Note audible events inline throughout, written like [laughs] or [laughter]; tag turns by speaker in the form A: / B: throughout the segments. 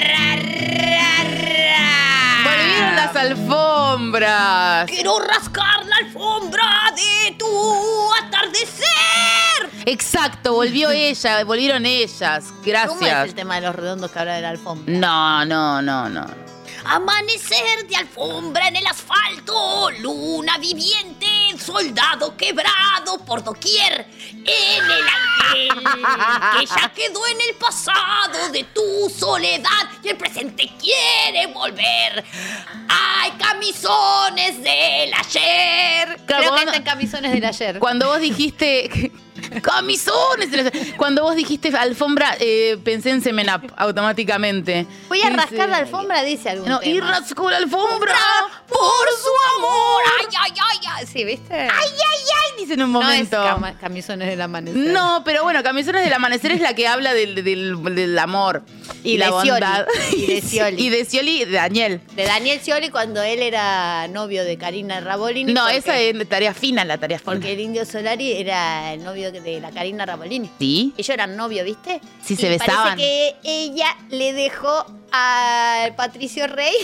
A: rascas.
B: Ah, Quiero rascar la alfombra de tu atardecer.
A: Exacto, volvió ella, volvieron ellas.
B: ¿Cómo es
A: Gracias.
B: el tema de los redondos que habla de la alfombra?
A: No, no, no, no.
B: Amanecer de alfombra en el asfalto, luna viviente, soldado quebrado por doquier, en el ángel que ya quedó en el pasado de tu soledad y el presente quiere volver. Hay camisones del ayer.
A: Claro,
B: Creo
A: vos
B: que
A: no-
B: están camisones del ayer.
A: Cuando vos dijiste. [laughs] ¡Camisones! Cuando vos dijiste alfombra, eh, pensé en Semenap automáticamente.
B: Voy a
A: Dice-
B: rascar la alfombra, dice algún
A: No, y
B: tema.
A: rascó la alfombra por su amor.
B: Ay, ay, ay, ay. Sí, ¿viste? Ay, ay, ay.
A: Dice en un
B: No es
A: momento.
B: cama- camisones del amanecer.
A: No, pero bueno, Camisones del Amanecer es la que habla del, del- del amor y,
B: Y
A: la
B: de Scioli.
A: bondad. [laughs]
B: Y de Scioli.
A: Y de Scioli y de Daniel.
B: De Daniel Scioli cuando él era novio de Karina Rabolini.
A: No,
B: porque-
A: esa es la tarea fina, la tarea fina.
B: Porque el indio Solari era el novio de la Karina Rabolini.
A: Sí.
B: Ellos eran novios, ¿viste?
A: Sí,
B: Y
A: se besaban.
B: Parece que ella le dejó al
A: [laughs]
B: Patricio Rey.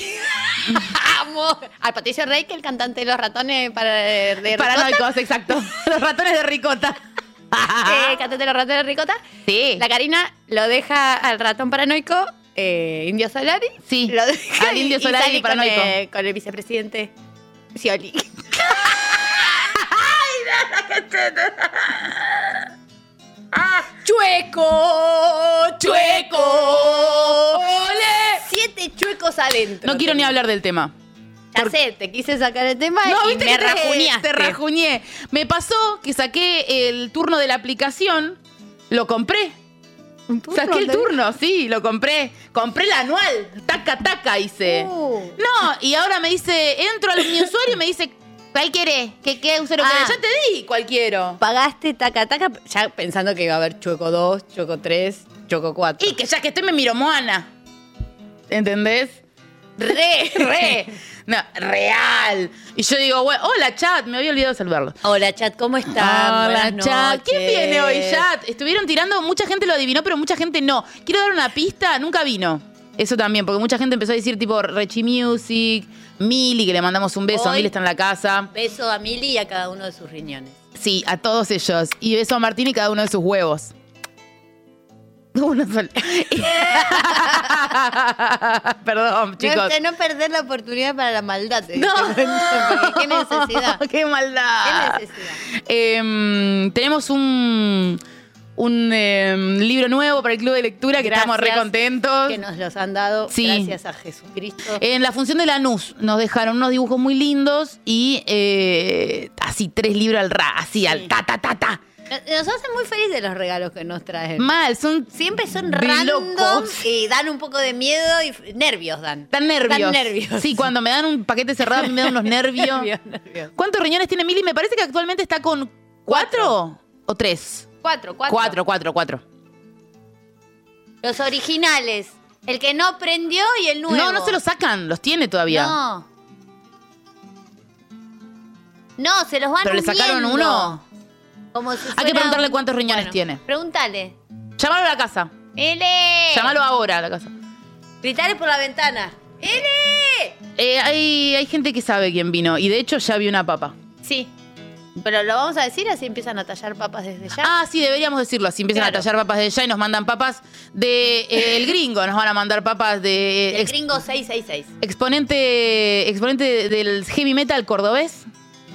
B: [laughs] Amo. Al Patricio Rey, que es el cantante de los ratones para, de Ricota.
A: Paranoicos, exacto. [laughs] Los ratones de ricota.
B: Eh, el cantante de los ratones de Ricota.
A: Ah. Sí.
B: La Karina lo deja al ratón paranoico, eh, Indio Solari.
A: Sí,
B: Lo deja
A: al Indio
B: y- y
A: Solari
B: sale
A: paranoico.
B: Con el, con el vicepresidente
A: [laughs]
B: Scioli. Ah.
A: Chueco, chueco. Ole.
B: Siete chuecos adentro.
A: No quiero ni
B: Tenía.
A: hablar del tema.
B: Ya sé, te quise sacar el tema
A: No,
B: y
A: viste
B: me
A: que te-
B: rajuneaste.
A: Te rajuñé. Me pasó que saqué el turno de la aplicación, lo compré.
B: ¿Un turno,
A: Saqué el
B: Andrés?
A: turno, sí, lo compré. Compré el anual. Taca, taca, hice.
B: Uh.
A: No, y ahora me dice, entro al mi usuario y me dice, ¿cuál querés? ¿Qué, qué usuario
B: Ah.
A: querés? Ya te di cuál quiero.
B: Pagaste taca taca, ya pensando que iba a haber chueco 2, chueco 3, chueco 4.
A: Y que ya que estoy me miro Moana. ¿Entendés? Re,
B: [laughs]
A: re. No, real. Y yo digo, "Bueno, hola chat, me había olvidado saludarlo.
B: Hola, chat, ¿cómo están?
A: Hola,
B: Buenas
A: chat.
B: noches.
A: ¿Quién viene hoy, chat? Estuvieron tirando, mucha gente lo adivinó, pero mucha gente no. Quiero dar una pista, nunca vino. Eso también, porque mucha gente empezó a decir tipo Rechi Music, Mili, que le mandamos un beso,
B: Hoy-
A: Mili está en la casa.
B: Beso a Mili y a cada uno de sus riñones.
A: Sí, a todos ellos. Y beso a Martín y cada uno de sus huevos. [laughs] Uno
B: [laughs]
A: solo. Perdón, chicos.
B: No, no perder la oportunidad para la maldad. eh, te
A: No.
B: digo, porque qué [laughs] necesidad.
A: [laughs] ¡Qué maldad!
B: Qué necesidad.
A: Em, tenemos un, un em, libro nuevo para el club de lectura que estamos re
B: Gracias,
A: contentos.
B: Que nos los han dado
A: Sí.
B: gracias a Jesucristo.
A: En la función de Lanús nos dejaron unos dibujos muy lindos y eh, así tres libros al ra, así al ta ta ta ta.
B: Nos hacen muy felices de los regalos que nos traen.
A: Mal, son
B: Siempre son
A: De
B: random
A: locos.
B: y dan un poco de miedo y f- nervios dan.
A: tan nervios.
B: Dan nervios.
A: Sí, cuando me dan un paquete cerrado a mí me
B: [laughs]
A: dan unos nervios.
B: Nervios, nervios.
A: ¿Cuántos riñones tiene Mili? Me parece que actualmente está con cuatro, o tres.
B: Cuatro, cuatro.
A: Cuatro, cuatro, cuatro.
B: Los originales. El que no prendió y el nuevo.
A: No, no se los sacan, los tiene todavía.
B: No. No, se los van
A: Pero le sacaron
B: uniendo.
A: uno.
B: Como si
A: Hay
B: fuera
A: que preguntarle
B: un-
A: cuántos riñones
B: Bueno,
A: tiene.
B: Pregúntale.
A: Llámalo a la casa.
B: ¡Ele!
A: Llámalo ahora a la casa.
B: Gritale por la ventana. ¡Ele!
A: Eh, hay, hay gente que sabe quién vino y de hecho ya vi una papa.
B: Sí. Pero lo vamos a decir así empiezan a tallar papas desde ya.
A: Ah, sí, deberíamos decirlo. Así empiezan
B: Claro.
A: a tallar papas de allá y nos mandan papas de eh, el gringo. Nos van a mandar papas de eh,
B: El
A: ex-
B: gringo 666.
A: exponente exponente del heavy metal cordobés.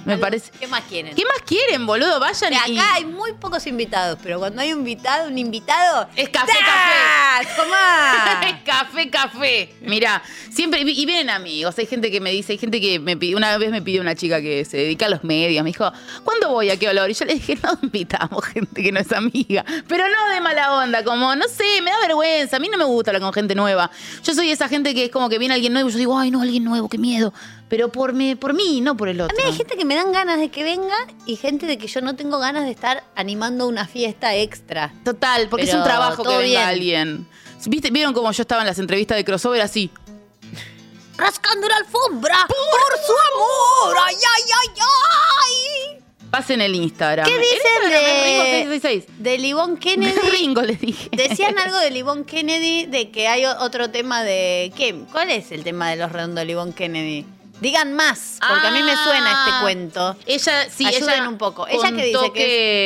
A: Me
B: Algo-
A: parece.
B: ¿Qué más quieren?
A: ¿Qué más quieren, boludo? Vayan
B: De
A: y
B: acá hay muy pocos invitados, pero cuando hay un invitado, un invitado.
A: es café,
B: ¡tas!
A: [laughs] café.
B: ¡Tomá!
A: café, café. Mirá, siempre y vienen amigos. Hay gente que me dice, hay gente que me pide, una vez me pidió una chica que se dedica a los medios, me dijo, ¿cuándo voy a qué olor? Y yo le dije, [laughs] no invitamos gente que no es amiga, pero no de mala onda, como, no sé, me da vergüenza, a mí no me gusta hablar con gente nueva. Yo soy esa gente que es como que viene alguien nuevo y yo digo, ay, no, alguien nuevo, qué miedo. Pero por, me, por mí, no por el
B: A
A: otro.
B: mí hay gente que me dan ganas de que venga y gente de que yo no tengo ganas de estar animando una fiesta extra.
A: Total, porque es un
B: Pero
A: trabajo que
B: todo
A: venga
B: bien.
A: alguien. ¿Viste? ¿Vieron cómo yo estaba en las entrevistas de crossover así?
B: Rascando la alfombra por, su amor. ¡Ay, ay, ay, ay!
A: Pasen el Instagram.
B: ¿Qué
A: El
B: dicen
A: Instagram es
B: de-
A: Ringo666.
B: De
A: [laughs]
B: Livón [laughs] Kennedy.
A: Ringo les dije.
B: Decían algo de Livón Kennedy, de que hay o- otro tema de. ¿Qué? ¿Cuál es el tema de los redondos de Livón Kennedy? Digan más, porque a mí me suena este
A: Ah.
B: cuento.
A: Ella, sí,
B: Ayuden
A: ella
B: un poco. Ella que dice
A: contó
B: que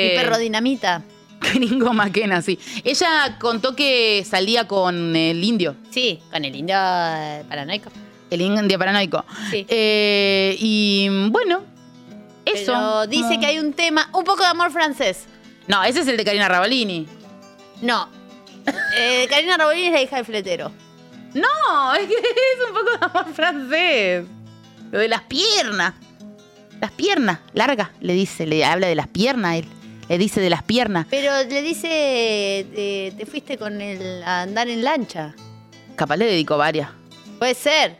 B: es
A: que-
B: mi [laughs] perro dinamita.
A: Gringo Maquena, sí. Ella contó que salía con el indio,
B: Sí, con el indio eh, paranoico.
A: el indio paranoico.
B: Sí.
A: Eh, y bueno, eso.
B: Pero dice que hay un tema, un poco de amor francés.
A: No, ese es el de Karina Ravalini. [laughs]
B: No. Eh, Karina Rabolini es la hija del fletero.
A: No, es que [laughs] es un poco de amor francés. Lo de las piernas. Las piernas, larga, le dice, le habla de las piernas, él. Le dice de las piernas.
B: Pero le dice, eh, te fuiste con el a andar en lancha.
A: Capaz le dedicó varias.
B: Puede ser.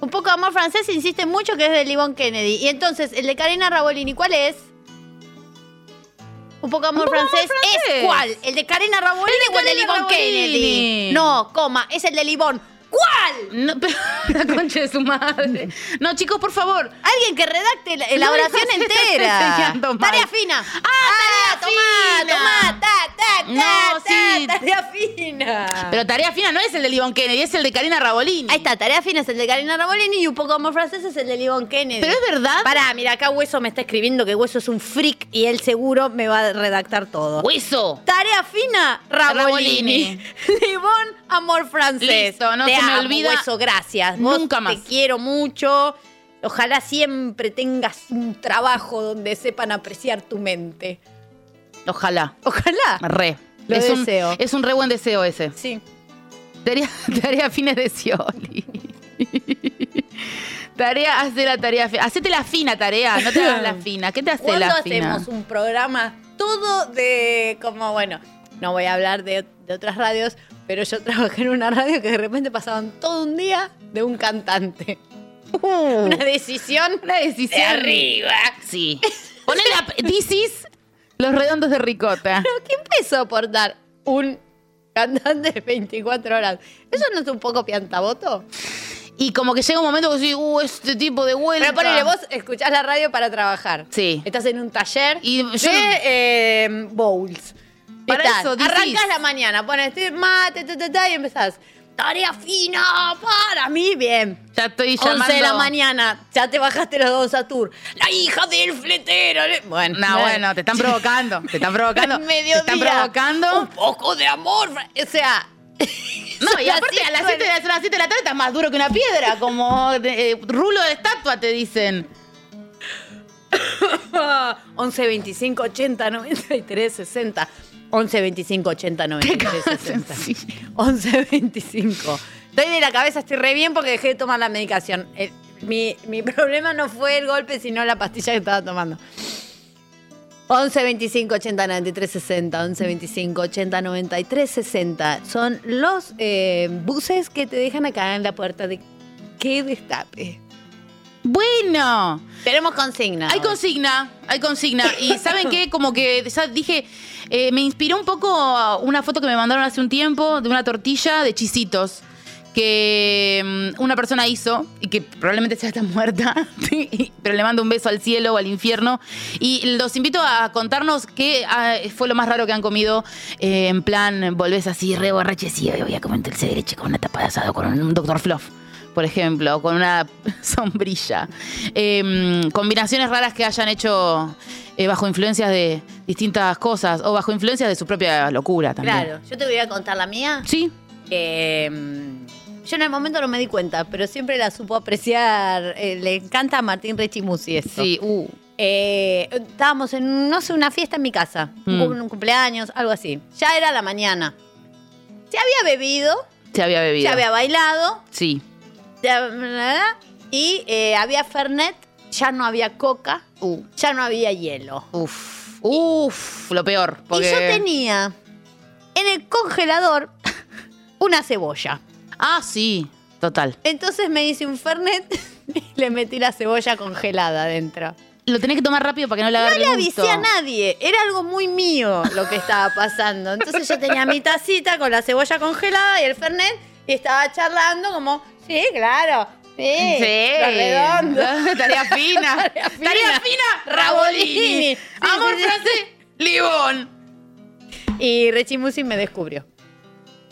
B: Un poco de amor francés insiste mucho que es de Livon Kennedy. Y entonces, el de Karina Rabolini, ¿cuál es? Un poco de amor,
A: poco de amor
B: francés,
A: francés.
B: es cuál? ¿El de Karina Rabolini
A: El de
B: o el de
A: Karina
B: Livon Kennedy?
A: Rabolini.
B: No, coma, es el de Livon. ¿Cuál?
A: No, pero [laughs] la concha de su madre. No, chicos, por favor.
B: Alguien que redacte la, la
A: No,
B: oración
A: no, se está
B: entera.
A: enseñando mal.
B: Tarea fina.
A: Ah, tarea fina.
B: Tomá, tomá, ta, ta, ta,
A: No,
B: ta,
A: sí.
B: tarea fina.
A: Pero tarea fina no es el de Livon Kennedy, es el de Karina Rabolini.
B: Ahí está, tarea fina es el de Karina Rabolini y un poco amor francés es el de Livon Kennedy.
A: Pero es verdad.
B: Pará, mira, acá Hueso me está escribiendo que Hueso es un freak y él seguro me va a redactar todo.
A: Hueso.
B: Tarea fina, Rabolini. [laughs]
A: Rabolini.
B: Livón, amor francés.
A: Listo, no
B: te
A: se me
B: amo,
A: olvida
B: Hueso, gracias.
A: nunca
B: Vos
A: más.
B: Te quiero mucho. Ojalá siempre tengas un trabajo donde sepan apreciar tu mente.
A: Ojalá.
B: Ojalá.
A: Re.
B: Lo E
A: es un,
B: deseo.
A: Es un re buen deseo ese.
B: Sí.
A: Tarea, [laughs] tarea fines de Scioli. [laughs] Tarea, hace la tarea fina. Hacete la fina tarea, no te hagas
B: [laughs]
A: la fina. ¿Qué te hace
B: ¿Cuándo
A: la fina?
B: hacemos un programa todo de como bueno? No voy a hablar de, de otras radios, pero yo trabajé en una radio que de repente pasaban todo un día de un cantante.
A: Uh.
B: Una decisión
A: Una decisión. Sí. Poné la. This is los redondos de
B: [laughs]
A: ricota.
B: ¿Quién puede soportar un cantante de 24 horas? ¿Eso no es un poco piantaboto?
A: Y como que llega un momento que decís, uh, este tipo de vuelta.
B: Pero ponele, vos escuchás la radio para trabajar.
A: Sí.
B: Estás en un taller
A: Y
B: de
A: yo-
B: eh, bowls.
A: Para
B: Estás,
A: eso decís-
B: Arrancás la mañana, pones te- mate, ta, ta, ta, y empezás. Tarea fina para mí, bien.
A: Ya estoy
B: 11 de la
A: llamando-
B: mañana, ya te bajaste los dos a tour. La hija del fletero. le- Bueno,
A: No, bueno, te están provocando. Te están
B: [laughs]
A: provocando.
B: Mediodía.
A: Te están provocando.
B: Un poco de amor. O sea,
A: No, y aparte a las 7 de, la- son las siete de la tarde estás más duro que una piedra, como eh, rulo de estatua, te dicen.
B: 11 25 80 93 60. 11 25 80 93 60.
A: Sí.
B: 11 25. Estoy de la cabeza, estoy re bien porque dejé de tomar la medicación. Eh, mi, mi problema no fue el golpe, sino la pastilla que estaba tomando. 11 25 80 93 60. 11 25 80 93 60. Son los eh, buses que te dejan acá en la puerta de. ¡Qué destape!
A: Bueno,
B: Tenemos consigna.
A: hay consigna, hay consigna. Y saben qué, como que ya dije, eh, me inspiró un poco a una foto que me mandaron hace un tiempo de una tortilla de chisitos que mm, una persona hizo y que probablemente ya está muerta, [laughs] sí, pero le mando un beso al cielo o al infierno. Y los invito a contarnos qué ah, fue lo más raro que han comido eh, en plan, volvés así re borrachecido y voy a comer el ceviche con una tapa de asado, con un Dr. Fluff por ejemplo, con una [laughs] sombrilla. Em, combinaciones raras que hayan hecho eh, bajo influencias de distintas cosas o bajo influencias de su propia locura también.
B: Claro, yo te voy a contar la mía.
A: Sí,
B: que, mm, yo en el momento no me di cuenta, pero siempre la supo apreciar. Eh, le encanta a Martín Rechimusi esto.
A: sí, uh,
B: Eh, estábamos en, no sé, una fiesta en mi casa. Un,
A: Mm.
B: cum- un cumpleaños, algo así. Ya era la mañana. Se había bebido,
A: se había bebido.
B: se había bailado,
A: Sí,
B: se hab- y eh, había Fernet, ya no había coca,
A: uh,
B: ya no había hielo.
A: uf, uf, lo peor. Porque...
B: Y yo tenía en el congelador [laughs] una cebolla.
A: Ah, sí, total.
B: Entonces me hice un fernet [laughs] y le metí la cebolla congelada adentro.
A: Lo tenés que tomar rápido para que no le
B: No
A: agarre
B: le
A: gusto.
B: avisé a nadie, era algo muy mío lo que estaba pasando. Entonces yo tenía mi tacita con la cebolla congelada y el fernet y estaba charlando como, sí, claro, sí,
A: Sí.
B: lo redondo. [laughs]
A: [laughs] Tarea fina. Tarea fina.
B: Rabolini.
A: Rabolini.
B: Sí,
A: Amor
B: sí, sí.
A: francés. Libón.
B: Y Rechimusi me descubrió.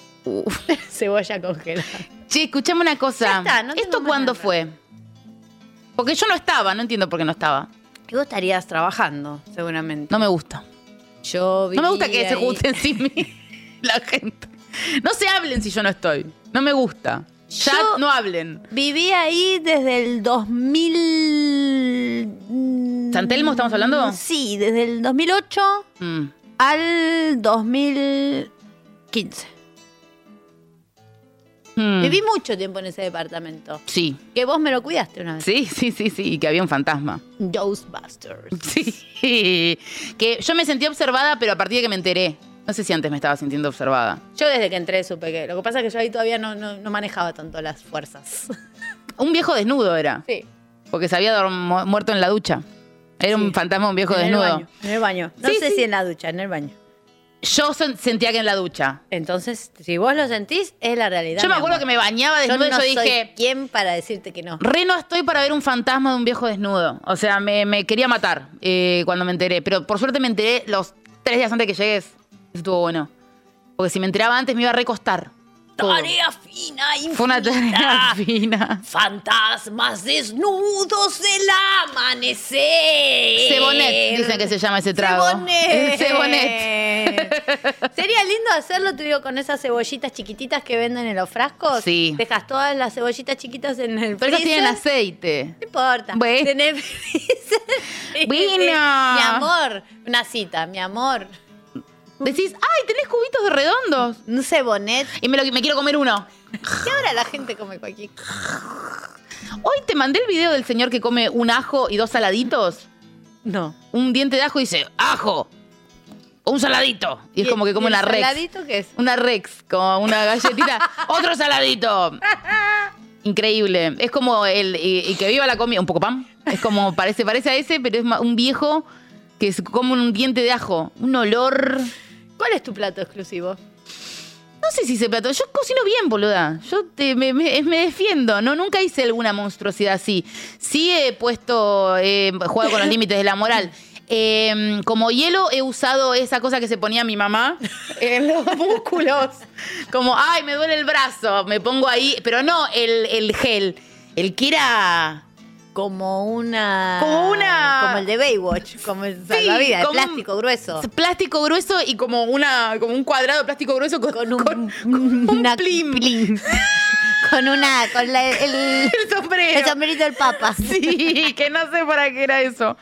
B: [laughs] cebolla congelada.
A: Che, escuchame una cosa.
B: Ya está, no tengo
A: ¿Esto
B: más
A: cuándo
B: nada.
A: fue? Porque yo no estaba, no entiendo por qué no estaba.
B: Y vos estarías trabajando, seguramente.
A: No me gusta.
B: Yo
A: No me gusta que
B: vivía
A: se
B: ahí.
A: gusten sin mí [laughs] la gente. No se hablen si yo no estoy. No me gusta. Ya
B: Yo-
A: no hablen.
B: Viví ahí desde el 2000.
A: ¿San Telmo estamos hablando?
B: Mm, Sí, desde el 2008
A: Mm.
B: al 2015.
A: Mm.
B: Viví mucho tiempo en ese departamento.
A: Sí.
B: Que vos me lo cuidaste una vez.
A: Sí, sí, sí, sí. Y que había un fantasma. [laughs]
B: Ghostbusters.
A: Sí. Que yo me sentí observada, pero a partir de que me enteré. No sé si antes me estaba sintiendo observada.
B: Yo desde que entré supe que. Lo que pasa es que yo ahí todavía no, no- no manejaba tanto las fuerzas.
A: Un viejo desnudo era.
B: [laughs] Sí.
A: Porque se había dorm- mu- muerto en la ducha. Era un
B: Sí.
A: fantasma, un viejo
B: en el
A: desnudo.
B: baño. En el baño. No
A: Sí,
B: sé
A: sí.
B: si en la ducha, en el baño.
A: Yo sen- sentía que en la ducha.
B: Entonces, si vos lo sentís, es la realidad.
A: yo me
B: mi
A: acuerdo
B: amor.
A: que me bañaba
B: Yo
A: desnudo y yo
B: no soy
A: dije,
B: ¿Quién para decirte que no?
A: re no estoy para ver un fantasma de un viejo desnudo. O sea, me, me quería matar eh, cuando me enteré. Pero por suerte me enteré los tres días antes de que llegues. Eso estuvo bueno. Porque si me enteraba antes me iba a recostar. todo.
C: Tarea fina, infinita.
A: Fue una tarea [laughs] fina.
C: Fantasmas desnudos del amanecer.
A: Cebonet, dicen que se llama ese trago.
B: Cebonet.
A: [laughs] El Cebonet.
B: Sería lindo hacerlo, te digo, con esas cebollitas chiquititas que venden en los frascos.
A: Sí.
B: Dejas todas las cebollitas chiquitas en el
A: Pero esas
B: freezer.
A: tienen aceite.
B: No importa.
A: Bueno.
B: Tenés freezer.
A: Bueno.
B: [laughs] Mi amor, una cita, mi amor.
A: Decís, ay, tenés cubitos de redondos.
B: Un cebonet.
A: Y me, lo- me quiero comer uno.
B: Y ahora la gente come cualquier cosa.
A: Hoy te mandé el video del señor que come un ajo y dos saladitos.
B: No.
A: Un diente de ajo y dice, ajo. O un saladito. Y es como que come
B: ¿Y el
A: una rex.
B: saladito qué es?
A: Una rex, como una galletita.
B: [laughs]
A: Otro saladito. Increíble. Es como el. Y, y que viva la comida. Un poco pan. Es como. Parece, parece a ese, pero es ma- un viejo que es como un diente de ajo. Un olor.
B: ¿Cuál es tu plato exclusivo?
A: No sé si se plato. Yo cocino bien, boluda. Yo te- me, me- me defiendo. No, nunca hice alguna monstruosidad así. Sí he puesto, eh, jugado
B: [laughs]
A: con los límites de la moral. Eh, como hielo he usado esa cosa que se ponía mi mamá [laughs] en los músculos. Como, ay, me duele el brazo. Me pongo ahí. Pero no el, el gel. El que era...
B: Como una.
A: Como una-
B: Como el de Baywatch. [laughs] Como el salvavidas, el
A: como un- [laughs]
B: plástico grueso.
A: Plástico grueso y como una como un cuadrado de plástico grueso con,
B: Con
A: con, con
B: un-
A: un
B: una
A: plim.
B: Con una. Con la- el,
A: El sombrero.
B: el sombrerito del papa.
A: [laughs] Sí, que no sé para qué era eso.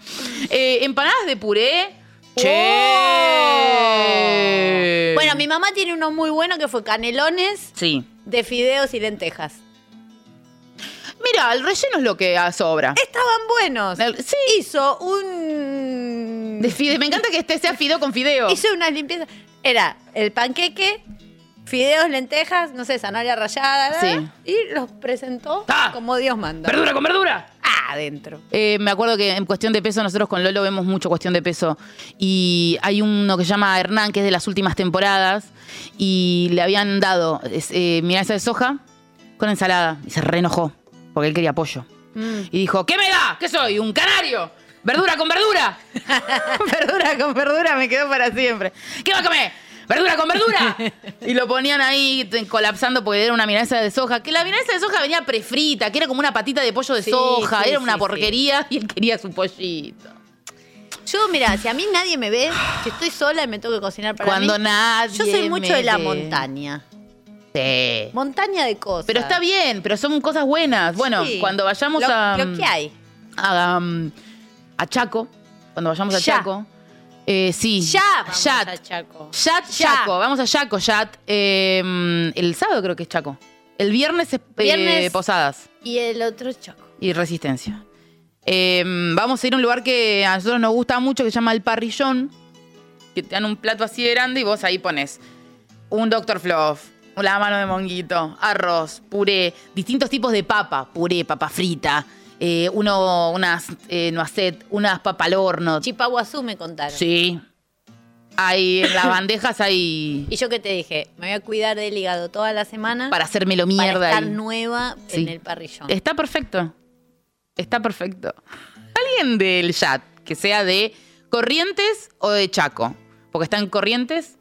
A: Eh, empanadas de puré.
B: ¡Che!
A: Che.
B: Bueno, mi mamá tiene uno muy bueno que fue canelones
A: Oh. Sí.
B: de fideos y lentejas.
A: Mira, el relleno es lo que ah, sobra.
B: Estaban buenos.
A: El- sí.
B: Hizo un.
A: De fide- Me encanta que este sea fideo con fideo.
B: Hizo unas limpiezas. Era el panqueque, fideos, lentejas, no sé, zanahoria rallada.
A: Sí.
B: Y los presentó
A: Ah.
B: como Dios manda.
A: ¡Verdura con verdura!
B: Ah, adentro.
A: Eh, me acuerdo que en cuestión de peso, nosotros con Lolo vemos mucho cuestión de peso. Y hay uno que se llama Hernán, que es de las últimas temporadas. Y le habían dado es, eh, milanesa de soja con ensalada. Y se reenojó, porque él quería pollo. Y dijo, ¿qué me da? ¿Qué soy? ¿Un canario? ¿Verdura con verdura? verdura con verdura me quedó para siempre. ¿Qué va a comer? ¡Verdura con
B: [laughs]
A: verdura! y lo ponían ahí te- colapsando porque era una milanesa de soja. Que la milanesa de soja venía prefrita, que era como una patita de pollo de
B: Sí,
A: soja.
B: sí,
A: era una
B: sí,
A: porquería y él quería su pollito.
B: Yo, mira, si a mí nadie me ve, si estoy sola y me tengo que cocinar para
A: Cuando
B: mí.
A: nadie
B: Yo soy mucho de la
A: me
B: montaña.
A: ve. Sí.
B: Montaña de cosas.
A: Pero está bien, pero son cosas buenas. Bueno,
B: Sí.
A: cuando vayamos
B: Lo-
A: a...
B: Lo que hay.
A: a, um, a Chaco, cuando vayamos a
B: Ya.
A: Chaco. Eh, sí.
B: Ya vamos
A: Yat.
B: a Chaco.
A: Yat,
B: Ya.
A: Chaco. Vamos a Chaco, Yat. Eh, el sábado creo que es Chaco. El viernes es eh,
B: Viernes.
A: Posadas
B: Y el otro Chaco.
A: y Resistencia. Eh, vamos a ir a un lugar que a nosotros nos gusta mucho que se llama El Parrillón. Que te dan un plato así de grande y vos ahí pones un Dr. Fluff, la mano de monguito, arroz, puré, distintos tipos de papa, puré, papa frita, eh, uno, unas eh, noisette, unas papa al horno.
B: Chipaguazú me contaron.
A: Sí. Hay, en las bandejas hay
B: Y yo que te dije, me voy a cuidar del hígado toda la semana
A: para hacérmelo
B: para
A: mierda.
B: estar
A: ahí.
B: nueva
A: Sí.
B: en el parrillón.
A: Está perfecto. Está perfecto. Alguien del chat que sea de Corrientes o de Chaco. Porque está en Corrientes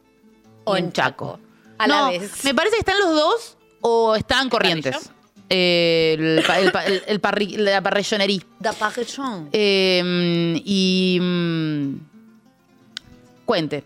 A: y
B: O
A: en
B: en
A: Chaco.
B: Chaco. A la
A: No,
B: vez.
A: Me parece que están los dos o están Corrientes.
B: parrillón?
A: eh, el, pa- el pa- el- el parri- la parrellonería.
B: Da Parrechon.
A: Eh, y. mm, cuente.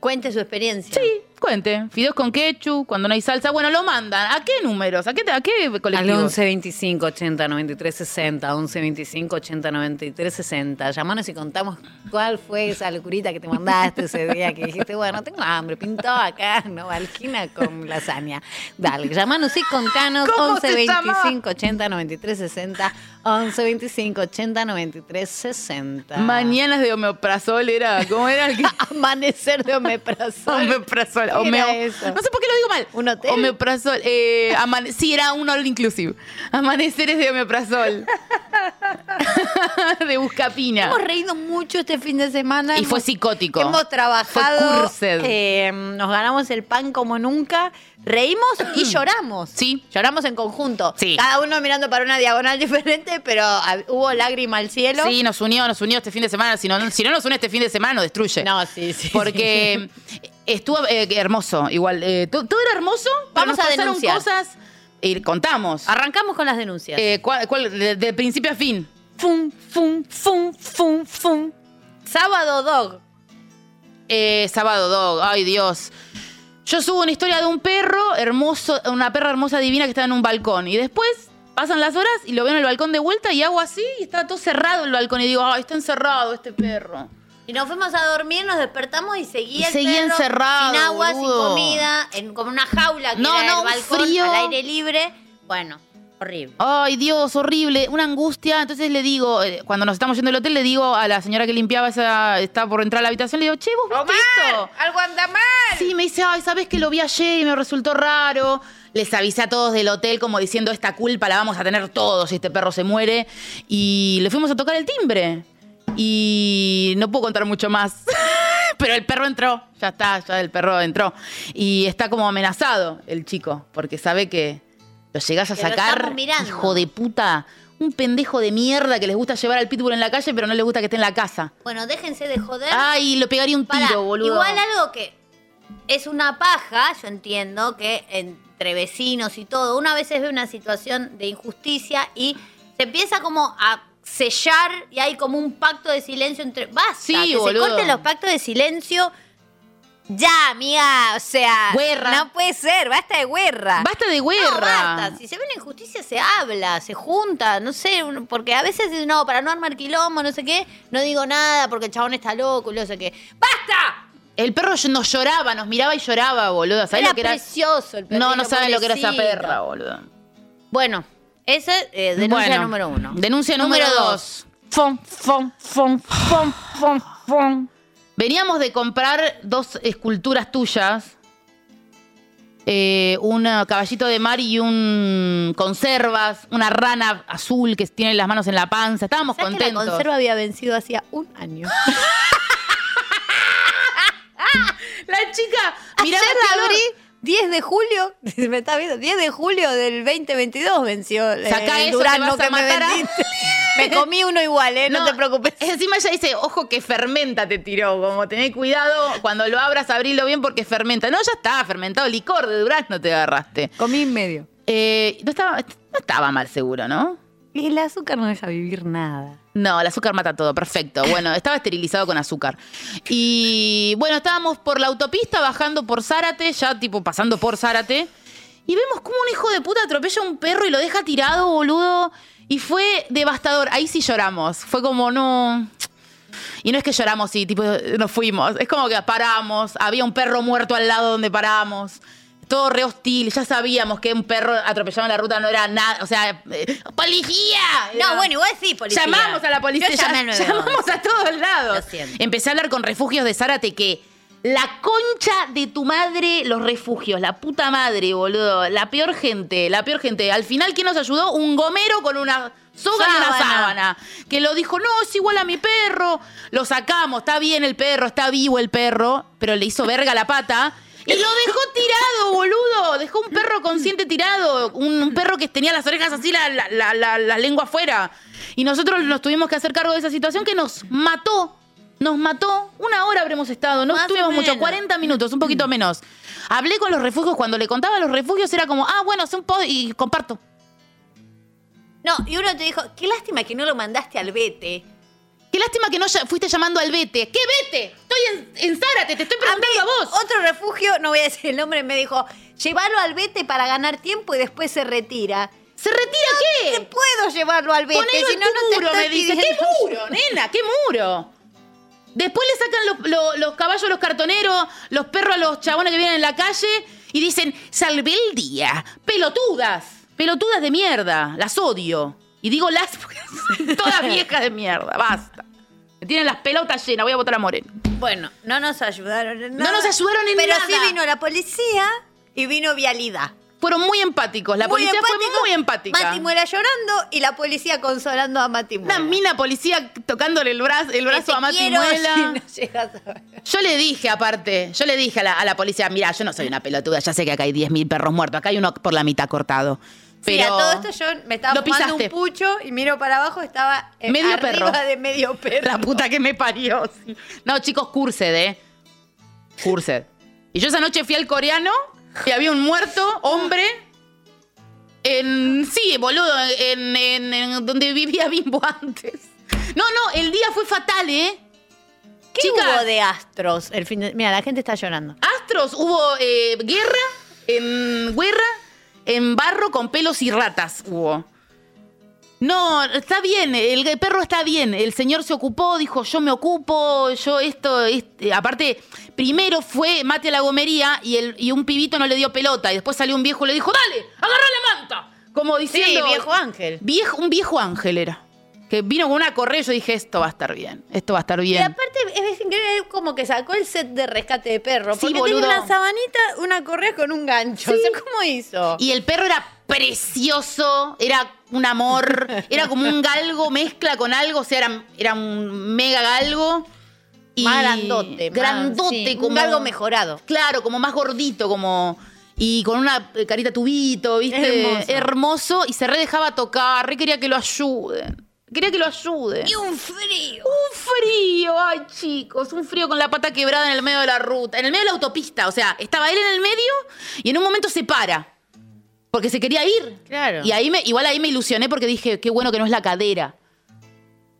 B: Cuente su experiencia.
A: Sí, cuente. Fideos con ketchup, cuando no hay salsa. Bueno, lo mandan. ¿A qué números? ¿A qué, a qué
B: Al
A: colectivos?
B: 11 25 80 93 60, 11 25 80 93 60. Llamanos y contamos cuál fue esa locurita que te mandaste ese día que dijiste, bueno, tengo hambre, pintó acá, no, alquina con lasaña. Dale, llamanos y contanos
A: ¿Cómo
B: 11
A: se llamaba?
B: 25 80 93 60, 11 25 80 93 60.
A: Mañanas de homeoprazol era. ¿Cómo era el que?
B: [laughs] Amanecer de omeprazol.
A: Omeprazol,
B: ¿Qué
A: homeo-
B: era eso?
A: No sé por qué lo digo mal.
B: ¿Un hotel?
A: Homeoprazol. eh, amane-
B: [laughs]
A: sí, era un all inclusive. Amaneceres de homeoprazol. [laughs] de buscapina.
B: Hemos reído mucho este fin de semana.
A: Y
B: hemos-
A: fue psicótico.
B: Hemos
A: Fue
B: trabajado,
A: cursed.
B: eh, nos ganamos el pan como nunca, reímos
A: [clears throat]
B: y lloramos.
A: Sí.
B: Lloramos en conjunto.
A: Sí.
B: Cada uno mirando para una diagonal [laughs] diferente, pero ah, hubo lágrima al cielo.
A: Sí, nos unió, nos unió este fin de semana. Si no, si no nos une este fin de semana, nos destruye.
B: No, sí, sí. [laughs]
A: Porque estuvo eh, hermoso, igual. eh, to- todo, era hermoso. pero
B: Vamos
A: nos
B: a
A: pasaron
B: denunciar.
A: cosas y contamos.
B: sí. Arrancamos con las denuncias.
A: Eh, ¿cuál- cuál- de, de principio a fin.
B: Fum, fum, fum, fum, fum. Sábado Dog.
A: Eh, sábado Dog, ay Dios. Yo subo una historia de un perro hermoso, una perra hermosa divina que está en un balcón. Y después pasan las horas y lo veo en el balcón de vuelta y hago así y está todo cerrado el balcón. Y digo, ay, está encerrado este perro.
B: Y nos fuimos a dormir, nos despertamos y seguía
A: Y
B: el
A: seguía
B: perro
A: encerrado,
B: sin agua,
A: boludo.
B: sin comida, en, como una jaula que
A: No,
B: era
A: no,
B: el
A: un
B: balcón
A: frío.
B: al aire libre. Bueno, horrible.
A: Ay, Dios, horrible, una angustia. Entonces le digo, eh, cuando nos estamos yendo del hotel, le digo a la señora que limpiaba esa, estaba por entrar a la habitación, le digo, che, vos viste esto?
B: ¡Algo anda mal!
A: Sí, me dice, ay, ¿sabes que lo vi ayer y me resultó raro? Les avisé a todos del hotel como diciendo, esta culpa la vamos a tener todos si este perro se muere. Y le fuimos a tocar el timbre. Y no puedo contar mucho más. Pero el perro entró, ya está, ya el perro entró. Y está como amenazado el chico, porque sabe que lo llegas a
B: Que lo
A: sacar,
B: estamos mirando.
A: hijo de puta, un pendejo de mierda que les gusta llevar al pitbull en la calle, pero no les gusta que esté en la casa.
B: Bueno, déjense de joder.
A: Ay, lo pegaría un
B: Pará,
A: tiro, boludo.
B: Igual algo que es una paja, yo entiendo que entre vecinos y todo, una vez ve una situación de injusticia y se empieza como a sellar y hay como un pacto de silencio entre. ¡Basta!
A: Sí,
B: que
A: boludo.
B: se corten los pactos de silencio. Ya, amiga, o sea,
A: Guerra.
B: no puede
A: Pues,
B: ser, basta de guerra.
A: Basta de guerra.
B: No, basta. Si se ve una injusticia, se habla, se junta, no sé, uno- porque a veces dicen, no, para no armar quilombo, no sé qué, no digo nada porque el chabón está loco y no sé qué. ¡Basta!
A: El perro nos lloraba, nos miraba y lloraba, boludo. ¿Sabés
B: era
A: lo que era?
B: precioso el perrito,
A: No, no saben lo que era esa
B: pobrecito.
A: perra, boludo.
B: Bueno, esa es eh, denuncia
A: Bueno,
B: número uno.
A: Denuncia número, dos.
D: Fom, fom, fom, fom, fom, fom.
A: Veníamos de comprar dos esculturas tuyas. eh, un caballito de mar y un conservas, una rana azul que tiene las manos en la panza. Estábamos
B: ¿Sabés que
A: contentos.
B: la conserva había vencido hacía un
A: [laughs]
B: año.
A: La chica
B: Ayer
A: miraba el
B: la
A: color.
B: abrí, 10 de julio, [laughs] me está viendo, 10 de julio del 2022 venció eh,
A: Sacá
B: el
A: eso, te
B: durazno
A: vas a
B: que me
A: matar a-
B: vendiste. Me comí uno igual, ¿eh? No, te preocupes.
A: Encima ella dice, ojo que fermenta te tiró, como tené cuidado, cuando lo abras, abrilo bien porque fermenta. No, ya está, fermentado licor de durazno te agarraste.
B: Comí en medio.
A: Eh, no, estaba, no estaba mal seguro, ¿no?
B: Y el azúcar no deja vivir nada.
A: No, el azúcar mata todo, perfecto.
B: [coughs]
A: Bueno, estaba esterilizado con azúcar. Y bueno, estábamos por la autopista bajando por Zárate, ya tipo pasando por Zárate. Y vemos como un hijo de puta atropella a un perro y lo deja tirado, boludo. Y fue devastador. Ahí sí lloramos. Fue como, no. Y no es que lloramos y tipo nos fuimos. Es como que paramos. Había un perro muerto al lado donde paramos. Todo re hostil. Ya sabíamos que un perro atropellado en la ruta no era nada. O sea, eh, ¡policía! Era-
B: No, bueno, igual sí, policía.
A: Llamamos a la policía,
B: Yo llamé al
A: llam-
B: 911.
A: llamamos a todos
B: Lo
A: lados.
B: siento.
A: Empecé a hablar con refugios de Zárate que la concha de tu madre, los refugios, la puta madre, boludo, la peor gente, la peor gente. Al final, ¿quién nos ayudó? Un gomero con una soga y una
B: Sábana.
A: sábana. Que lo dijo, no, es igual a mi perro. Lo sacamos, está bien el perro, está vivo el perro, pero le hizo verga la pata. Y lo dejó tirado, boludo. Dejó un perro consciente tirado. Un, un perro que tenía las orejas así, la, la- la- la- la lengua afuera. Y nosotros nos tuvimos que hacer cargo de esa situación que nos mató. Nos mató. Una hora habremos estado. No
B: Más o
A: estuvimos mucho.
B: menos.
A: 40 minutos, un poquito menos. Hablé con los refugios. Cuando le contaba a los refugios era como, ah, bueno, es un pod y comparto.
B: No, y uno te dijo, qué lástima que no lo mandaste al vete.
A: Qué lástima que no ya- fuiste llamando al Vete. ¿Qué Vete? Estoy en, en Zárate, te estoy preguntando a, vos.
B: Otro refugio, no voy a decir el nombre, me dijo, llévalo al vete para ganar tiempo y después se retira.
A: ¿Se retira
B: Te
A: qué?
B: puedo llevarlo al vete,
A: Ponelo
B: si
A: en
B: no,
A: tu
B: no te
A: muro,
B: estoy
A: me dice. ¿Qué
B: pidiendo".
A: muro, nena? ¿Qué muro? Después le sacan los, lo- los caballos a los cartoneros, los perros a los chabones que vienen en la calle y dicen, salvé el día. Pelotudas. Pelotudas de mierda. Las odio. Y digo las [laughs] porque son todas viejas de mierda. Basta. Me tienen las pelotas llenas. Voy a votar a Moreno.
B: Bueno, [laughs] no nos ayudaron en nada.
A: nos ayudaron en nada.
B: Pero sí vino la policía y vino Vialidad.
A: Fueron muy empáticos. La
B: Muy
A: policía
B: empático,
A: fue muy empática.
B: Mati Muera llorando y la policía consolando a Mati Muera.
A: Una mina policía tocándole el brazo, el
B: Que
A: brazo
B: te
A: a Mati
B: quiero
A: Muela.
B: si no llegas a ver.
A: Yo le dije, aparte, yo le dije a la, a la policía, mira, yo no soy una pelotuda, ya sé que acá hay 10.000 perros muertos, acá hay uno por la mitad cortado.
B: Sí,
A: Pero
B: a todo esto yo me estaba
A: lo
B: fumando
A: pisaste.
B: un pucho y miro para abajo, estaba eh,
A: Medio
B: arriba
A: perro.
B: de medio
A: [laughs]
B: perro.
A: la puta que me parió. sí. No, chicos, Cursed, ¿eh? Cursed. Y yo esa noche fui al coreano y había un muerto, hombre, en... Sí, boludo, en, en- en donde vivía Bimbo antes. No, no, el día fue fatal, ¿eh?
B: ¿Qué
A: Chicas.
B: hubo de astros el fin de... Mira, la gente está llorando.
A: Astros, hubo eh, guerra en guerra, en barro con pelos y ratas hubo. No, está bien, el perro está bien. El señor se ocupó, dijo, yo me ocupo, yo esto, este". aparte, primero fue mate a la gomería y, el, y un pibito no le dio pelota. Y después salió un viejo y le dijo, dale, agarra la manta. Como
B: Sí,
A: diciendo.
B: viejo ángel.
A: Viejo- un viejo ángel era. Que vino con una correa y yo dije, esto va a estar bien, esto va a estar
B: Y
A: bien.
B: aparte es increíble como que sacó el set de rescate de perro.
A: Sí,
B: porque
A: boludo.
B: tenía una sabanita, una correa con un gancho. O sea, ¿cómo hizo?
A: Y el perro era precioso, era un
B: [laughs]
A: amor, era como un galgo mezcla con algo, o sea, era, era un mega galgo. Y
B: más grandote. más-
A: Grandote,
B: sí,
A: como.
B: un algo mejorado.
A: Claro, como más gordito, como. Y con una eh, carita tubito, ¿viste?
B: Hermoso.
A: Hermoso, Y se re dejaba tocar, re quería que lo ayuden. Quería que lo ayuden.
C: Y un frío.
A: Un frío, ay chicos, un frío con la pata quebrada en el medio de la ruta, en el medio de la autopista, o sea, estaba él en el medio y en un momento se para, porque se quería ir.
B: Claro.
A: Y ahí me, igual ahí me ilusioné porque dije, qué bueno que no es la cadera.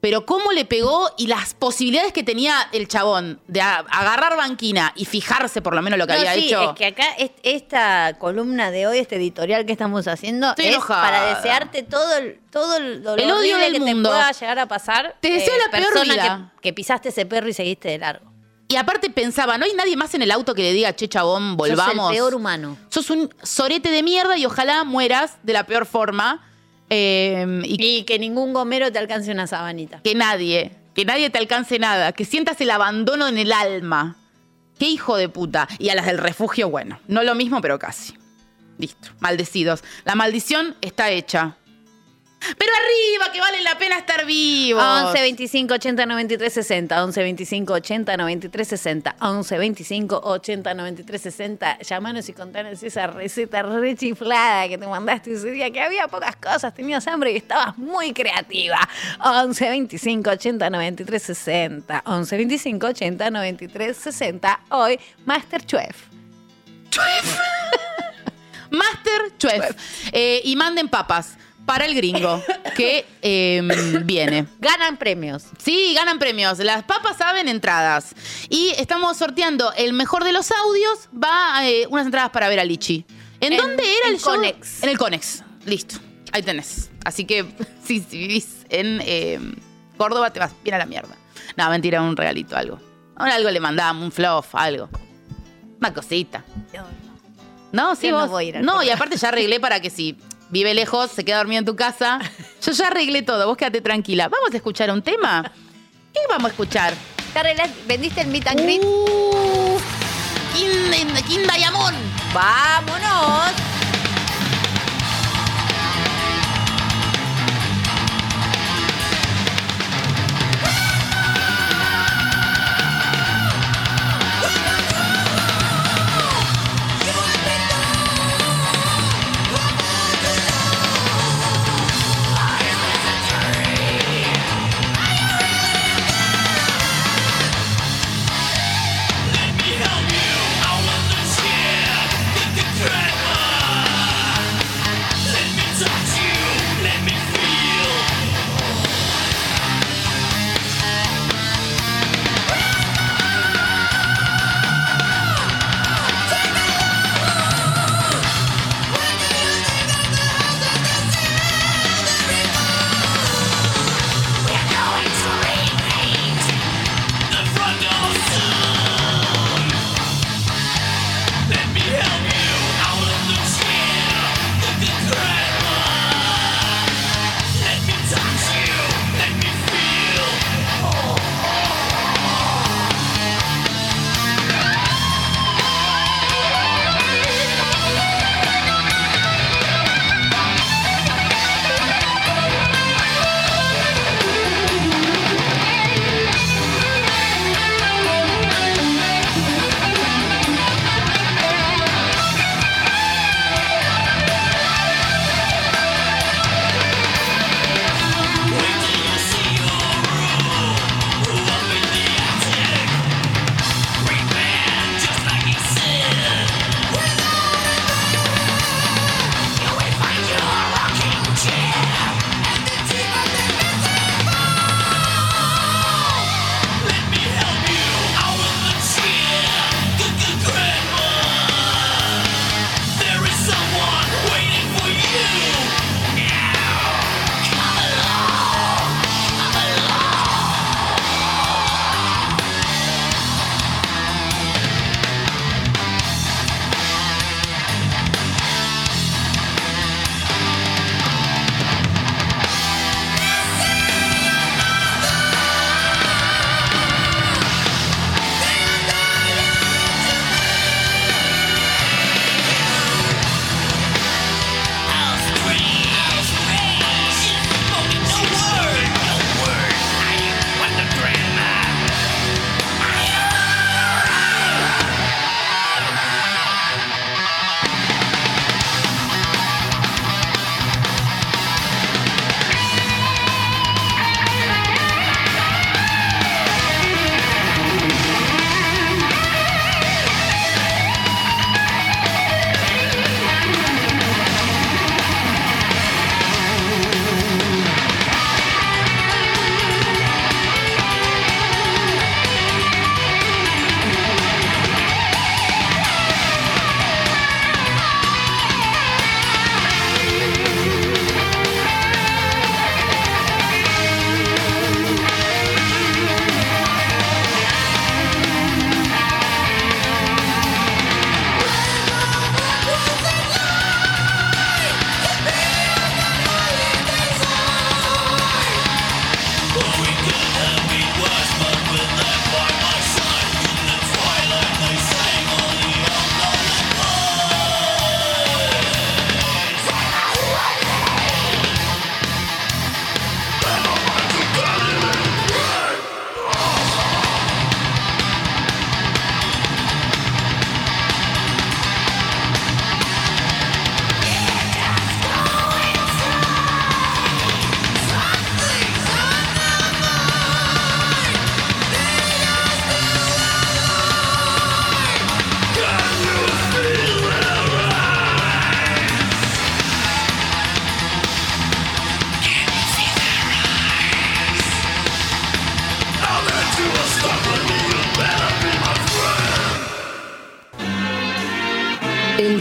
A: Pero cómo le pegó y las posibilidades que tenía el chabón de a- agarrar banquina y fijarse por lo menos lo que
B: No,
A: había
B: sí,
A: hecho.
B: es que acá es- esta columna de hoy, este editorial que estamos haciendo,
A: Estoy
B: es
A: enojada.
B: para desearte todo el, todo el dolor
A: El odio
B: horrible
A: del
B: que
A: mundo.
B: te pueda llegar a pasar. eh,
A: Te deseo la peor
B: persona
A: vida.
B: Que, que pisaste ese perro y seguiste de largo.
A: Y aparte pensaba, no hay nadie más en el auto que le diga, che chabón, volvamos.
B: Sos el peor humano.
A: sos un sorete de mierda y ojalá mueras de la peor forma. eh, y
B: Y que ningún gomero te alcance una sabanita.
A: que nadie, que nadie te alcance nada, que sientas el abandono en el alma. Qué hijo de puta. Y a las del refugio, bueno, no lo mismo, pero casi. Listo, maldecidos. La maldición está hecha. Pero arriba, que vale la pena estar vivo.
B: 11 25 80 93 60 11 25 80 93 60 11 25 80 93 60 llamanos y contanos esa receta rechiflada que te mandaste ese día que había pocas cosas tenías hambre y estabas muy creativa 11 25 80 93 60 11 25 80 93 60 hoy Masterchef
A: Master Chef. Eh, y manden papas para el gringo que eh, viene.
B: ganan premios
A: Sí, ganan premios. Las papas saben entradas. Y estamos sorteando el mejor de los audios. Va a, eh, unas entradas para ver a Lichi. ¿En,
B: En-
A: dónde era
B: en
A: el show?
B: Conex.
A: En el Conex. Listo. Ahí tenés. Así que [laughs] si, si vivís en eh, Córdoba, te vas bien a la mierda. No, mentira, un regalito, algo. Ahora algo le mandamos, un fluff, algo. Una cosita. No, sí,
B: Yo no
A: vos.
B: voy a ir al
A: no,
B: Córdoba.
A: y aparte ya arreglé para que si vive lejos, se queda dormido en tu casa. Yo ya arreglé todo, vos quédate tranquila. ¿Vamos a escuchar un tema? ¿Qué vamos a escuchar?
B: Carla, vendiste el meet and greet
C: Kin- Kin Diamond.
B: vámonos
E: I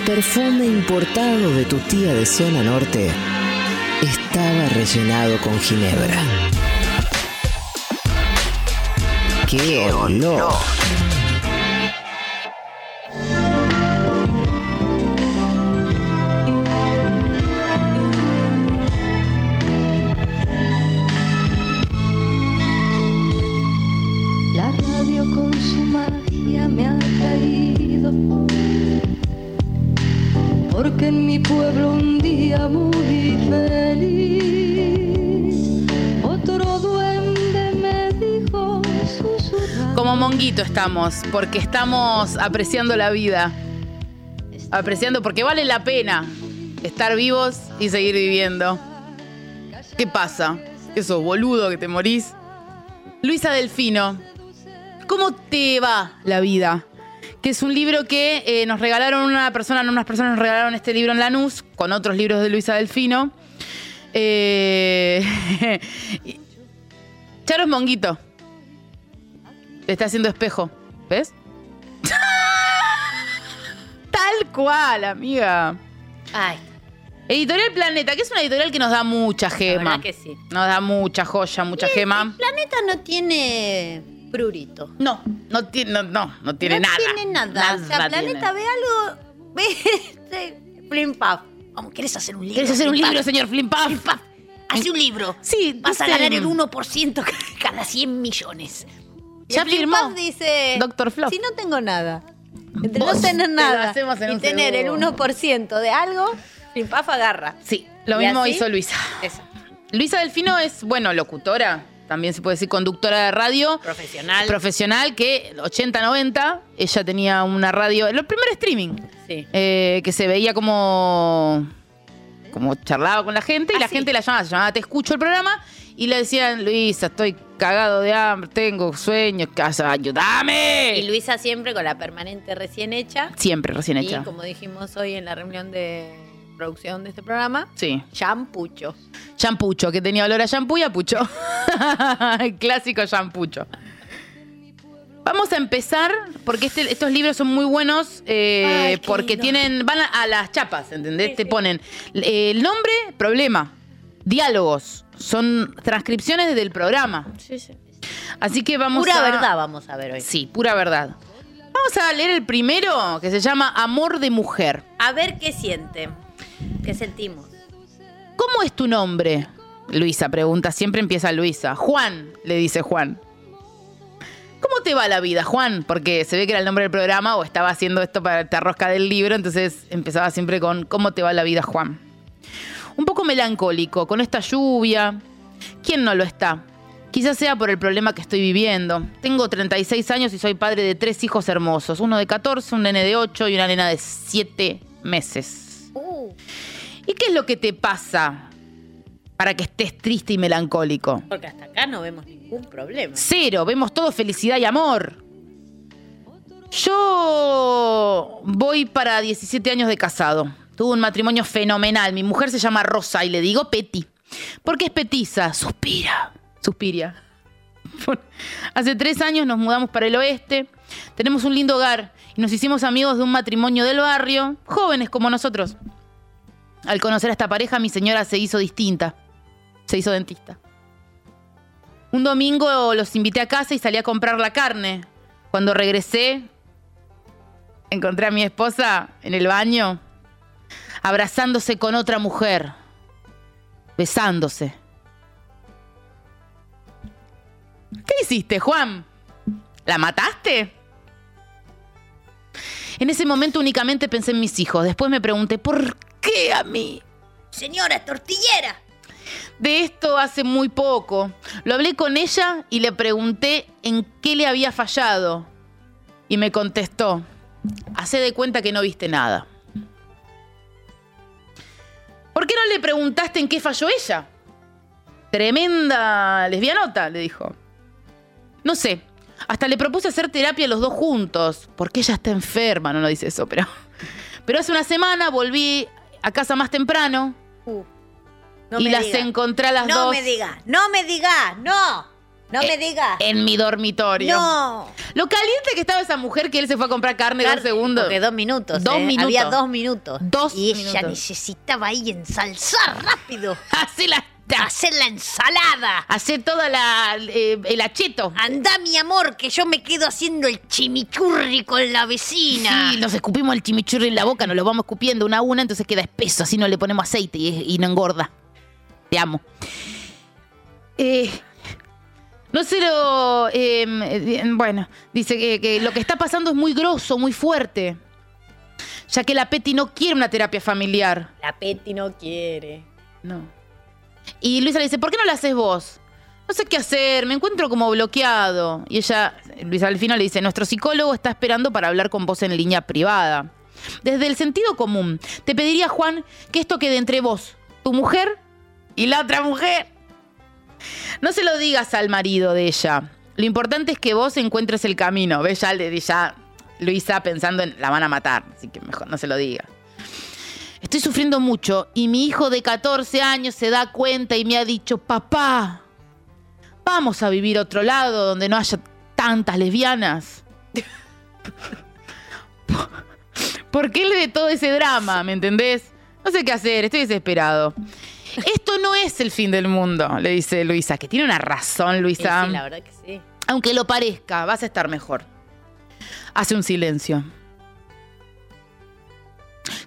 E: perfume importado de tu tía de zona norte estaba rellenado con ginebra. ¡Qué olor!
F: La radio con su magia me ha traído porque en mi pueblo un día muy feliz otro duende me dijo susurrando
A: Como monguito estamos, porque estamos apreciando la vida. Apreciando, porque vale la pena estar vivos y seguir viviendo. ¿Qué pasa? Eso, boludo, que te morís. Luisa Delfino, ¿cómo te va la vida? Que es un libro que eh, nos regalaron una persona, unas personas nos regalaron este libro en Lanús, con otros libros de Luisa Delfino. Eh, [laughs] Charo es monguito. Te está haciendo espejo. ¿Ves? [laughs] Tal cual, amiga.
B: Ay,
A: Editorial Planeta, que es una editorial que nos da mucha
B: la
A: gema.
B: verdad que sí.
A: Nos da mucha joya, mucha gema.
B: Planeta no tiene prurito.
A: No, no tiene, no, no, no tiene
B: no
A: nada.
B: tiene nada. o sea, Planeta
A: tiene.
B: ve algo, [laughs] ve este flim paf.
C: Vamos, ¿querés hacer un libro?
A: ¿Quieres hacer un
C: Flipa,
A: libro, señor Flimpaf?
C: flipa. Hace un libro.
A: Sí, este
C: Vas a
A: dice-
C: ganar el 1% [laughs] cada 100 millones.
B: Y
A: Ya
B: el Flim
A: firmó.
B: Paf dice,
A: Doctor Flop.
B: si no tengo nada, entre no
A: Vos
B: tener
A: te lo
B: nada
A: hacemos en
B: y
A: un
B: tener
A: segundo.
B: el 1% de algo, flim paf agarra.
A: Sí, lo
B: ¿Y
A: mismo
B: así?
A: hizo Luisa.
B: Eso,
A: Luisa Delfino es, bueno, locutora, también se puede decir conductora de radio.
B: profesional.
A: Profesional que 80-90, ella tenía una radio, el primer streaming,
B: sí.
A: eh, que se veía como, como charlaba con la gente y
B: Ah,
A: la
B: sí.
A: gente la llamaba, se llamaba Te escucho el programa y le decían, Luisa, estoy cagado de hambre, tengo sueños, casa, ayúdame.
B: Y Luisa siempre con la permanente recién hecha.
A: Siempre recién hecha.
B: Y como dijimos hoy en la reunión de producción de este programa,
A: Sí.
B: champucho.
A: Champucho, que tenía olor a shampoo y a pucho. [laughs] El Clásico champucho. Vamos a empezar, porque este- estos libros son muy buenos, eh,
B: Ay, qué
A: porque
B: lindo.
A: tienen van a, a las chapas, ¿entendés? Te ponen eh, el nombre, problema, diálogos, son transcripciones del programa.
B: Sí, sí.
A: Así que vamos
B: Pura
A: a...
B: verdad vamos a ver hoy.
A: Sí, pura verdad. Vamos a leer el primero, que se llama Amor de Mujer.
B: A ver qué siente. ¿Qué sentimos?
A: ¿Cómo es tu nombre? Luisa pregunta, siempre empieza Luisa. Juan, le dice Juan. ¿Cómo te va la vida, Juan? Porque se ve que era el nombre del programa o estaba haciendo esto para te arrosca del libro, entonces empezaba siempre con ¿Cómo te va la vida, Juan? Un poco melancólico, con esta lluvia. ¿Quién no lo está? Quizás sea por el problema que estoy viviendo. Tengo 36 años y soy padre de tres hijos hermosos, uno de 14, un nene de 8 y una nena de 7 meses.
B: Uh,
A: ¿Y qué es lo que te pasa para que estés triste y melancólico?
B: porque hasta acá no vemos ningún problema.
A: Cero, vemos todo felicidad y amor. Yo voy para 17 años de casado. Tuve un matrimonio fenomenal. Mi mujer se llama Rosa y le digo Peti. Porque es petiza, suspira, suspira. [laughs] Hace tres años nos mudamos para el oeste. Tenemos un lindo hogar y nos hicimos amigos de un matrimonio del barrio, jóvenes como nosotros. Al conocer a esta pareja, mi señora se hizo distinta. Se hizo dentista. Un domingo los invité a casa y salí a comprar la carne. Cuando regresé, encontré a mi esposa en el baño, abrazándose con otra mujer, besándose. ¿Qué hiciste, Juan? ¿La mataste? En ese momento únicamente pensé en mis hijos. Después me pregunté, ¿por qué a mí?
C: Señora tortillera,
A: de esto hace muy poco. Lo hablé con ella y le pregunté en qué le había fallado. Y me contestó, hace de cuenta que no viste nada. ¿Por qué no le preguntaste en qué falló ella? Tremenda lesbianota, le dijo. No sé, hasta le propuse hacer terapia los dos juntos, porque ella está enferma, no lo dice eso, pero... Pero hace una semana volví a casa más temprano
B: Uh, no
A: y
B: me
A: las
B: diga.
A: encontré a las
B: no
A: dos. Eh,
B: me diga, no me diga, no. No me digas.
A: en mi dormitorio.
B: No.
A: Lo caliente que estaba esa mujer que él se fue a comprar carne dos segundos.
B: Porque dos minutos.
A: Dos
B: eh.
A: minutos.
B: Había dos minutos.
A: Dos
B: Y ella
A: minutos.
B: necesitaba ahí ensalzar rápido.
A: Hace la.
B: Hacer la ensalada.
A: Hace toda la. eh, el acheto.
B: Anda, mi amor, que yo me quedo haciendo el chimichurri con la vecina.
A: Sí, nos escupimos el chimichurri en la boca, nos lo vamos escupiendo una a una, entonces queda espeso, así no le ponemos aceite y, es- y no engorda. Te amo. Eh, no se lo... eh, eh, bueno, dice que, que lo que está pasando es muy grosso, muy fuerte. Ya que la Peti no quiere una terapia familiar.
B: La Peti no quiere.
A: No. Y Luisa le dice, ¿por qué no la haces vos? No sé qué hacer, me encuentro como bloqueado. Y ella, Luisa al final le dice, nuestro psicólogo está esperando para hablar con vos en línea privada. Desde el sentido común, te pediría, Juan, que esto quede entre vos, tu mujer y la otra mujer. No se lo digas al marido de ella. Lo importante es que vos encuentres el camino. Ve, ya, le- ya Luisa pensando en la van a matar, así que mejor no se lo diga. Estoy sufriendo mucho y mi hijo de 14 años se da cuenta y me ha dicho, papá, vamos a vivir a otro lado donde no haya tantas lesbianas. [laughs] ¿Por qué le de todo ese drama? ¿Me entendés? No sé qué hacer, estoy desesperado. Esto no es el fin del mundo, le dice Luisa, que tiene una razón,
B: Sí,
A: Luisa.
B: sí, la verdad que sí.
A: Aunque lo parezca, vas a estar mejor. Hace un silencio.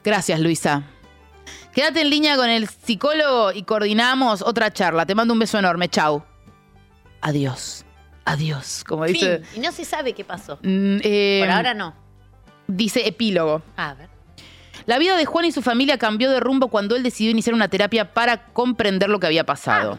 A: Gracias, Luisa. Quédate en línea con el psicólogo y coordinamos otra charla. Te mando un beso enorme. Chau. Adiós. Adiós. Como dice.
B: Fin. Y no se sabe qué pasó.
A: Mm, eh,
B: Por ahora no.
A: Dice epílogo.
B: A ver.
A: La vida de Juan y su familia cambió de rumbo cuando él decidió iniciar una terapia para comprender lo que había pasado.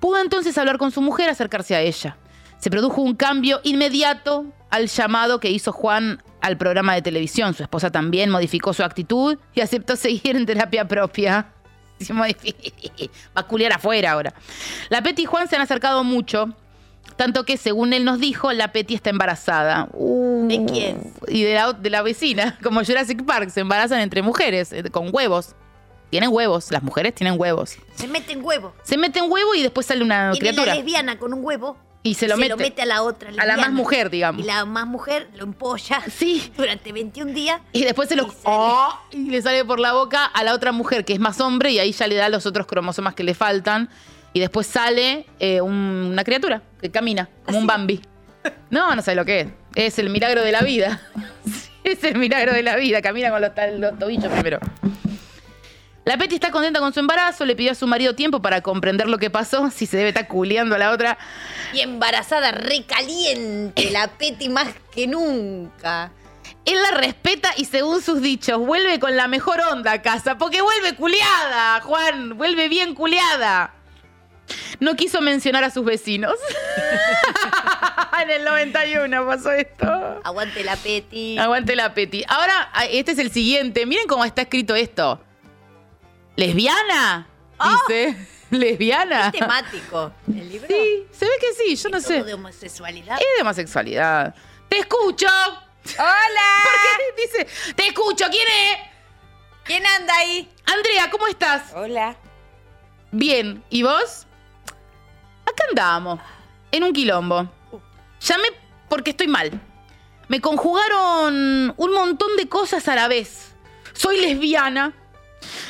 A: Pudo entonces hablar con su mujer, acercarse a ella. Se produjo un cambio inmediato al llamado que hizo Juan al programa de televisión. Su esposa también modificó su actitud y aceptó [laughs] seguir en terapia propia. Se modifi- Va a culiar afuera ahora. La Peti y Juan se han acercado mucho, tanto que, según él nos dijo, la Peti está embarazada.
B: ¿De quién?
A: Y de la, de la vecina, [laughs] como Jurassic Park, se embarazan entre mujeres, eh, con huevos. Tienen huevos, las mujeres tienen huevos.
B: Se mete en huevo.
A: Se mete un huevo y después sale una
B: Tiene la
A: criatura.
B: lesbiana con un huevo.
A: Y se lo mete.
B: a la otra
A: A la
B: lesbiana.
A: más mujer,
B: Y
A: digamos.
B: la más mujer lo empolla
A: Sí.
B: durante 21 días.
A: Y después se lo.
B: Y sale.
A: ¡Oh! Y le sale por la boca a la otra mujer, que es más hombre, y ahí ya le da los otros cromosomas que le faltan. Y después sale eh, un- una criatura que camina, como un Bambi. No, no sé lo que es. Es el milagro de la vida. [laughs] es el milagro de la vida. Camina con los, tal- los tobillos primero. La Peti está contenta con su embarazo, le pidió a su marido tiempo para comprender lo que pasó, si se debe estar culeando a la otra.
B: Y embarazada, recaliente, la Peti más que nunca.
A: Él la respeta y según sus dichos, vuelve con la mejor onda a casa, porque vuelve culeada, Juan, vuelve bien culeada. No quiso mencionar a sus vecinos. [laughs] en el 91 pasó esto.
B: Aguante la Peti.
A: Aguante la Peti. Ahora, a- este es el siguiente. Miren cómo está escrito esto. ¿Lesbiana? Dice. [laughs] ¿Lesbiana?
B: Ah. Es temático. El libro.
A: Sí, se ve que sí, Eh. yo no
B: Todo
A: sé.
B: de homosexualidad.
A: Es de homosexualidad. ¡Te escucho!
B: ¡Hola!
A: ¿Por qué? Dice, te escucho, ¿quién es?
B: ¿Quién anda ahí?
A: Andrea, ¿cómo estás?
G: Hola.
A: Bien, ¿y vos? Acá andábamos, en un quilombo. Llamé porque estoy mal. Me conjugaron un montón de cosas a la vez. Soy lesbiana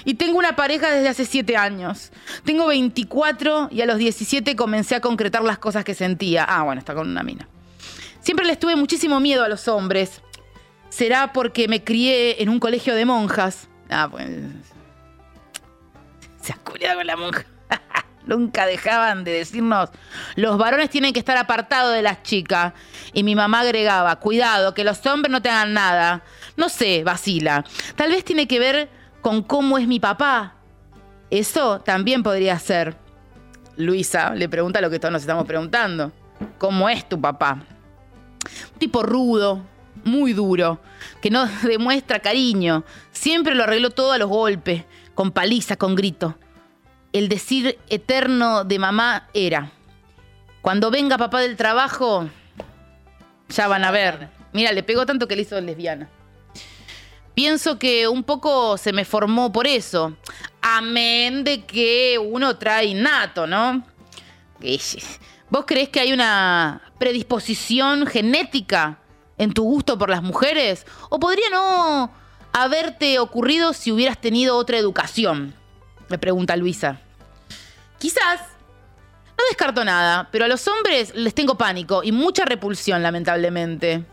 A: y tengo una pareja desde hace 7 años. Tengo 24 y a los 17 comencé a concretar las cosas que sentía. Ah, bueno, está con una mina. Siempre les tuve muchísimo miedo a los hombres. ¿Será porque me crié en un colegio de monjas? Ah, pues se ha culiado con la monja. [laughs] Nunca dejaban de decirnos, los varones tienen que estar apartados de las chicas. Y mi mamá agregaba, cuidado, que los hombres no te hagan nada. No sé, vacila. Tal vez tiene que ver con cómo es mi papá. Eso también podría ser. Luisa le pregunta lo que todos nos estamos preguntando. ¿Cómo es tu papá? Un tipo rudo, muy duro, que no [laughs] demuestra cariño. Siempre lo arregló todo a los golpes, con paliza, con grito. El decir eterno de mamá era, cuando venga papá del trabajo, ya van a ver. Mira, le pegó tanto que le hizo lesbiana. Pienso que un poco se me formó por eso. Amén de que uno trae innato, ¿no? Ella. ¿Vos crees que hay una predisposición genética en tu gusto por las mujeres? ¿O podría no haberte ocurrido si hubieras tenido otra educación? Me pregunta Luisa. Quizás. No descarto nada, pero a los hombres les tengo pánico y mucha repulsión, lamentablemente.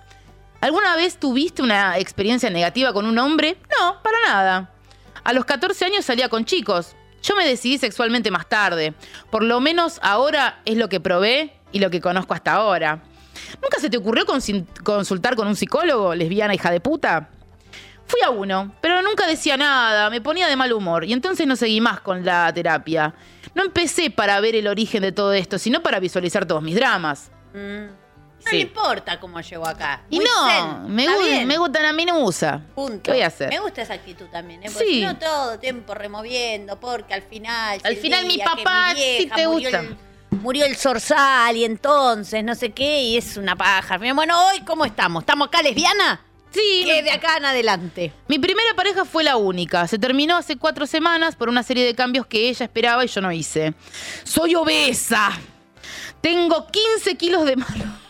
A: ¿Alguna vez tuviste una experiencia negativa con un hombre? No, para nada. A los 14 años salía con chicos. Yo me decidí sexualmente más tarde. Por lo menos ahora es lo que probé y lo que conozco hasta ahora. ¿Nunca se te ocurrió consin- consultar con un psicólogo, lesbiana hija de puta? Fui a uno, pero nunca decía nada, me ponía de mal humor y entonces no seguí más con la terapia. No empecé para ver el origen de todo esto, sino para visualizar todos mis dramas.
B: Mm. No
A: Sí.
B: le importa cómo llegó acá.
A: Y
B: Muy
A: no,
B: zen.
A: me,
B: Está
A: gu-
B: bien.
A: me gustan a mí no me usa.
B: Punto.
A: ¿Qué voy a hacer?
B: Me gusta esa actitud también, ¿eh? Porque
A: Sí.
B: si no todo tiempo removiendo, porque al final. si
A: Al
B: el
A: final mi
B: día que
A: papá
B: mi vieja
A: sí te
B: murió
A: gusta.
B: el- murió el zorzal y entonces no sé qué, y es una paja. Al final, Bueno, hoy, ¿cómo estamos? ¿Estamos acá lesbiana?
A: Sí.
B: Que de acá en adelante.
A: Mi primera pareja fue la única. Se terminó hace cuatro semanas por una serie de cambios que ella esperaba y yo no hice. Soy obesa. Tengo 15 kilos de más. [laughs]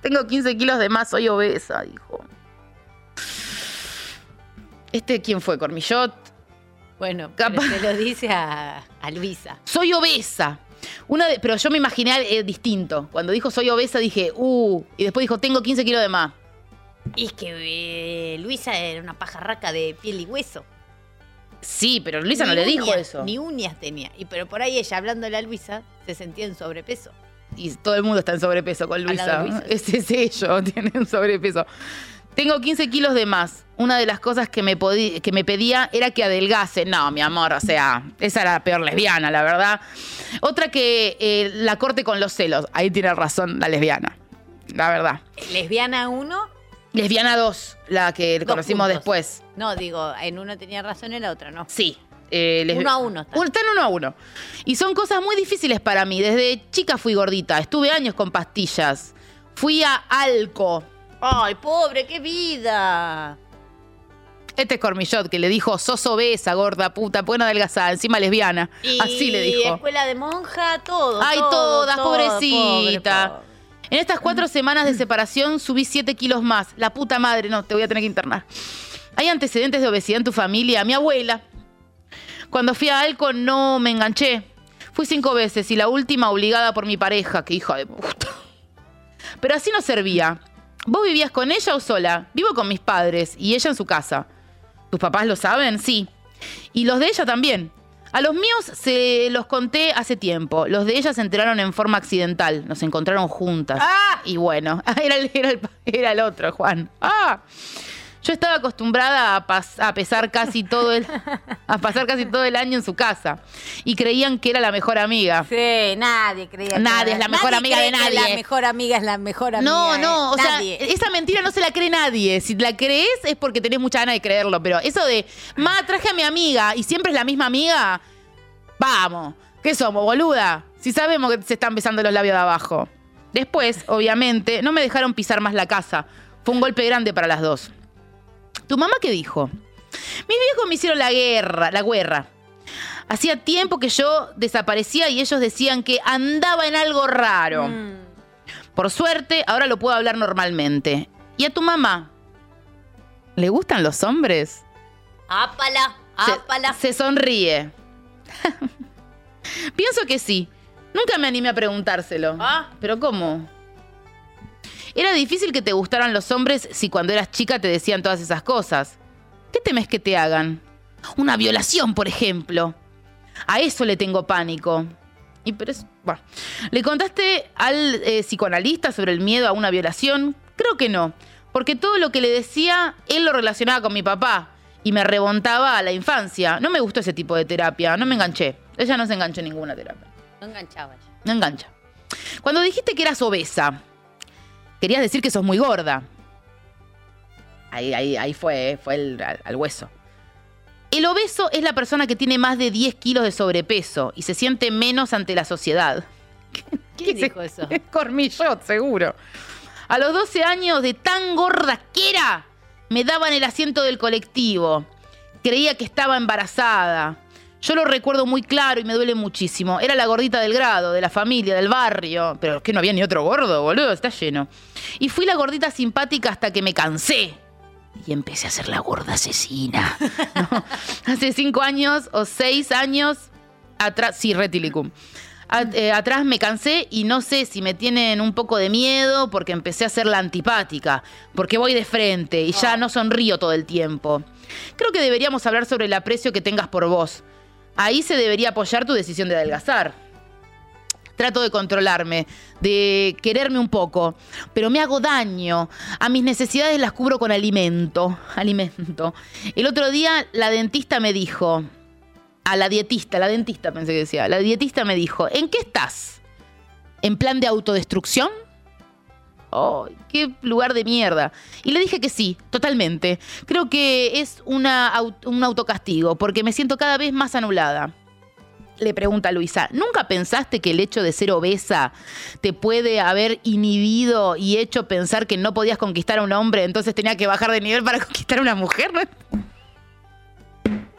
A: Tengo 15 kilos de más, soy obesa, dijo. ¿Este quién fue? ¿Cormillot?
B: Bueno, pero
A: Capaz.
B: se lo dice a, a Luisa.
A: soy obesa. Una de- pero yo me imaginé eh, distinto. Cuando dijo soy obesa dije, uh, y después dijo, tengo 15 kilos de más.
B: Y es que eh, Luisa era una pajarraca de piel y hueso.
A: Sí, pero Luisa no
B: Ni
A: le dijo
B: uñas,
A: eso.
B: Ni uñas tenía. Y pero por ahí ella, hablándole a Luisa, se sentía en sobrepeso.
A: Y todo el mundo está en sobrepeso con
B: Al lado
A: Luisa.
B: de Luisa.
A: Ese es ello, [laughs] tiene un sobrepeso. Tengo 15 kilos de más. Una de las cosas que me, podí- que me pedía era que adelgase. No, mi amor, o sea, esa era la peor lesbiana, la verdad. Otra que eh, la corte con los celos. Ahí tiene razón la lesbiana, la verdad.
B: Lesbiana uno,
A: Lesbiana 2, la que
B: Dos
A: conocimos
B: puntos.
A: después.
B: No, digo, en uno tenía razón, en la otra no.
A: Sí. eh, les-
B: Uno a uno está.
A: Un- Están uno a uno. Y son cosas muy difíciles para mí. Desde chica fui gordita. Estuve años con pastillas. Fui a Alco.
B: ¡Ay, pobre, qué vida!
A: Este es Cormillot que le dijo, sos obesa, gorda, puta, buena adelgazada, encima lesbiana.
B: Y
A: Así le dijo.
B: escuela de monja, todo.
A: Ay,
B: todo,
A: todas,
B: todo,
A: pobrecita.
B: pobre, pobre.
A: En estas cuatro semanas de separación subí 7 kilos más. La puta madre, no, te voy a tener que internar. ¿Hay antecedentes de obesidad en tu familia? Mi abuela. Cuando fui a Alco no me enganché. Fui cinco veces y la última obligada por mi pareja, que hija de puta. Pero así no servía. ¿Vos vivías con ella o sola? Vivo con mis padres y ella en su casa. ¿Tus papás lo saben? Sí. Y los de ella también. A los míos se los conté hace tiempo. Los de ella se enteraron en forma accidental. Nos encontraron juntas. Y bueno, [laughs] era el, era el- era el otro, Juan. ¡Ah! Yo estaba acostumbrada a, pas- a pesar casi todo el, a pasar casi todo el año en su casa. Y creían que era la mejor amiga.
B: Sí, nadie creía. que
A: Nadie
B: era-
A: es la mejor amiga
B: cree
A: de
B: que
A: nadie.
B: La mejor amiga es la mejor amiga.
A: No,
B: ¿eh?
A: no, o
B: Nadie.
A: sea, esa mentira no se la cree nadie. Si la crees es porque tenés mucha gana de creerlo, pero eso de, ma, traje a mi amiga y siempre es la misma amiga, vamos, ¿qué somos, boluda? Si sabemos que se están besando los labios de abajo. Después, obviamente, no me dejaron pisar más la casa. Fue un golpe grande para las dos. ¿Tu mamá qué dijo? Mis viejos me hicieron la guerra, la guerra. Hacía tiempo que yo desaparecía y ellos decían que andaba en algo raro. Por suerte, ahora lo puedo hablar normalmente. ¿Y a tu mamá? ¿Le gustan los hombres?
C: Ápala,
A: Se-
C: ápala.
A: Se, sonríe. [laughs] Pienso que sí. Nunca me animé a preguntárselo.
B: Ah.
A: ¿Pero cómo? Era difícil que te gustaran los hombres si cuando eras chica te decían todas esas cosas. ¿Qué temes que te hagan? Una violación, por ejemplo. A eso le tengo pánico. Y pero es- bueno. ¿Le contaste al eh, psicoanalista sobre el miedo a una violación? Creo que no, porque todo lo que le decía él lo relacionaba con mi papá y me rebontaba a la infancia. No me gustó ese tipo de terapia, no me enganché. Ella no se enganchó en ninguna terapia.
B: No enganchaba yo.
A: No engancha. Cuando dijiste que eras obesa, querías decir que sos muy gorda. Ahí, ahí, ahí fue, ¿eh? fue el- al, al hueso. El obeso es la persona que tiene más de 10 kilos de sobrepeso y se siente menos ante la sociedad.
B: ¿Quién
A: ¿Qué se-
B: dijo eso?
A: Es [laughs] Cormillot, seguro. A los 12 años de tan gorda que era, me daban el asiento del colectivo. Creía que estaba embarazada. Yo lo recuerdo muy claro y me duele muchísimo. Era la gordita del grado, de la familia, del barrio. Pero es que no había ni otro gordo, boludo, está lleno. Y fui la gordita simpática hasta que me cansé. Y empecé a ser la gorda asesina.
B: [laughs]
A: ¿no? Hace cinco años o seis años atrás, sí, Retilicum. At- eh, atrás me cansé y no sé si me tienen un poco de miedo porque empecé a ser la antipática, porque voy de frente y ya no sonrío todo el tiempo. Creo que deberíamos hablar sobre el aprecio que tengas por vos. Ahí se debería apoyar tu decisión de adelgazar. Trato de controlarme, de quererme un poco, pero me hago daño. A mis necesidades las cubro con alimento, [laughs] alimento. El otro día la dentista me dijo, a la dietista, la dentista pensé que decía, la dietista me dijo, ¿en qué estás? ¿En plan de autodestrucción? ¡Oh, qué lugar de mierda! Y le dije que sí, totalmente. Creo que es una, aut- un autocastigo, porque me siento cada vez más anulada. Le pregunta Luisa, ¿nunca pensaste que el hecho de ser obesa te puede haber inhibido y hecho pensar que no podías conquistar a un hombre, entonces tenía que bajar de nivel para [laughs] conquistar a una mujer? ¿No
B: [laughs]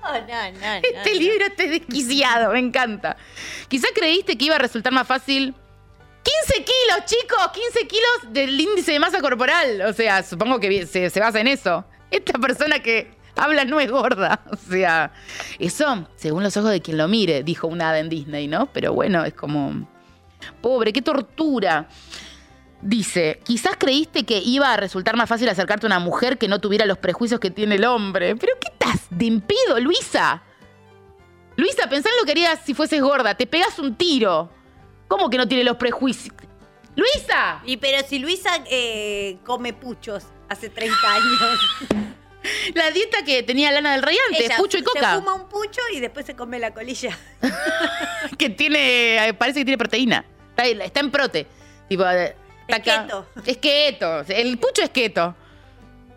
B: No,
A: [laughs]
B: no, no.
A: Este libro está desquiciado, me encanta. Quizá creíste que iba a resultar más fácil. 15 kilos, chicos, 15 kilos del índice de masa corporal. O sea, supongo que vi- se, se basa en eso. Esta persona que habla no es gorda. [laughs] O sea, eso, según los ojos de quien lo mire, dijo una hada en Disney, ¿no? Pero bueno, es como... Pobre, qué tortura. Dice, quizás creíste que iba a resultar más fácil acercarte a una mujer que no tuviera los prejuicios que tiene el hombre. Pero ¿qué estás de impido, Luisa? Luisa, pensá en lo que harías si fueses gorda. Te pegas un tiro. ¿Cómo que no tiene los prejuicios? ¡Luisa!
B: Y pero si Luisa eh, come puchos hace 30
A: [laughs]
B: años.
A: La dieta que tenía Lana del Rey antes,
B: Ella
A: pucho y coca.
B: Se fuma un pucho y después se come la colilla.
A: Que tiene. eh, Parece que tiene proteína. Está, ahí, está en prote. Tipo, eh, está
B: Es
A: acá.
B: keto.
A: Es keto. El pucho es keto.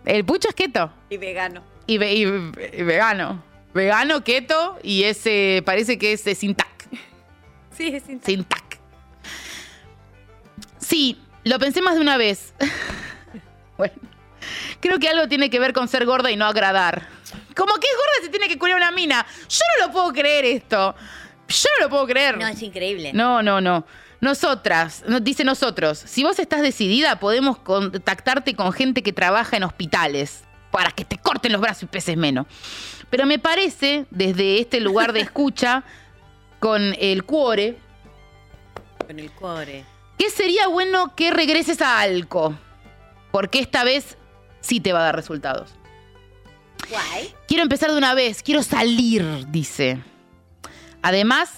A: El pucho es keto.
B: Y vegano.
A: Y, ve- y ve- y vegano. Vegano, keto y ese. Parece que es eh, sin tac.
B: Sí, es sin
A: Sin tac. Sí, lo pensé más de una vez. [laughs] bueno. Creo que algo tiene que ver con ser gorda y no agradar. Como que es gorda se tiene que curar una mina. Yo no lo puedo creer esto. Yo no lo puedo creer.
B: No, es increíble.
A: No, no, no. Nosotras, no, dice nosotros, si vos estás decidida, podemos contactarte con gente que trabaja en hospitales para que te corten los brazos y peses menos. Pero me parece, desde este lugar de escucha, con el cuore,
B: Con el core.
A: que sería bueno que regreses a Alco, porque esta vez sí te va a dar resultados.
B: Guay.
A: Quiero empezar de una vez, quiero salir, dice. Además,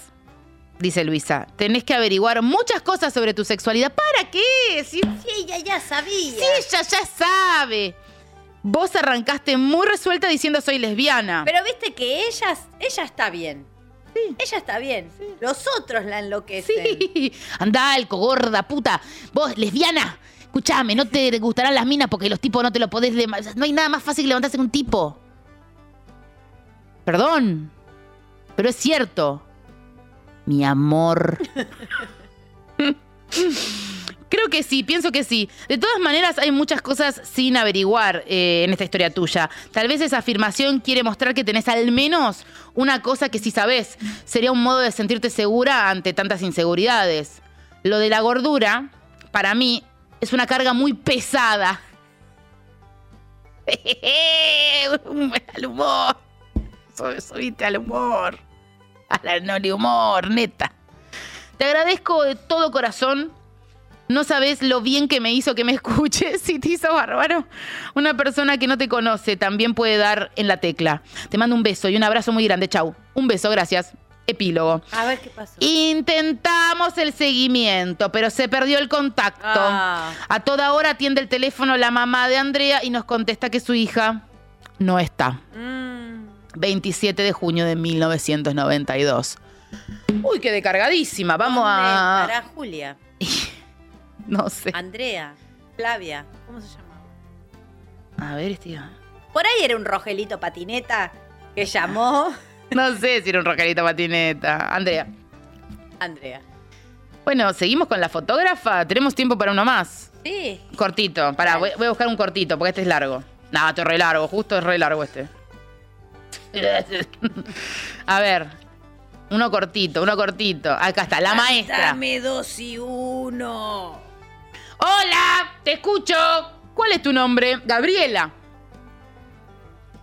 A: dice Luisa, tenés que averiguar muchas cosas sobre tu sexualidad. ¿Para qué? Si, si
B: Sí, ella ya sabía.
A: ella ya sabe. Vos arrancaste muy resuelta diciendo soy lesbiana.
B: Pero viste que ella, ella está bien. Ella está bien. Los otros la enloquecen.
G: este.
A: Sí. Andá, alco, gorda, puta. Vos, lesbiana. Escuchame, no te gustarán las minas porque los tipos no te lo podés. de- No hay nada más fácil que levantarse que un tipo. Perdón. Pero es cierto. Mi amor. Creo que sí, pienso que sí. De todas maneras, hay muchas cosas sin averiguar eh, en esta historia tuya. Tal vez esa afirmación quiere mostrar que tenés al menos una cosa que sí sabés. Sería un modo de sentirte segura ante tantas inseguridades. Lo de la gordura, para mí, es una carga muy pesada. [laughs] al humor. Sub- Subite al humor. A la no le humor, neta. Te agradezco de todo corazón no sabes lo bien que me hizo que me [laughs] escuches. Si te hizo bárbaro, una persona que no te conoce también puede dar en la tecla. Te mando un beso y un abrazo muy grande. Chau. Un beso, gracias. Epílogo.
B: A ver qué pasó.
A: Intentamos el seguimiento, pero se perdió el contacto.
B: Ah.
A: A toda hora atiende el teléfono la mamá de Andrea y nos contesta que su hija no está.
B: Mm.
A: 27 de junio de 1992. Uy, qué descargadísima. Vamos
B: ¿Dónde
A: a...
B: estará Julia,
A: No sé.
B: Andrea, Flavia, ¿cómo se llamaba?
A: A ver, Esteban.
B: Por ahí era un Rogelito Patineta
A: [laughs]
B: que llamó
A: No sé si era un rocarito patineta. Andrea.
B: Andrea.
A: Bueno, seguimos con la fotógrafa. Tenemos tiempo para uno más.
B: Sí.
A: Cortito. Pará, voy, voy a buscar un cortito porque este es largo. Nada, esto es re largo. Justo es re largo este. [laughs] A ver. Uno cortito, uno cortito. Acá está, la maestra.
C: Dame dos y uno.
A: Hola, te escucho. ¿Cuál es tu nombre? Gabriela.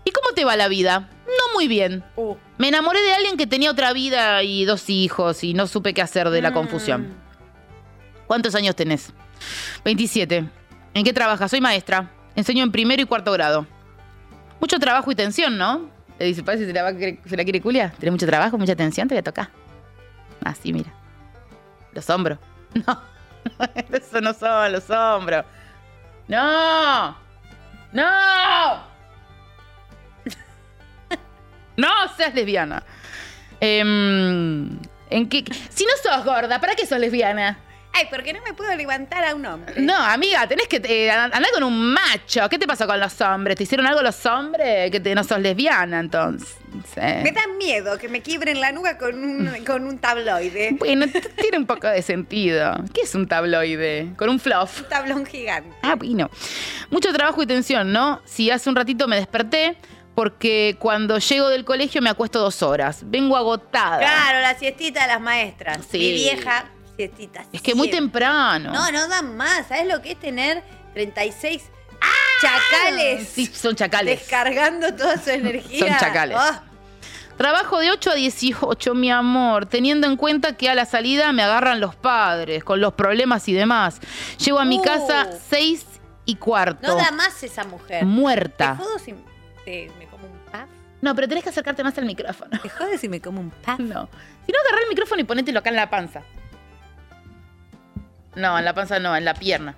A: ¿Y cómo te va la vida? No muy bien. Me enamoré de alguien que tenía otra vida y dos hijos y no supe qué hacer
G: Mm.
A: de la confusión. ¿Cuántos años tenés? 27. ¿En qué trabajas? Soy maestra. Enseño en primero y cuarto grado. Mucho trabajo y tensión, ¿no? Le dice, parece que se la, va a querer- se la quiere culia. Tenés mucho trabajo, mucha tensión, te voy a tocar. Así, mira. Los hombros. [laughs] No. Eso no son los hombros. No. No. [laughs] No seas lesbiana. Em, ¿En qué? Si no sos gorda, ¿para qué sos lesbiana?
C: Ay, porque no me puedo levantar a un hombre.
A: No, amiga, tenés que eh, an- andar con un macho. ¿Qué te pasó con los hombres? ¿Te hicieron algo los hombres? Que te- no sos lesbiana, entonces. No sé.
G: Me da miedo que me quiebren la nuca con un, con un tabloide. Un
A: Bueno, t- tiene un poco de sentido. ¿Qué es un tabloide? Con un fluff.
G: tablón gigante.
A: Ah, bueno. Mucho trabajo y tensión, ¿no? Si hace un ratito me desperté porque cuando llego del colegio me acuesto dos horas. Vengo agotada.
G: Claro, la siestita de las maestras.
A: Sí.
G: Mi vieja siestita.
A: Es que muy
G: siempre.
A: temprano.
G: No, no dan más. ¿Sabes lo que es tener 36 chacales
A: Ah, Sí, son chacales.
G: descargando toda su
A: [laughs]
G: energía?
A: Son chacales.
G: Oh,
A: Trabajo de 8 a 18, mi amor, teniendo en cuenta que a la salida me agarran los padres, con los problemas y demás. Llego a mi
G: Uh.
A: casa 6 y cuarto.
G: no da más esa mujer. ¿Te
A: muerta.
G: jodo si te- me como un paf?
A: No, pero tenés que acercarte más al micrófono.
G: ¿Te jodo si me como un paf?
A: No. Si no, agarrá el micrófono y ponételo acá en la panza. No, en la panza no, en la pierna.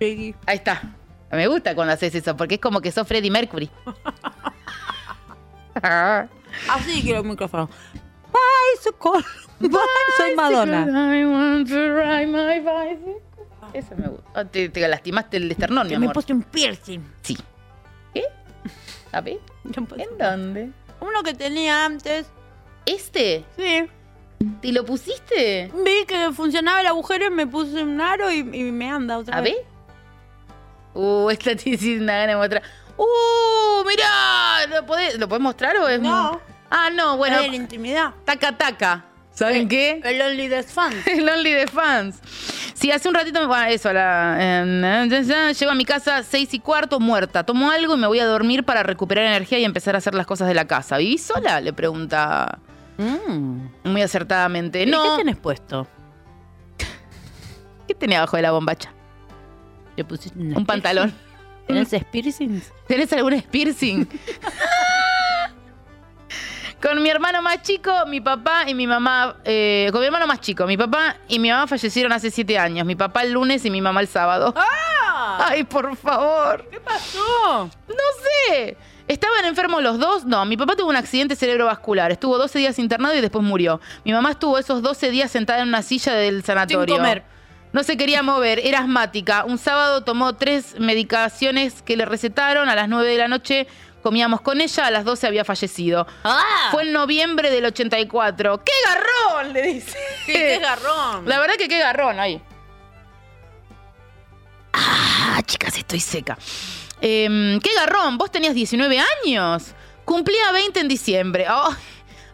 A: Ahí está. Me gusta cuando haces eso, porque es como que sos Freddie Mercury.
B: [laughs] Así quiero el micrófono. Bye, socorro. Bye, soy Madonna.
A: I want to ride my bicycle. Eso me gusta. Ah, te, te lastimaste el esternón, mi
B: Me
A: amor.
B: puse un piercing.
A: Sí. ¿Qué? ¿Sabes?
B: Me puse-
A: ¿En dónde?
B: Uno que tenía antes.
A: ¿Este?
B: Sí.
A: ¿Te lo pusiste?
B: Vi que funcionaba el agujero y me puse un aro y, y me anda otra
A: A
B: vez.
A: ver. Uh, [laughs] esta tiene sí, una gana de mostrar. ¡Uh! ¡Mirá! ¿Lo podés, ¿lo podés mostrar o es.?
B: No.
A: muy- Ah, no, bueno.
B: Bueno, la intimidad.
A: Taca, taca. ¿Saben qué?
B: El Only Death Fan.
A: [laughs] El Only de Fans. Sí, hace un ratito me. Bueno, eso, la. eh, ya, ya, llego a mi casa seis y cuarto, muerta. Tomo algo y me voy a dormir para recuperar energía y empezar a hacer las cosas de la casa. ¿Vivís sola? Le pregunta muy acertadamente.
B: Mm. ¿Y
A: No.
B: qué tenés puesto?
A: ¿Qué tenía abajo de la bombacha?
B: ¿Te pusiste un,
A: Un pantalón.
B: ¿Tenés piercings?
A: ¿Tenés algún piercing? con mi hermano más chico, mi papá y mi mamá. eh, con mi hermano más chico, mi papá y mi mamá fallecieron hace siete años. Mi papá el lunes y mi mamá el sábado. ¡Ay, por favor! ¡Ah! ¿Qué pasó? No sé. ¿Estaban enfermos los dos? No, mi papá tuvo un accidente cerebrovascular. Estuvo 12 días internado y después murió. Mi mamá estuvo esos 12 días sentada en una silla del sanatorio.
B: comer.
A: No se quería mover, era asmática. Un sábado tomó tres medicaciones que le recetaron. A las 9 de la noche comíamos con ella, a las 12 había fallecido.
B: ¡Ah!
A: Fue en noviembre del 84. ¡Qué garrón! Le dice.
B: ¡Qué garrón!
A: La verdad que qué garrón ahí. Ah, chicas, estoy seca. Em, qué garrón, vos tenías 19 años. Cumplía 20 en diciembre. Oh,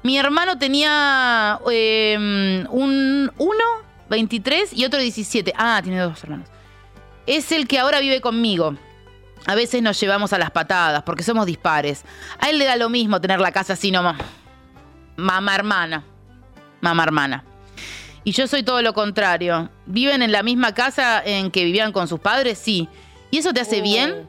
A: mi hermano tenía em, un 1, 23 y otro 17. Ah, tiene dos hermanos. Es el que ahora vive conmigo. A veces nos llevamos a las patadas porque somos dispares. A él le da lo mismo tener la casa así nomás. Mamá hermana. Mamá hermana. Y yo soy todo lo contrario. ¿Viven en la misma casa en que vivían con sus padres? Sí. ¿Y eso te hace bien?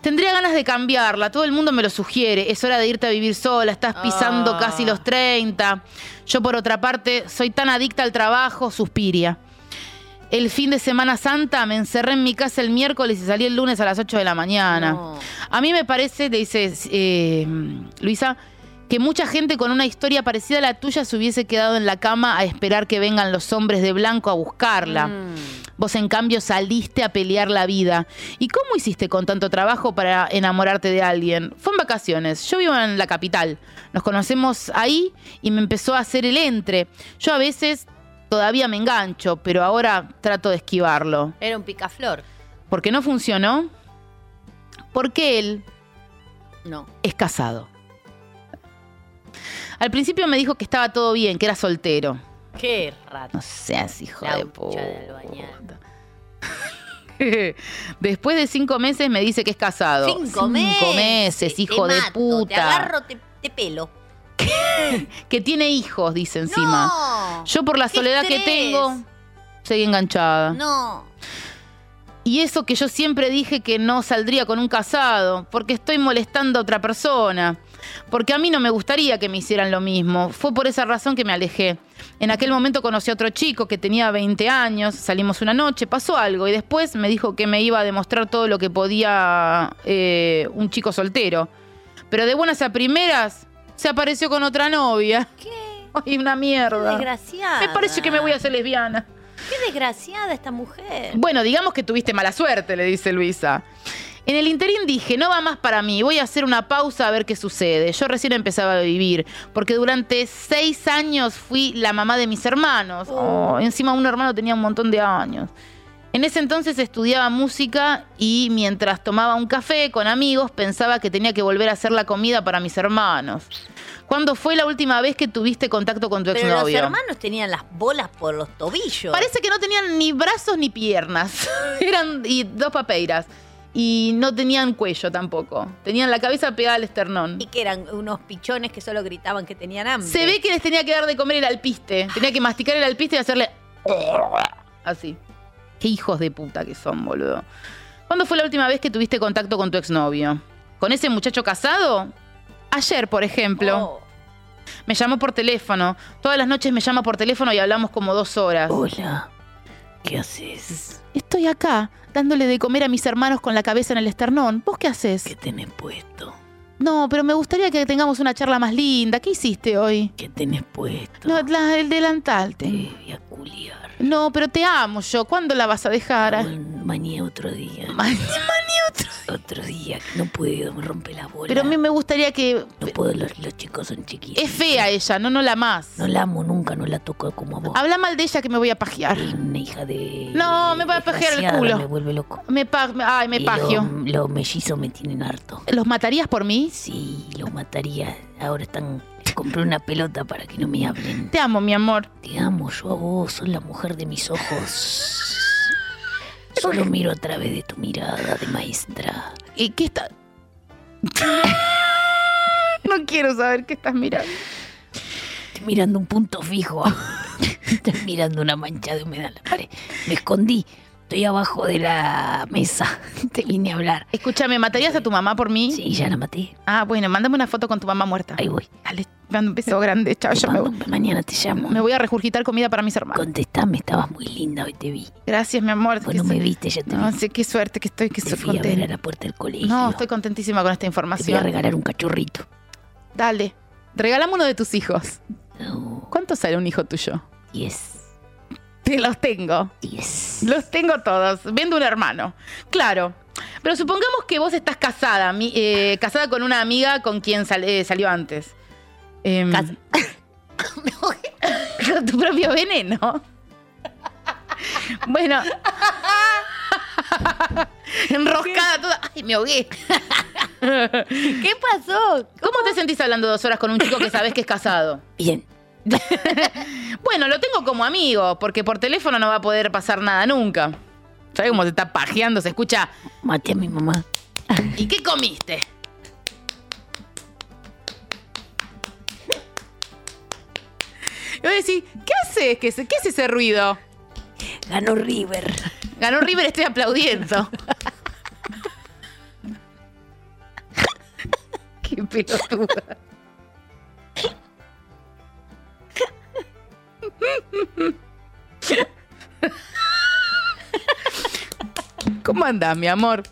A: Tendría ganas de cambiarla, todo el mundo me lo sugiere, es hora de irte a vivir sola, estás pisando
B: Ah.
A: casi los 30. Yo por otra parte soy tan adicta al trabajo, suspiria. El fin de Semana Santa me encerré en mi casa el miércoles y salí el lunes a las 8 de la mañana. A mí me parece, le dice eh, Luisa, que mucha gente con una historia parecida a la tuya se hubiese quedado en la cama a esperar que vengan los hombres de blanco a buscarla. Vos, en cambio, saliste a pelear la vida. ¿Y cómo hiciste con tanto trabajo para enamorarte de alguien? Fue en vacaciones. Yo vivo en la capital. Nos conocemos ahí y me empezó a hacer el entre. Yo a veces todavía me engancho, pero ahora trato de esquivarlo.
B: Era un picaflor.
A: Porque no funcionó. Porque él
B: No.
A: es casado. Al principio me dijo que estaba todo bien, que era soltero.
H: Qué rato.
A: No seas hijo
H: La
A: de
H: hucha del bañal.
A: puta. [laughs] Después de cinco meses me dice que es casado.
B: Cinco, meses.
A: meses,
B: Te
A: hijo de
B: mato,
A: puta.
B: Te agarro, te, te pelo.
A: Que tiene hijos, dice encima.
B: No.
A: Yo por la
B: qué
A: soledad que
B: estrés.
A: tengo, seguí enganchada.
B: No.
A: Y eso que yo siempre dije que no saldría con un casado, porque estoy molestando a otra persona. Porque a mí no me gustaría que me hicieran lo mismo. Fue por esa razón que me alejé. En aquel momento conocí a otro chico que tenía 20 años, salimos una noche, pasó algo y después me dijo que me iba a demostrar todo lo que podía eh, un chico soltero. Pero de buenas a primeras se apareció con otra novia.
B: Qué
A: [laughs] Ay, una mierda.
B: desgraciada.
A: Me parece que me voy a hacer lesbiana.
B: Qué desgraciada esta mujer.
A: Bueno, digamos que tuviste mala suerte, le dice Luisa. En el interín dije, no va más para mí, voy a hacer una pausa a ver qué sucede. Yo recién empezaba a vivir, porque durante seis años fui la mamá de mis hermanos. Oh, encima un hermano tenía un montón de años. En ese entonces estudiaba música y mientras tomaba un café con amigos pensaba que tenía que volver a hacer la comida para mis hermanos. ¿Cuándo fue la última vez que tuviste contacto con tu
B: Pero los
A: exnovio?
B: hermanos tenían las bolas por los tobillos.
A: Parece que no tenían ni brazos ni piernas. [laughs] Eran y dos papeiras. Y no tenían cuello tampoco. Tenían la cabeza pegada al esternón.
B: Y que eran unos pichones que solo gritaban que tenían hambre.
A: Se ve que les tenía que dar de comer el alpiste. Tenía que masticar el alpiste y hacerle. Así. Qué hijos de puta que son, boludo. ¿Cuándo fue la última vez que tuviste contacto con tu exnovio? ¿Con ese muchacho casado? Ayer, por ejemplo.
B: Oh.
A: Me llamó por teléfono. Todas las noches me llama por teléfono y hablamos como dos horas.
B: Hola. ¿Qué haces?
A: Estoy acá, dándole de comer a mis hermanos con la cabeza en el esternón. ¿Vos qué haces?
B: tenés puesto?
A: No, pero me gustaría que tengamos una charla más linda. ¿Qué hiciste hoy?
B: ¿Qué tenés puesto?
A: No, la- el delantal. te-
B: voy a culiar.
A: No, pero te amo yo. ¿Cuándo la vas a dejar?
B: Mañana otro día. Otro día. No puedo, me rompe la bola.
A: Pero a mí me gustaría que...
B: No puedo, los, los chicos son chiquitos.
A: Es fea ella, no, no la más.
B: No la amo nunca, no la toco como a vos.
A: Habla mal de ella que me voy a pajear.
B: Es una hija de.
A: No, me va a pajear el
B: desgraciada,
A: culo.
B: Me vuelve loco.
A: Me pa- me- Ay, me
B: Y
A: pagio.
B: Los los mellizos me tienen harto.
A: ¿Los matarías por mí?
B: Sí, los mataría. Ahora están. Les compré una pelota para que no me hablen.
A: Te amo, mi amor.
B: Te amo, yo a vos, sos la mujer de
A: [laughs]
B: mis ojos. Solo miro a través de tu mirada de maestra.
A: ¿Y qué
B: [laughs]
A: está? [laughs] no quiero saber qué estás mirando.
B: Estoy mirando un punto
A: [laughs]
B: fijo. Estoy mirando una mancha de humedad en la pared. Me escondí. Estoy abajo de la mesa. [laughs] Te vine a hablar.
A: Escúchame, ¿matarías a tu mamá por mí?
B: Sí, ya la maté.
A: Ah, bueno, mándame una foto con tu mamá muerta.
B: Ahí voy.
A: Dale, mando un beso grande. Chao,
B: Te
A: yo me voy.
B: mando- Mañana te llamo.
A: Me voy a regurgitar comida para mis hermanos.
B: Contestame, estabas muy linda, hoy te vi.
A: Gracias, mi amor.
B: Vos
A: Qué
B: no me
A: su-
B: viste, ya te
A: No,
B: vi.
A: sé qué suerte que estoy, que
B: Te
A: estoy
B: fui a ver a
A: contenta.
B: la puerta del colegio.
A: No, estoy contentísima con esta
B: Te voy a
A: información.
B: regalar un cachorrito.
A: Dale, regalame uno de tus hijos.
B: No,
A: ¿Cuánto sale un hijo tuyo?
B: diez.
A: Te los tengo.
B: Diez.
A: Los tengo todos. Vendo un hermano. Claro. Pero supongamos que vos estás casada, mi- eh, casada con una amiga con quien sal- eh, salió antes. Em, [laughs]
B: Cas-
A: con tu propio veneno.
B: [laughs]
A: Bueno. Enroscada toda. Ay, me ahogué.
B: [laughs] ¿Qué pasó?
A: ¿Cómo te sentís hablando dos horas con un chico que sabes que es casado?
B: Bien.
A: Bueno, lo tengo como amigo, porque por teléfono no va a poder pasar nada nunca. ¿Sabes cómo se está pajeando? Se escucha.
B: Maté a mi mamá.
A: ¿Y qué comiste? Y voy a decir, ¿qué haces? ¿Qué, es- ¿Qué es ese ruido?
B: Ganó River.
A: Ganó River, estoy
B: [laughs]
A: aplaudiendo. Qué pelotuda. ¿Cómo andás, mi amor?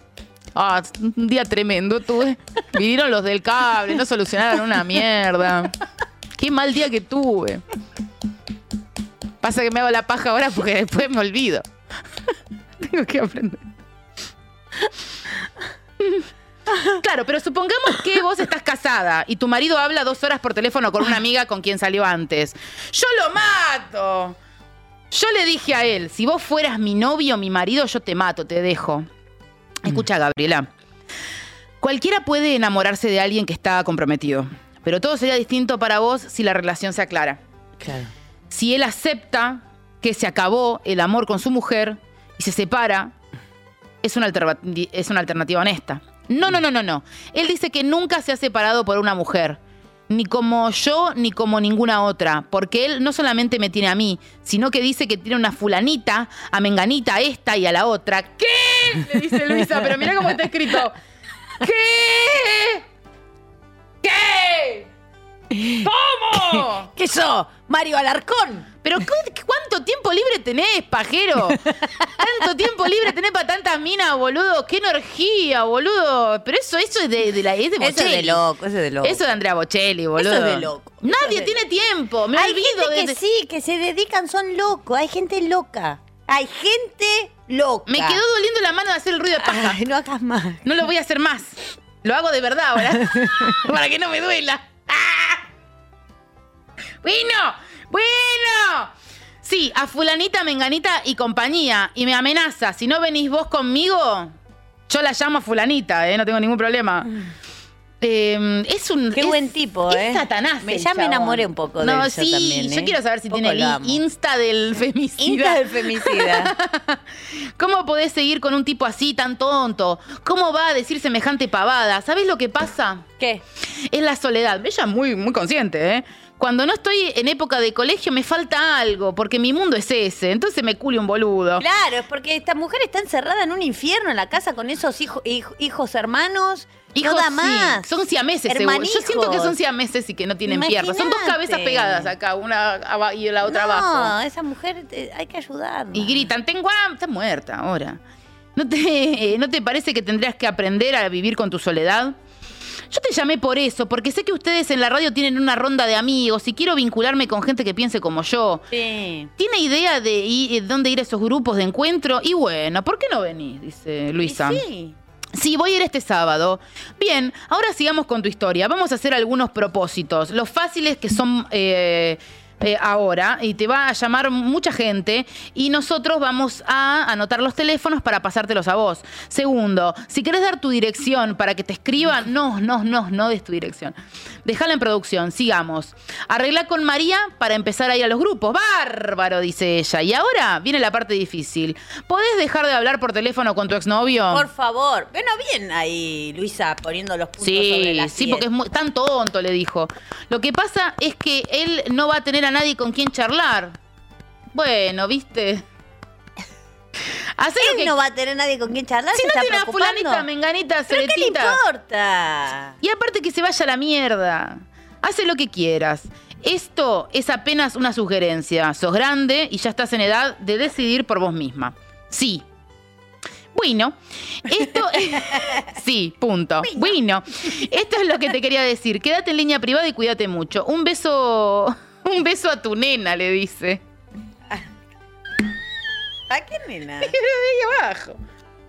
A: Ah, un día tremendo tuve. Vinieron los del cable, no solucionaron una mierda. Qué mal día que tuve. Pasa que me hago la paja ahora porque después me olvido. [laughs] Tengo que aprender. Claro, pero supongamos que vos estás casada y tu marido habla dos horas por teléfono con una amiga con quien salió antes. ¡Yo lo mato! Yo le dije a él, si vos fueras mi novio, mi marido, yo te mato, te dejo. Escucha, Gabriela. Cualquiera puede enamorarse de alguien que está comprometido. Pero todo sería distinto para vos si la relación se aclara.
B: Claro.
A: Si él acepta que se acabó el amor con su mujer y se separa, es una, alterva- es una alternativa honesta. No, no, no, no, no. Él dice que nunca se ha separado por una mujer. Ni como yo, ni como ninguna otra. Porque él no solamente me tiene a mí, sino que dice que tiene una fulanita, a menganita, a esta y a la otra. ¿Qué? Le dice Luisa, pero mira cómo está escrito. ¿Qué? ¿Qué? ¿Cómo?
B: ¿Qué yo? Mario Alarcón.
A: ¿Pero cu- cuánto tiempo libre tenés, pajero? ¿Tanto tiempo libre tenés para tantas minas, boludo? ¡Qué energía, boludo! Pero eso, eso es de, de la, es de
B: Eso es
A: Bocelli.
B: de loco, eso es de loco.
A: Eso de Andrea Bocelli, boludo.
B: Eso es de loco.
A: Nadie
B: Eso es de
A: tiene tiempo. Me
B: Hay
A: olvido
B: gente que
A: de... de-
B: sí, que se dedican, son locos. Hay gente loca. Hay gente loca.
A: Me quedó doliendo la mano de hacer el ruido de paja.
B: Ay, no hagas más.
A: No lo voy a hacer más. Lo hago de verdad
B: [laughs]
A: ahora. [laughs] Para que no me duela. ¡Ah! Bueno, bueno. Sí, a fulanita, menganita y compañía. Y me amenaza. Si no venís vos conmigo, yo la llamo a fulanita, ¿eh? No tengo ningún problema. Eh, es un...
B: Mm. Qué
A: es-
B: buen tipo, ¿eh?
A: Es Satanás.
B: Me-
A: el
B: ya me
A: chabón.
B: enamoré un poco de
A: No,
B: él yo
A: sí,
B: también, ¿eh?
A: yo quiero saber si
B: Un poco
A: tiene
B: lo
A: el
B: amo.
A: Insta del [laughs] femicida.
B: Insta
A: [laughs]
B: de femicida.
A: ¿Cómo podés seguir con un tipo así tan tonto? ¿Cómo va a decir semejante pavada? ¿Sabés lo que pasa?
B: ¿Qué?
A: Es la soledad. Ella es muy, muy consciente, ¿eh? Cuando no estoy en época de colegio me falta algo, porque mi mundo es ese. Entonces me cule un boludo.
B: Claro, es porque esta mujer está encerrada en un infierno en la casa con esos hijo- hij- hijos hermanos.
A: Hijos,
B: no da
A: sí.
B: más.
A: Son siameses, seguro. Yo
B: Hermanijos.
A: siento que son siameses y que no tienen piernas. Son dos
B: Imagínate.
A: cabezas pegadas acá, una aba- y la otra
B: no,
A: abajo.
B: esa mujer eh, hay que ayudarla.
A: Y gritan, tengo hambre. Está muerta ahora. ¿No te, [laughs] ¿No te parece que tendrías que aprender a vivir con tu soledad? Yo te llamé por eso, porque sé que ustedes en la radio tienen una ronda de amigos y quiero vincularme con gente que piense como yo.
B: Sí.
A: ¿Tiene idea de i- eh, dónde ir a esos grupos de encuentro? Y bueno, ¿por qué no venís? Dice Luisa.
B: Y sí.
A: Sí, voy a ir este sábado. Bien, ahora sigamos con tu historia. Vamos a hacer algunos propósitos. Los fáciles que son eh, eh, ahora, y te va a llamar mucha gente, y nosotros vamos a anotar los teléfonos para pasártelos a vos. Segundo, si querés dar tu dirección para que te escriban, no, no, no, no des tu dirección. Déjala en producción, sigamos. Arregla con María para empezar a ir a los grupos. Bárbaro, dice ella. Y ahora viene la parte difícil. ¿Podés dejar de hablar por teléfono con tu exnovio?
B: Por favor. Bueno, bien ahí, Luisa, poniendo los puntos sobre
A: Sí,
B: las
A: sí, porque es muy- tan tonto, le dijo. Lo que pasa es que él no va a tener a nadie con quien charlar. Bueno, viste.
B: [laughs]
A: Hacer lo
B: Él
A: que.
B: no va a tener nadie con quien charlar.
A: si
B: se
A: no
B: está
A: tiene a
B: preocupando.
A: fulanita, menganita,
B: ¿Pero qué le
A: ceretita.
B: importa?
A: Y aparte que se vaya a la mierda. Hace lo que quieras. Esto es apenas una sugerencia. Sos grande y ya estás en edad de decidir por vos misma. Sí. Bueno, esto Sí, punto. Bueno, esto es lo que te quería decir. Quédate en línea privada y cuídate mucho. Un beso, un beso a tu nena, le dice.
B: ¿A qué nena?
A: Ahí abajo.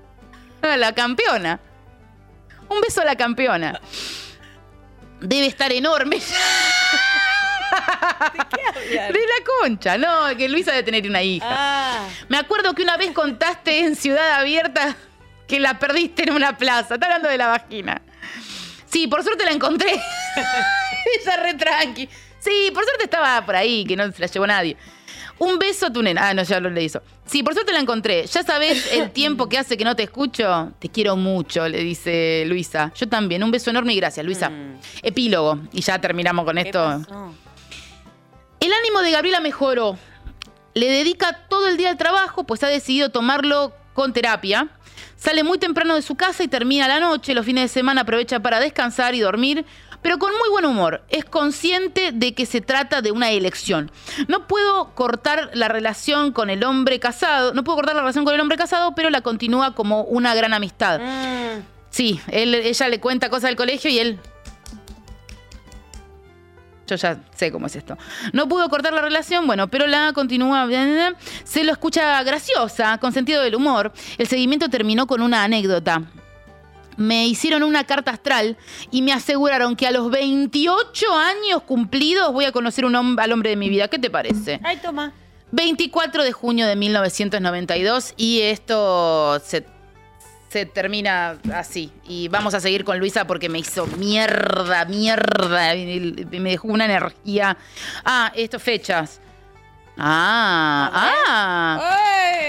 A: [laughs] A la campeona. Un beso a la campeona. Debe estar enorme. [laughs] ¿De la concha, no, que Luisa debe tener una hija.
B: Ah,
A: Me acuerdo que una vez contaste en Ciudad Abierta que la perdiste en una plaza. Está hablando de la vagina. Sí, por suerte la encontré. [laughs] Ella re tranqui. Sí, por suerte estaba por ahí, que no se la llevó nadie. Un beso a tu nena. Ah, no, ya lo le hizo. Sí, por suerte la encontré. Ya sabes el tiempo que hace que no te escucho. Te quiero mucho, le dice Luisa. Yo también. Un beso enorme y gracias, Luisa. Epílogo. Y ya terminamos con
B: ¿qué
A: esto.
B: pasó?
A: El ánimo de Gabriela mejoró. Le dedica todo el día al trabajo, pues ha decidido tomarlo con terapia. Sale muy temprano de su casa y termina la noche. Los fines de semana aprovecha para descansar y dormir, pero con muy buen humor. Es consciente de que se trata de una elección. No puedo cortar la relación con el hombre casado, no puedo cortar la relación con el hombre casado, pero la continúa como una gran amistad. Sí, él- ella le cuenta cosas del colegio y él. Yo ya sé cómo es esto. No pudo cortar la relación, bueno, pero la continúa. bla, bla, bla. Se lo escucha graciosa, con sentido del humor. El seguimiento terminó con una anécdota. Me hicieron una carta astral y me aseguraron que a los 28 años cumplidos voy a conocer un hom- al hombre de mi vida. ¿Qué te parece?
B: Ay, toma.
A: 24 de junio de 1992 y esto se, se termina así. Y vamos a seguir con Luisa porque me hizo mierda, mierda. y- y Me dejó una energía. Ah, esto, fechas. Ah, ah.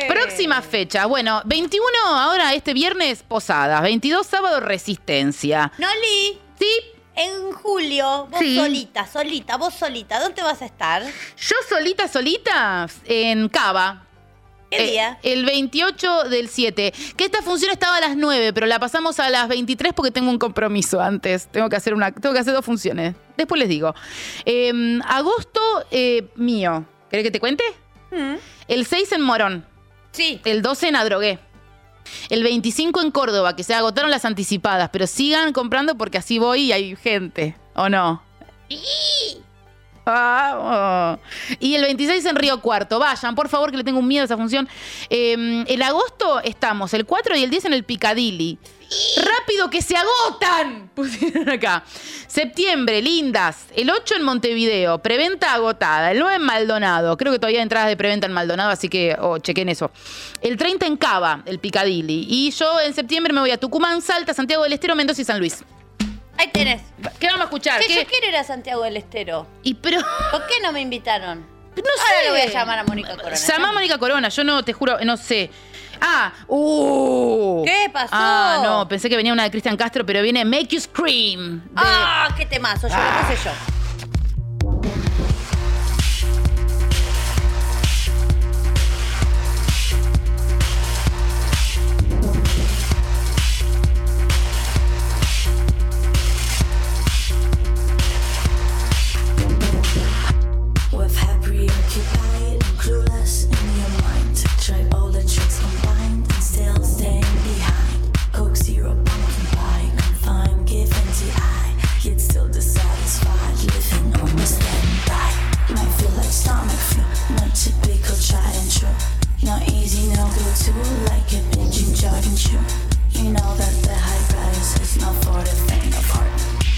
A: Próxima fecha. Bueno, 21 ahora este viernes Posadas, 22 sábado Resistencia.
I: Noli,
A: Sí,
I: en julio, vos
A: Sí.
I: solita, solita, vos solita, ¿dónde vas a estar?
A: yo solita, solita en Cava.
I: ¿Qué
A: Eh,
I: día?
A: El 28 del 7. Que esta función estaba a las 9, pero la pasamos a las 23 porque tengo un compromiso antes. Tengo que hacer, una, tengo que hacer dos funciones. Después les digo. Eh, agosto eh, mío. ¿Querés que te cuente? El 6 en Morón.
I: Sí.
A: El 12 en Adrogué. El 25 en Córdoba, que se agotaron las anticipadas, pero sigan comprando porque así voy y hay gente, ¿o no? Vamos. Y el 26 en Río Cuarto. Vayan, por favor, que le tengo un miedo a esa función. Eh, en agosto estamos, el 4 y el 10 en el Picadilly. ¡Rápido que se agotan! [laughs] Pusieron acá. Septiembre, lindas. El 8 en Montevideo, preventa agotada. El 9 en Maldonado. Creo que todavía hay entradas de preventa en Maldonado, así que oh, chequen eso. El 30 en Cava, el Picadilly. Y yo en septiembre me voy a Tucumán, Salta, Santiago del Estero, Mendoza y San Luis.
I: Ahí tenés.
A: ¿Qué vamos a escuchar?
I: Que yo
A: Ah, ¿Qué?
I: quiero ir a Santiago del Estero.
A: Y pero. [laughs]
I: ¿Por qué no me invitaron?
A: No
I: Ahora
A: sé.
I: le voy a llamar a Mónica Corona.
A: Llamá a Mónica Corona, yo no, te juro, no sé. Ah, uh.
I: ¿Qué pasó?
A: Ah, no, pensé que venía una de Cristian Castro, pero viene Make You Scream. de-
I: ¡Ah! ¡Qué temazo! Yo lo puse yo.
J: We've had preoccupied, clueless in your mind. Tried all the tricks combined and still staying behind. Coke zero, pumpkin pie, confined, give and eye. Yet still dissatisfied, living on the standby. Might feel like stomach flu, not typical, tried and true. Not easy, no go to, like a pigeon jogging shoe. You know that the high price is not for the faint of heart.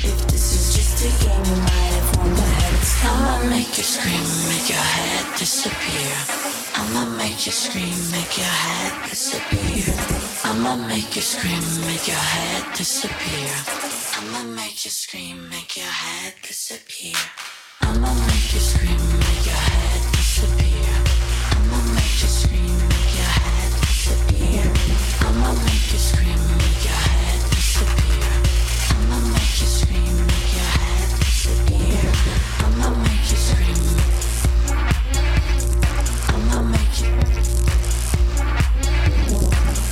J: If this is just a game, you might have won the head. I'ma make you scream, make your head disappear. I'ma make you scream, make your head disappear. I'ma make you scream, make your head disappear. I'ma make you scream, make your head disappear. I'ma make you scream, make your head disappear. I'ma make you scream, make your head disappear. I'ma make you scream, make your head disappear. I'ma make you scream, make your head disappear. I'ma make you scream. I'ma make you.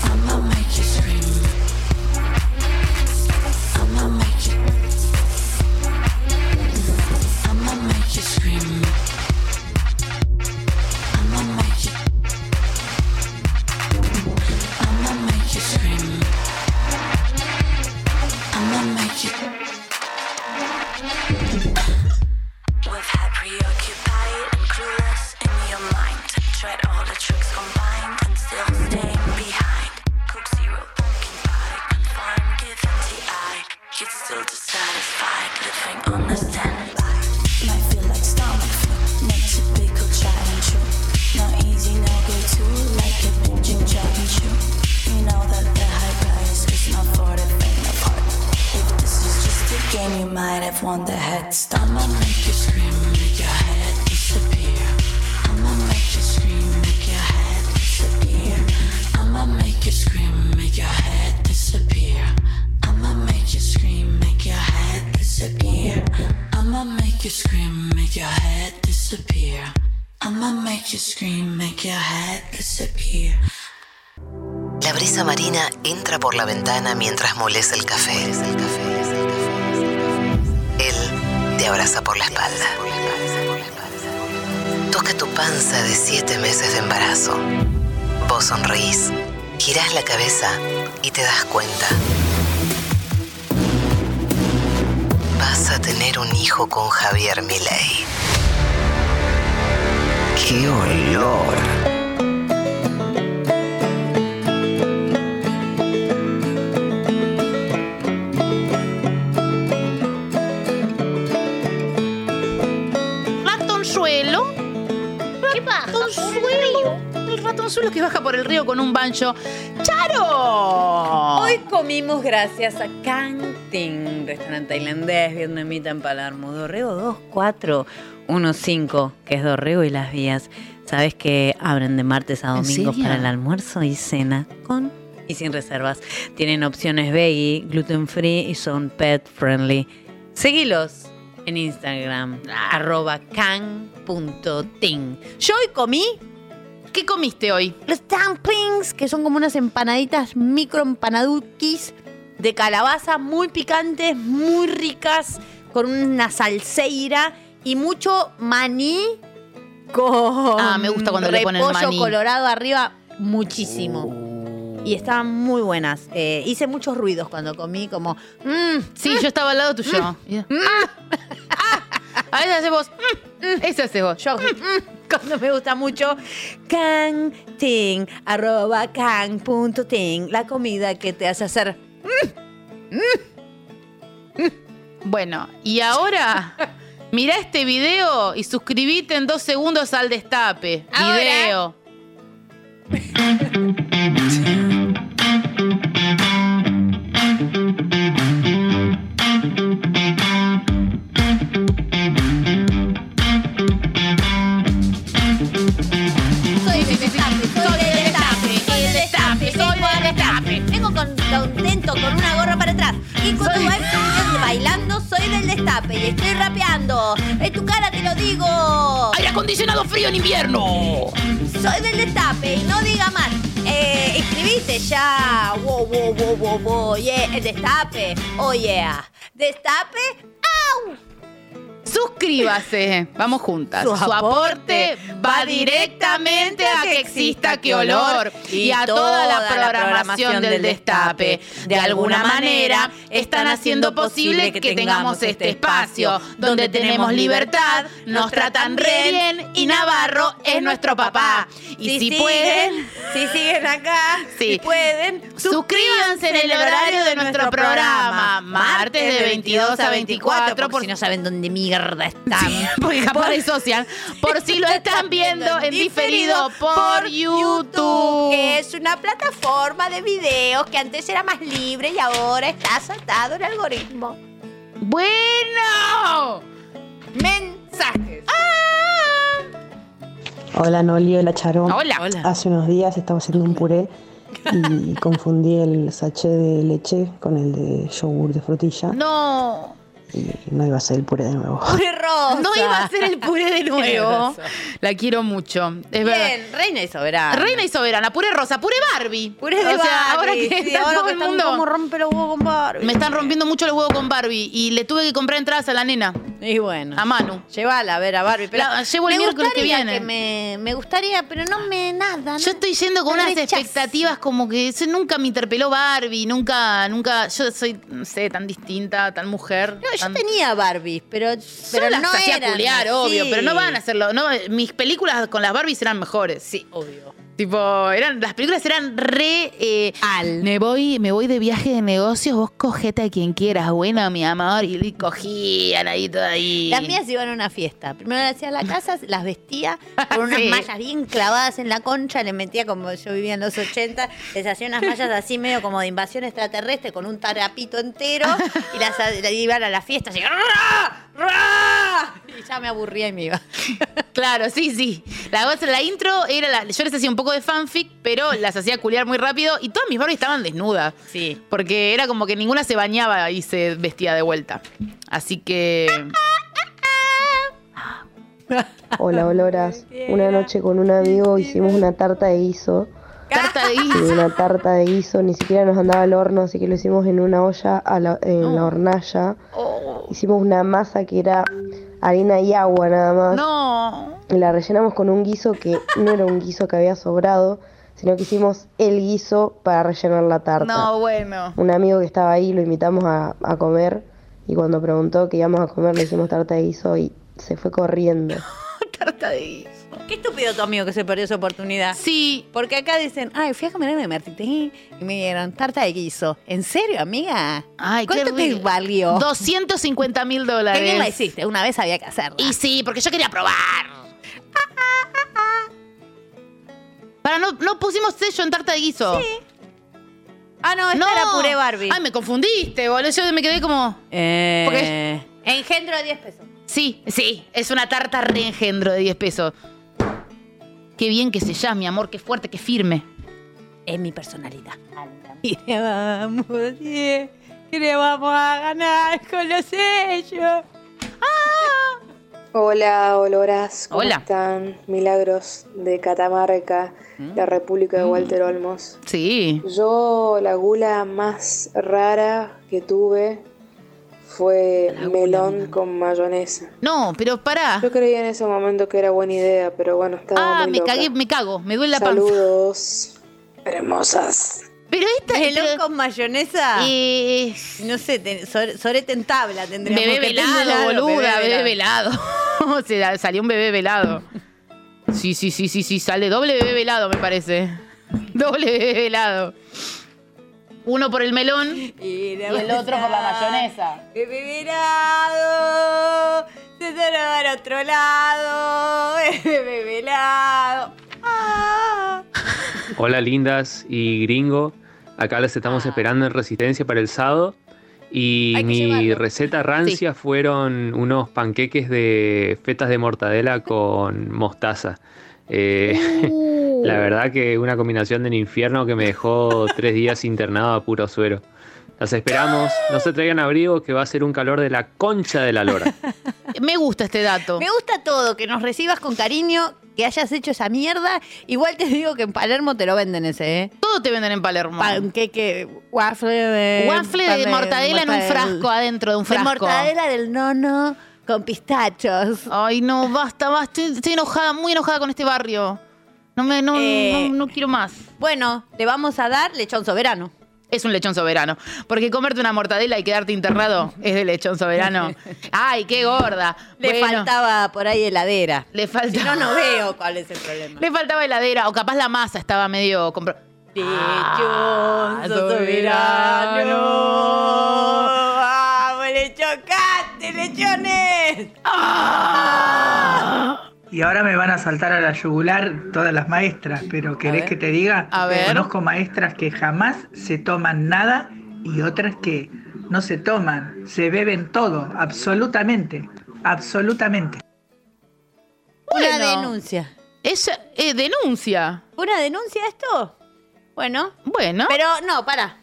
J: I'ma make you scream. I'ma make you. I'ma make you scream. I'ma make you. I'ma make you scream. I'ma make you. We've had preoccupied and clueless in your mind. Tried all the tricks combined and still staying behind. Cook zero, pumpkin pie, confined, give and the eye. Yet still dissatisfied, living on the standby. Might feel like stomach flu, not typical, tried and true. Not easy, no go to, like a binging job and shoe. You know that the high price is not for the faint of heart. If this is just a game, you might have won the head start. I'ma make you scream, make your head disappear. I'ma make you scream, make your head disappear. I'ma make you scream, make your head disappear. I'ma make you scream, make your head disappear. I'ma make you scream, make your head disappear. I'ma make you scream, make your head disappear.
E: La brisa marina entra por la ventana mientras molesta el café. Él te abraza por la espalda. Toca tu panza de siete meses de embarazo. Vos sonreís, girás la cabeza y te das cuenta. Vas a tener un hijo con Javier Milei. ¡Qué olor!
A: ratonzuelo.
C: ¿Qué pasa?
A: Ratonzuelo. El ratonzuelo que baja por el río con un banjo. ¡Cha, ¡Claro!
B: Hoy comimos gracias a Canting, restaurante tailandés, vietnamita en Palermo, Dorrego 2415, que es Dorrego y las vías. Sabes que abren de martes a
A: ¿En
B: domingo
A: serio?
B: para el almuerzo y cena con y sin reservas. Tienen opciones veggie, gluten free y son pet friendly. Seguilos en Instagram, arroba can.ting. Yo hoy comí
A: ¿Qué comiste hoy?
B: los dumplings, que son como unas empanaditas micro empanaduquis de calabaza, muy picantes, muy ricas, con una salseira y mucho maní con
A: Ah, me gusta cuando le ponen
B: repollo
A: maní. Oh.
B: colorado arriba, muchísimo. Y estaban muy buenas. Eh, hice muchos ruidos cuando comí, como... "Mm, [laughs]
A: Sí, yo estaba al lado tuyo. Mm. Ah, A veces haces vos. mm, Ese haces vos.
B: yo mm, cuando me gusta mucho canting arroba can punto ting, la comida que te hace hacer
A: Bueno, y ahora mirá este video y suscribite en dos segundos al Destape.
B: Ahora.
A: Video.
I: Soy el destape, soy el destape, soy el destape, soy el destape. Vengo con, contento con una gorra para atrás. Y cuando
A: Soy-
I: vas bailando, soy del destape y estoy rapeando. En tu cara te lo digo.
C: ¡Aire acondicionado frío en invierno!
I: Soy del destape y no diga más. Eh, escribite ya. Wow, wow, wow, wow, wow. Yeah, el destape. Oh, yeah. Destape. ¡Au!
A: Suscríbase. Vamos juntas.
B: Su
A: Su aporte va directamente a que exista que olor y a toda la programación del Destape. De alguna manera están haciendo posible que tengamos este espacio donde tenemos libertad, nos tratan re bien y Navarro es nuestro papá. Y si
B: siguen,
A: pueden,
B: si siguen acá,
A: Sí.
B: si pueden,
A: Suscríbanse en el horario de nuestro programa, martes de 22 a 24,
B: por si no saben dónde mierda están.
A: porque capaz disocian,
B: [laughs]
A: por si lo están viendo en diferido por YouTube.
I: que es una plataforma de videos que antes era más libre y ahora está saltado el algoritmo.
A: Bueno.
B: Mensajes.
K: Hola Noli, hola Charo.
A: Ah. Hola.
K: Hace unos días estaba haciendo un puré
A: [laughs]
K: y confundí el sachet de leche con el de yogur de frutilla
A: No,
K: y no iba a ser el puré de nuevo.
B: Rosa.
A: no iba a ser el puré de nuevo.
B: [laughs] Tienes razón.
A: La quiero mucho, es verdad.
B: Bien, reina y soberana.
A: Reina y soberana, puré rosa, puré Barbie.
B: Puré de
A: o sea,
B: Barbie,
A: ahora que
B: sí,
A: está
B: ahora
A: todo
B: que
A: el
B: están como
A: mundo.
B: rompe los huevos con Barbie.
A: Me están rompiendo mucho los huevos con Barbie y le tuve que comprar entradas a la nena,
B: Y bueno.
A: a Manu.
B: Llévala a ver a Barbie. Pero
A: La- llevo el
B: me
A: miércoles que
B: gustaría
A: viene.
B: me, me gustaría, pero no me nada.
A: Yo
B: ¿no?
A: estoy yendo con unas
B: Rechazo.
A: expectativas como que eso nunca me interpeló Barbie, nunca, nunca, yo soy, no sé, tan distinta, tan mujer.
B: No, yo
A: tan-
B: tenía Barbie, pero, pero
A: Yo las
B: no
A: hacía
B: eran
A: culiar,
B: así.
A: obvio, pero no van a hacerlo. No, mis películas con las Barbies eran mejores.
B: Sí, obvio.
A: Tipo, eran, las películas eran re. eh,
B: Al.
A: me voy, me voy de viaje de negocios, vos cogete a quien quieras, bueno, mi amor. Y le cogían ahí todo ahí.
B: Las mías iban a una fiesta. Primero las hacía a la casa, [laughs] las vestía con unas
A: Sí.
B: mallas bien clavadas en la concha, les metía como yo vivía en los 80, les hacía unas mallas así medio como de invasión extraterrestre con un tarapito entero y las, las iban a la fiesta así. "Ra, ra", Y ya me aburría y me iba.
A: Claro, sí, sí. La, cosa- la intro era la- Yo les hacía un poco de fanfic, pero las hacía culiar muy rápido y todas mis Barbies estaban desnudas.
B: Sí.
A: Porque era como que ninguna se bañaba y se vestía de vuelta. Así que.
B: [laughs]
K: Hola, Oloras. Una noche con un amigo hicimos una tarta de guiso.
A: Tarta de
K: Y
A: guiso.
K: una tarta de guiso ni siquiera nos andaba al horno, así que lo hicimos en una olla, a la- en la hornalla. Hicimos una masa que era harina y agua nada más.
A: No.
K: Y la rellenamos con un guiso que no era un guiso que había sobrado, sino que hicimos el guiso para rellenar la tarta.
A: [laughs] No, bueno.
K: Un amigo que estaba ahí lo invitamos a, a comer y cuando preguntó que íbamos a comer le hicimos tarta de guiso y se fue corriendo.
A: Tarta de guiso.
B: Qué estúpido tu amigo que se perdió esa oportunidad.
A: Sí.
B: Porque acá dicen, ay, fui a comer en el Martití y me dieron tarta de guiso. ¿En serio, amiga?
A: Ay,
B: ¿Cuánto
A: qué
B: te
A: rico.
B: valió?
A: 250 mil
B: Qué bien la
A: dólares.
B: hiciste, una vez había que hacerla.
A: Y sí, porque yo quería probar. Para, no, no pusimos sello en tarta de guiso. Sí.
B: Ah, no, esta era puré Barbie.
A: Ay, me confundiste, boludo. Yo me quedé como.
B: Eh.
I: Engendro de 10 pesos.
A: Sí, sí. Es una tarta reengendro de 10 pesos. Qué bien que sellás, mi amor. Qué fuerte, qué firme.
I: Es mi personalidad.
B: Y le vamos, bien, que le vamos a ganar con los sellos.
L: Hola, Oloras. ¿Cómo
A: Hola.
L: están? Milagros de Catamarca,
A: Mm.
L: la República de Walter Olmos.
A: Sí.
L: Yo, la gula más rara que tuve fue melón con mayonesa.
A: No, pero pará.
L: Yo creí en ese momento que era buena idea, pero bueno, estaba
A: Ah,
L: muy
A: me
L: loca.
A: cagué, me cago. Me duele la panza.
L: Saludos, hermosas.
A: Pero esta eh,
B: ¿Melón con mayonesa? no sé, ten- sor- sorete en tabla tendríamos
A: Bebé
B: que tener.
A: velado, boluda, bebé
B: velado.
A: velado. [laughs] Se da- salió un bebé velado. Sí, sí, sí, sí, sí, sale doble bebé velado, me parece. [laughs] Doble bebé velado. Uno por el melón.
B: Y,
A: Y el otro por la mayonesa.
B: Bebé velado, se sonaba al otro lado, [laughs] bebé velado. Ah.
M: Hola lindas y gringo, acá las estamos esperando en Resistencia para el sábado y mi receta rancia fueron unos panqueques de fetas de mortadela con mostaza. Eh, [laughs] la verdad que una combinación del infierno que me dejó tres días internado a puro suero. Las esperamos, no se traigan abrigos que va a ser un calor de la concha de la lora.
A: Me gusta este dato.
B: Me gusta todo, que nos recibas con cariño, que hayas hecho esa mierda. Igual te digo que en Palermo te lo venden ese, ¿eh?
A: Todo te venden en Palermo.
B: Panqueque, waffle de...
A: Waffle de
B: pan
A: mortadela en un frasco, adentro de un frasco.
B: Em, De mortadela del nono con pistachos.
A: Ay, no, basta, basta. Estoy, estoy enojada, muy enojada con este barrio. No me, no,
B: Eh.
A: no, no quiero más.
B: Bueno, le vamos a dar lechón soberano.
A: Es un lechón soberano. Porque comerte una mortadela y quedarte internado es de lechón
B: [laughs]
A: soberano. Ay, qué gorda.
B: Le
A: Bueno,
B: faltaba por ahí heladera.
A: Le falta.
B: Si no, no veo cuál es el problema.
A: Le faltaba heladera. O capaz la masa estaba medio. compro- Ah,
B: soberano. ¡Vamos, lechocaste, lechones!
N: Y ahora me van a saltar a la yugular todas las maestras, pero ¿querés que te diga?
A: A ver.
N: Conozco maestras que jamás se toman nada y otras que no se toman, se beben todo, absolutamente, absolutamente.
B: Una denuncia.
A: Ella eh, denuncia.
B: ¿Una denuncia esto? Bueno.
A: Bueno.
B: Pero no, para.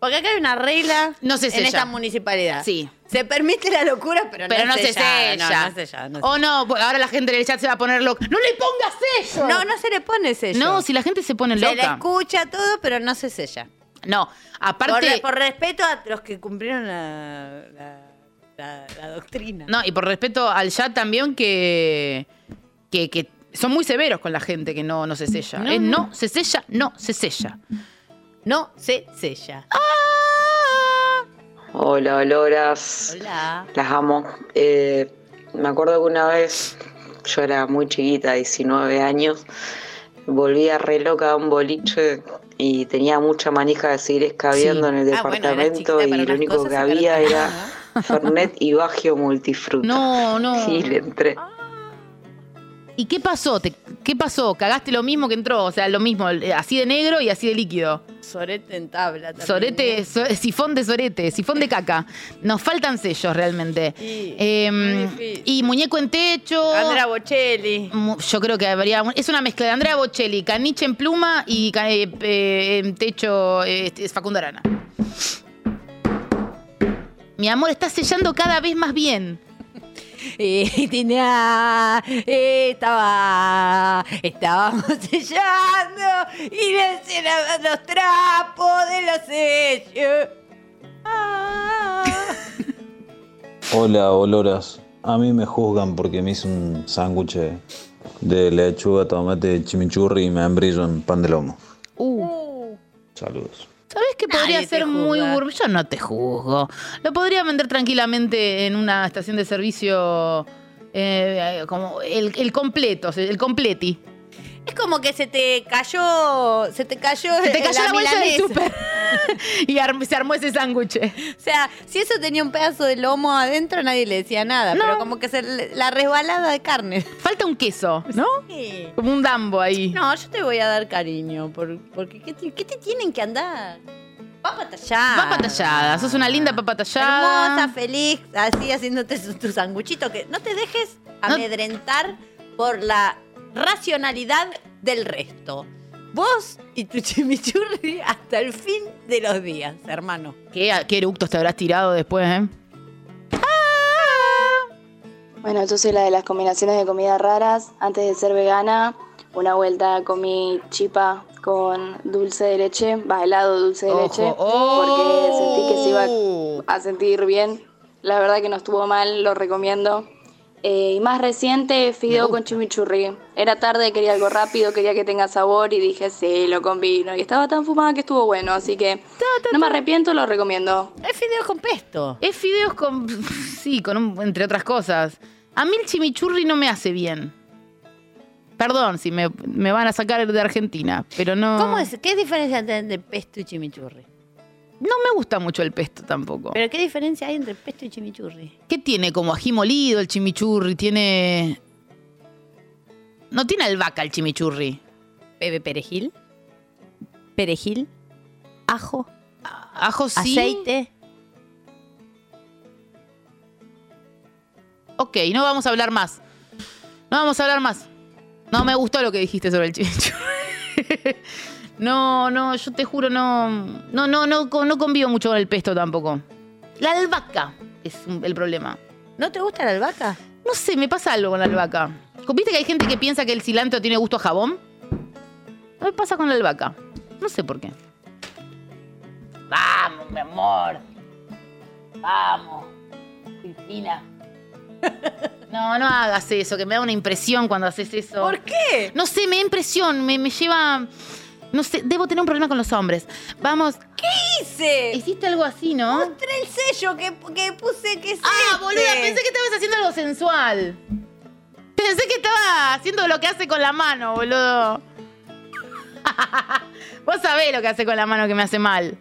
B: Porque acá hay una regla
A: No se
B: en
A: sella.
B: esta municipalidad.
A: Sí.
B: Se permite la locura, pero,
A: Pero no,
B: es
A: se
B: sellada,
A: sella.
B: No, no es sellada, no es
A: O no, porque ahora la gente en el chat se va a poner loca. ¡No le pongas sello!
B: No, no se le pone sello.
A: No, si la gente se pone
B: Se
A: loca.
B: la escucha todo, pero no se sella.
A: No,
B: Por,
A: aparte.
B: re- por respeto a los que cumplieron la, la- la- la doctrina.
A: No, y por respeto al chat también que, que, que son muy severos con la gente que no, no se sella.
B: No,
A: Es
B: no.
A: no se sella, no se sella.
B: No se sella.
O: Hola, Oloras.
B: Hola.
O: Las amo. Eh, me acuerdo que una vez, yo era muy chiquita, 19 años, volvía re loca a un boliche y tenía mucha manija de seguir escabeando en el
P: Ah, bueno,
O: departamento
P: eras chiquita para
O: y lo
P: unas
O: único
P: cosas
O: que
P: y para
O: había
P: otras
O: era Fernet y Bagio Multifruta. [laughs]
A: No, no.
O: Sí, le entré.
A: ¿Y qué pasó? ¿Te- ¿Qué pasó? ¿Cagaste lo mismo que entró? O sea, lo mismo, eh, así de negro y así de líquido.
B: Sorete en tabla también.
A: Sorete, so- eh, sifón de sorete, sifón de caca. Nos faltan sellos realmente.
B: Y-
A: Em,
B: muy difícil.
A: y muñeco en techo.
B: Andrea Bocelli.
A: Mu- Yo creo que habría. un- Es una mezcla de Andrea Bocelli, Caniche en pluma y ca- eh, eh, en techo eh, este, Facundo Arana. Mi amor, está sellando cada vez más
B: [laughs]
A: bien.
B: Y tenía, eh, estaba, estábamos [laughs] sellando y le enceraban los trapos de los sellos.
Q: Hola, oloras. A mí me juzgan porque me hice un sándwich de lechuga, tomate, chimichurri y me en pan de lomo.
A: Uh. Mm.
Q: Saludos.
A: ¿Sabes que podría
B: Nadie te
A: ser muy
B: juzga.
A: gourmet? Yo no te juzgo. Lo podría vender tranquilamente en una estación de servicio eh, eh, como el, el completo, el completi.
B: Es como que se te cayó, se te cayó,
A: Se
B: [laughs]
A: te cayó la bolsa del
B: milanesa.
A: súper. [laughs] y arm- se armó ese sándwich.
B: O sea, si eso tenía un pedazo de lomo adentro, nadie le decía nada. Pero como que se le- la resbalada de carne.
A: Falta un queso, ¿no?
B: Sí.
A: Como un dambo ahí.
B: No, yo te voy a dar cariño, por- porque ¿qué te, qué te tienen que andar? Papa tallada.
A: Papa tallada, sos una linda papa tallada.
B: Hermosa, feliz, así haciéndote su- tu sanguchito. Que no te dejes amedrentar por la racionalidad del resto. Vos y tu chimichurri hasta el fin de los días, hermano.
A: ¿Qué, qué eructos te habrás tirado después, eh?
P: Bueno, yo soy la de las combinaciones de comidas raras. Antes de ser vegana, una vuelta comí chipa con dulce de leche, va helado de dulce de
A: Ojo.
P: leche,
A: Oh.
P: porque sentí que se iba a sentir bien. La verdad que no estuvo mal, lo recomiendo. Eh, y más reciente, fideo con chimichurri. Era tarde, quería algo rápido, quería que tenga sabor y dije, sí, lo combino. Y estaba tan fumada que estuvo bueno, así que no me arrepiento, lo recomiendo.
B: Es fideos con pesto.
A: Es fideos con. [laughs] Sí, con un- entre otras cosas. A mí el chimichurri no me hace bien. Perdón si me, me van a sacar de Argentina, pero no.
B: ¿Cómo es? ¿Qué diferencia hay entre pesto y chimichurri?
A: No me gusta mucho el pesto tampoco.
B: ¿Pero qué diferencia hay entre pesto y chimichurri?
A: ¿Qué tiene? Como ají molido el chimichurri, tiene. No tiene albahaca el chimichurri.
B: Bebe perejil, perejil, ajo,
A: ajo sí.
B: aceite.
A: Ok, no vamos a hablar más. No vamos a hablar más. No me gustó lo que dijiste sobre el chimichurri. [laughs] no, no, yo te juro, no. No, no, no, co- no convivo mucho con el pesto tampoco. La albahaca es un- el problema.
B: ¿No te gusta la albahaca?
A: No sé, me pasa algo con la albahaca. ¿Viste que hay gente que piensa que el cilantro tiene gusto a jabón? No me pasa con la albahaca. No sé por qué. Vamos, mi amor. Vamos. Cristina. [laughs] No, no hagas eso, que me da una impresión cuando haces eso. ¿Por
B: qué?
A: No sé, me da impresión, me, me lleva. No sé, debo tener un problema con los hombres. Vamos.
B: ¿Qué hice?
G: Eh.
A: Hiciste algo así, ¿no?
B: Mostré el sello que, que puse que es
A: Ah,
B: este.
A: boluda, pensé que estabas haciendo algo sensual. Pensé que estaba haciendo lo que hace con la mano, boludo. [laughs] Vos sabés lo que hace con la mano que me hace mal.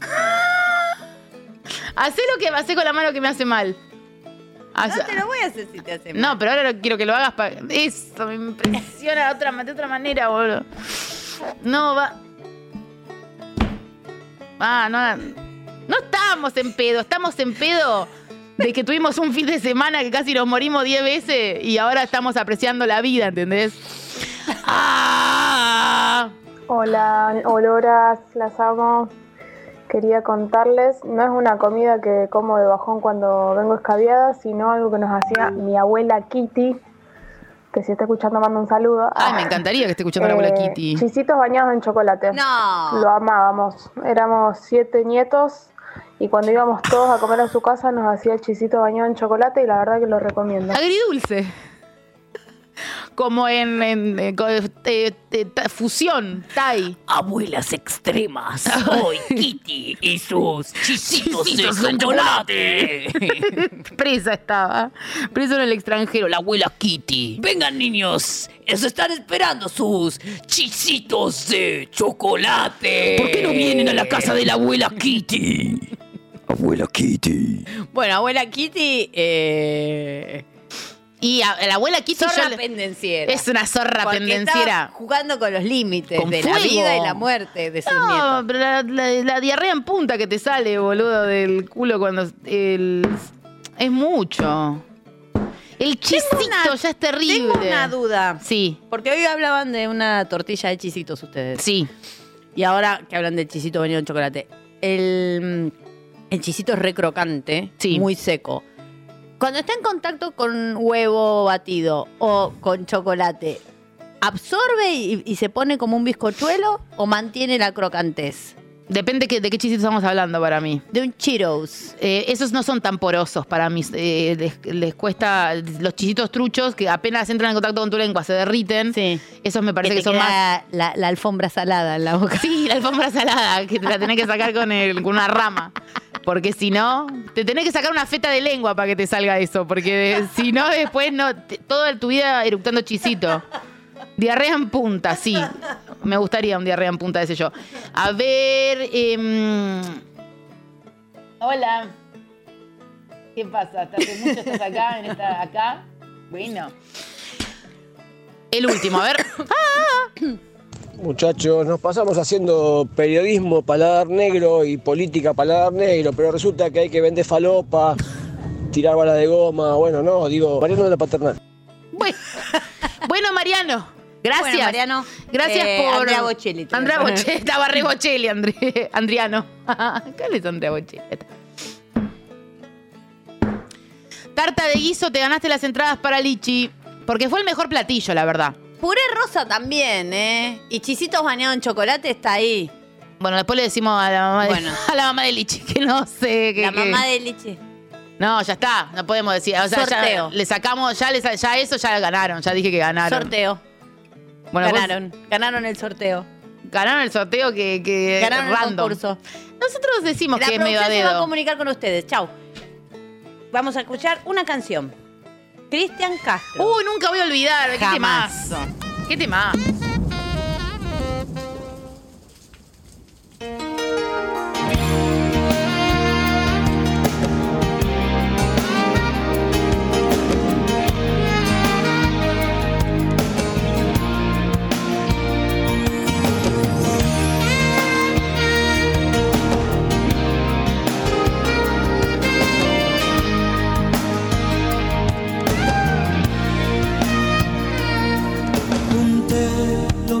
B: Ah.
A: Hacé lo que hace con la mano que me hace mal. Haz-
B: No te lo voy a hacer si te hace mal.
A: No, pero ahora lo- quiero que lo hagas para. Eso me impresiona de otra, ma- de otra manera, boludo. No, va. Ah, no. No estamos en pedo, estamos en pedo de que tuvimos un fin de semana que casi nos morimos 10 veces y ahora estamos apreciando la vida, ¿entendés? ¡Ah!
R: Hola, oloras, las amo. Quería contarles, no es una comida que como de bajón cuando vengo escabiada, sino algo que nos hacía mi abuela Kitty, que si está escuchando mando un saludo.
A: Ay, me encantaría que esté escuchando la abuela
R: Eh,
A: Kitty.
R: Chisitos bañados en chocolate.
B: No.
R: Lo amábamos. Éramos siete nietos y cuando íbamos todos a comer a su casa nos hacía el chisito bañado en chocolate y la verdad que lo recomiendo.
A: Agridulce. Como en, en- eh, co- eh, eh, ta- fusión, Tai.
G: Abuelas [laughs] extremas. Hoy Kitty y sus chisitos de
A: Chisitos en
G: chocolate.
A: Presa estaba. Presa en el extranjero, la abuela Kitty.
G: Vengan niños, os están esperando sus chisitos de chocolate. ¿Por qué no vienen a la casa de la abuela Kitty?
C: Abuela Kitty.
B: Bueno, abuela Kitty. Eh...
A: Y a- la abuela Kitty
B: zorra
A: yo le-
B: pendenciera.
A: Es una zorra
B: Porque
A: pendenciera.
B: estaba jugando con los límites
A: Con
B: de la
A: fuego.
B: vida y la muerte de sus nietos.
A: No, pero la, la- la diarrea en punta que te sale, boludo, del culo cuando. El, es mucho. El chisito ya es terrible.
B: Tengo una duda.
A: Sí.
B: Porque hoy hablaban de una tortilla de chisitos ustedes.
A: Sí.
B: Y ahora que hablan del chisito bañado en chocolate. El, el chisito es re crocante, muy seco. Cuando está en contacto con huevo batido o con chocolate, ¿absorbe y, y se pone como un bizcochuelo o mantiene la crocantez?
A: Depende que- de qué chisito estamos hablando para mí. Eh,
B: De un Cheetos.
A: esos no son tan porosos para mí. Eh, les, les cuesta los chisitos truchos que apenas entran en contacto con tu lengua se derriten. Esos me parece que,
B: te
A: son
B: queda
A: más.
B: La, la alfombra salada en la boca.
A: [laughs] Sí, la alfombra salada, que te la tenés que sacar con, el- con una rama. Porque si no, te tenés que sacar una feta de lengua para que te salga eso. Porque de- si no, después no, te- toda tu vida eructando chisito. Diarrea en punta, sí. Me gustaría un diarrea en punta, ese yo. A ver. em, Hola. ¿Qué pasa? ¿Estás hace mucho estás acá? ¿En esta- acá? Bueno. El último, a ver.
S: Muchachos, nos pasamos haciendo periodismo paladar negro y política paladar negro, pero resulta que hay que vender falopa, tirar balas de goma, bueno, no, digo, Mariano de la Paternal.
A: [laughs] Bueno, Mariano. Gracias.
B: Bueno, Mariano.
A: Gracias
B: Eh,
A: por.
B: Andrea Bocelli te voy a
A: Andrea
B: poner. [laughs]
A: Bocelli. Estaba re Bocelli, André- Andriano. [laughs] ¿Cuál es Andrea Bocelli? Tarta de guiso, te ganaste las entradas para Lichi. Porque fue el mejor platillo, la verdad.
B: Puré rosa también, ¿eh? Y chisitos bañados en chocolate está ahí.
A: Bueno, después le decimos a la mamá de,
B: Bueno.
A: [laughs] a la mamá de Lichi, que no sé. Que,
B: La
A: que-
B: mamá de Lichi.
A: No, ya está. No podemos decir. O sea,
B: Sorteo.
A: ya le sacamos, ya, le sa- ya eso ya ganaron. Ya dije que ganaron.
B: Sorteo.
A: Bueno, vos-
B: ganaron. Ganaron el sorteo.
A: Ganaron el sorteo que, que
B: Ganaron el
A: random.
B: concurso.
A: Nosotros decimos
B: La
A: que es medio a
B: producción se va a
A: dedo.
B: comunicar con ustedes. Chau. Vamos a escuchar una canción. Cristian Castro.
A: Uh, nunca voy a olvidar. Qué
B: Jamás.
A: temazo. Qué temazo.
T: Junté lo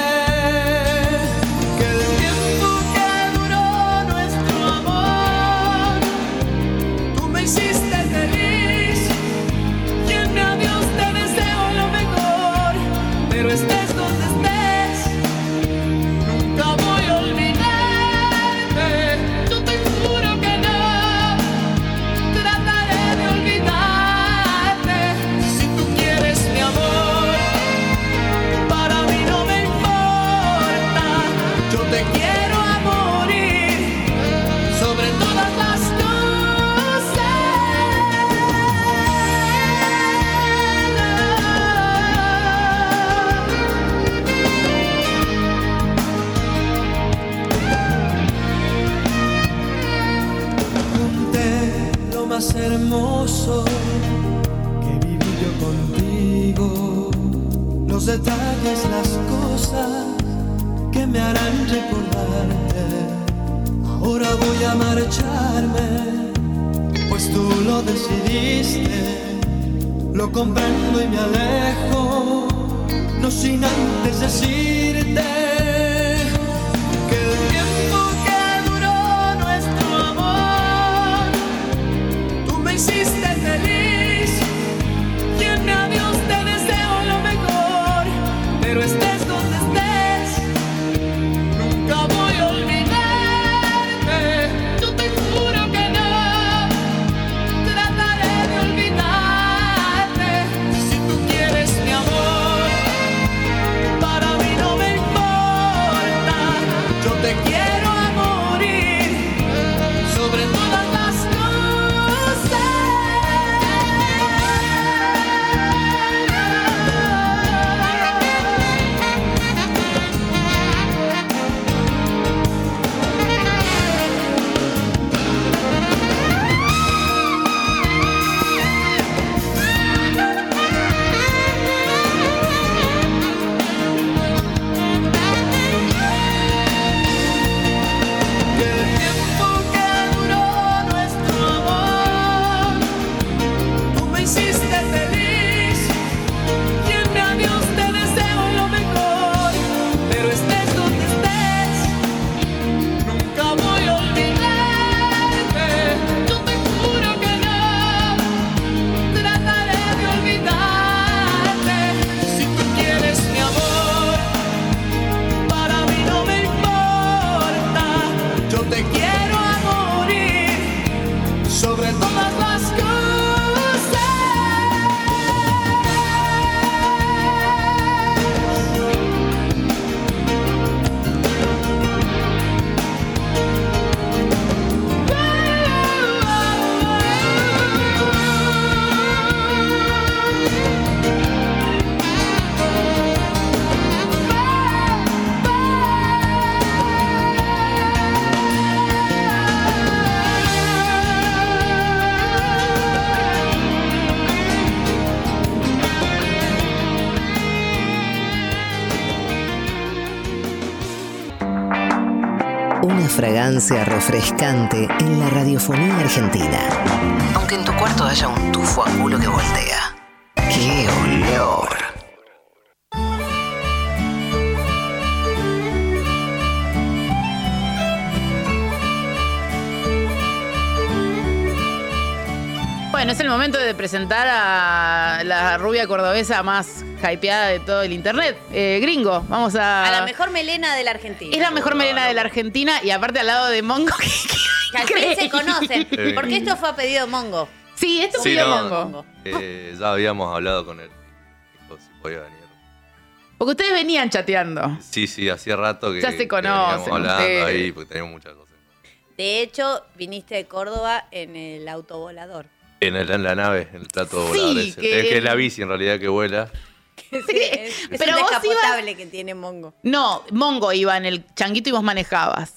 T: Que el tiempo que duró nuestro amor, tú me hiciste feliz y en mi adiós te deseo lo mejor, pero estés donde estés, nunca voy a olvidarte, yo te juro que no, trataré de olvidarte, si tú quieres mi amor, para mí no me importa. Yo te quiero a morir sobre todas las cosas. Junté lo más hermoso que viví yo contigo, los detalles, las cosas que me harán recordarte. Ahora voy a marcharme, pues tú lo decidiste. Lo comprendo y me alejo, no sin antes decirte que el tiempo que duró nuestro amor, tú me hiciste feliz. Y en mi adiós te deseo lo mejor, pero estés donde estés. Nunca voy a olvidarte, yo te juro que no Trataré de olvidarte, si tú quieres mi amor Para mí
E: Una fragancia refrescante en la radiofonía argentina. Aunque en tu cuarto haya un tufo a culo que voltea. ¡Qué olor!
A: Bueno, es el momento de presentar a la rubia cordobesa más hypeada de todo el internet. Eh, gringo, vamos a.
B: A la mejor melena de la Argentina.
A: ah. Es la mejor melena de la Argentina y aparte al lado de Mongo. [laughs]
B: Que al fin se conocen.
N: Sí.
B: Porque esto fue a pedido Mongo.
A: Sí, esto
N: Sí, no, eh, ya habíamos hablado con él. Dijo si podía venir.
A: Porque ustedes venían chateando.
N: Sí, sí, hacía rato que.
A: Ya se
N: que
A: conocen
N: veníamos hablando
A: ustedes.
N: ahí, porque teníamos muchas cosas.
B: De hecho, viniste de Córdoba en
A: [laughs]
B: el autovolador.
N: En, el- en la nave, en el plato
B: Sí,
N: volador ese.
B: que-
N: Es que es la bici en realidad que vuela.
B: Que sí, es es
A: Pero
B: un
A: vos
B: descapotable que tiene Mongo.
A: No, Mongo iba en el changuito y vos manejabas.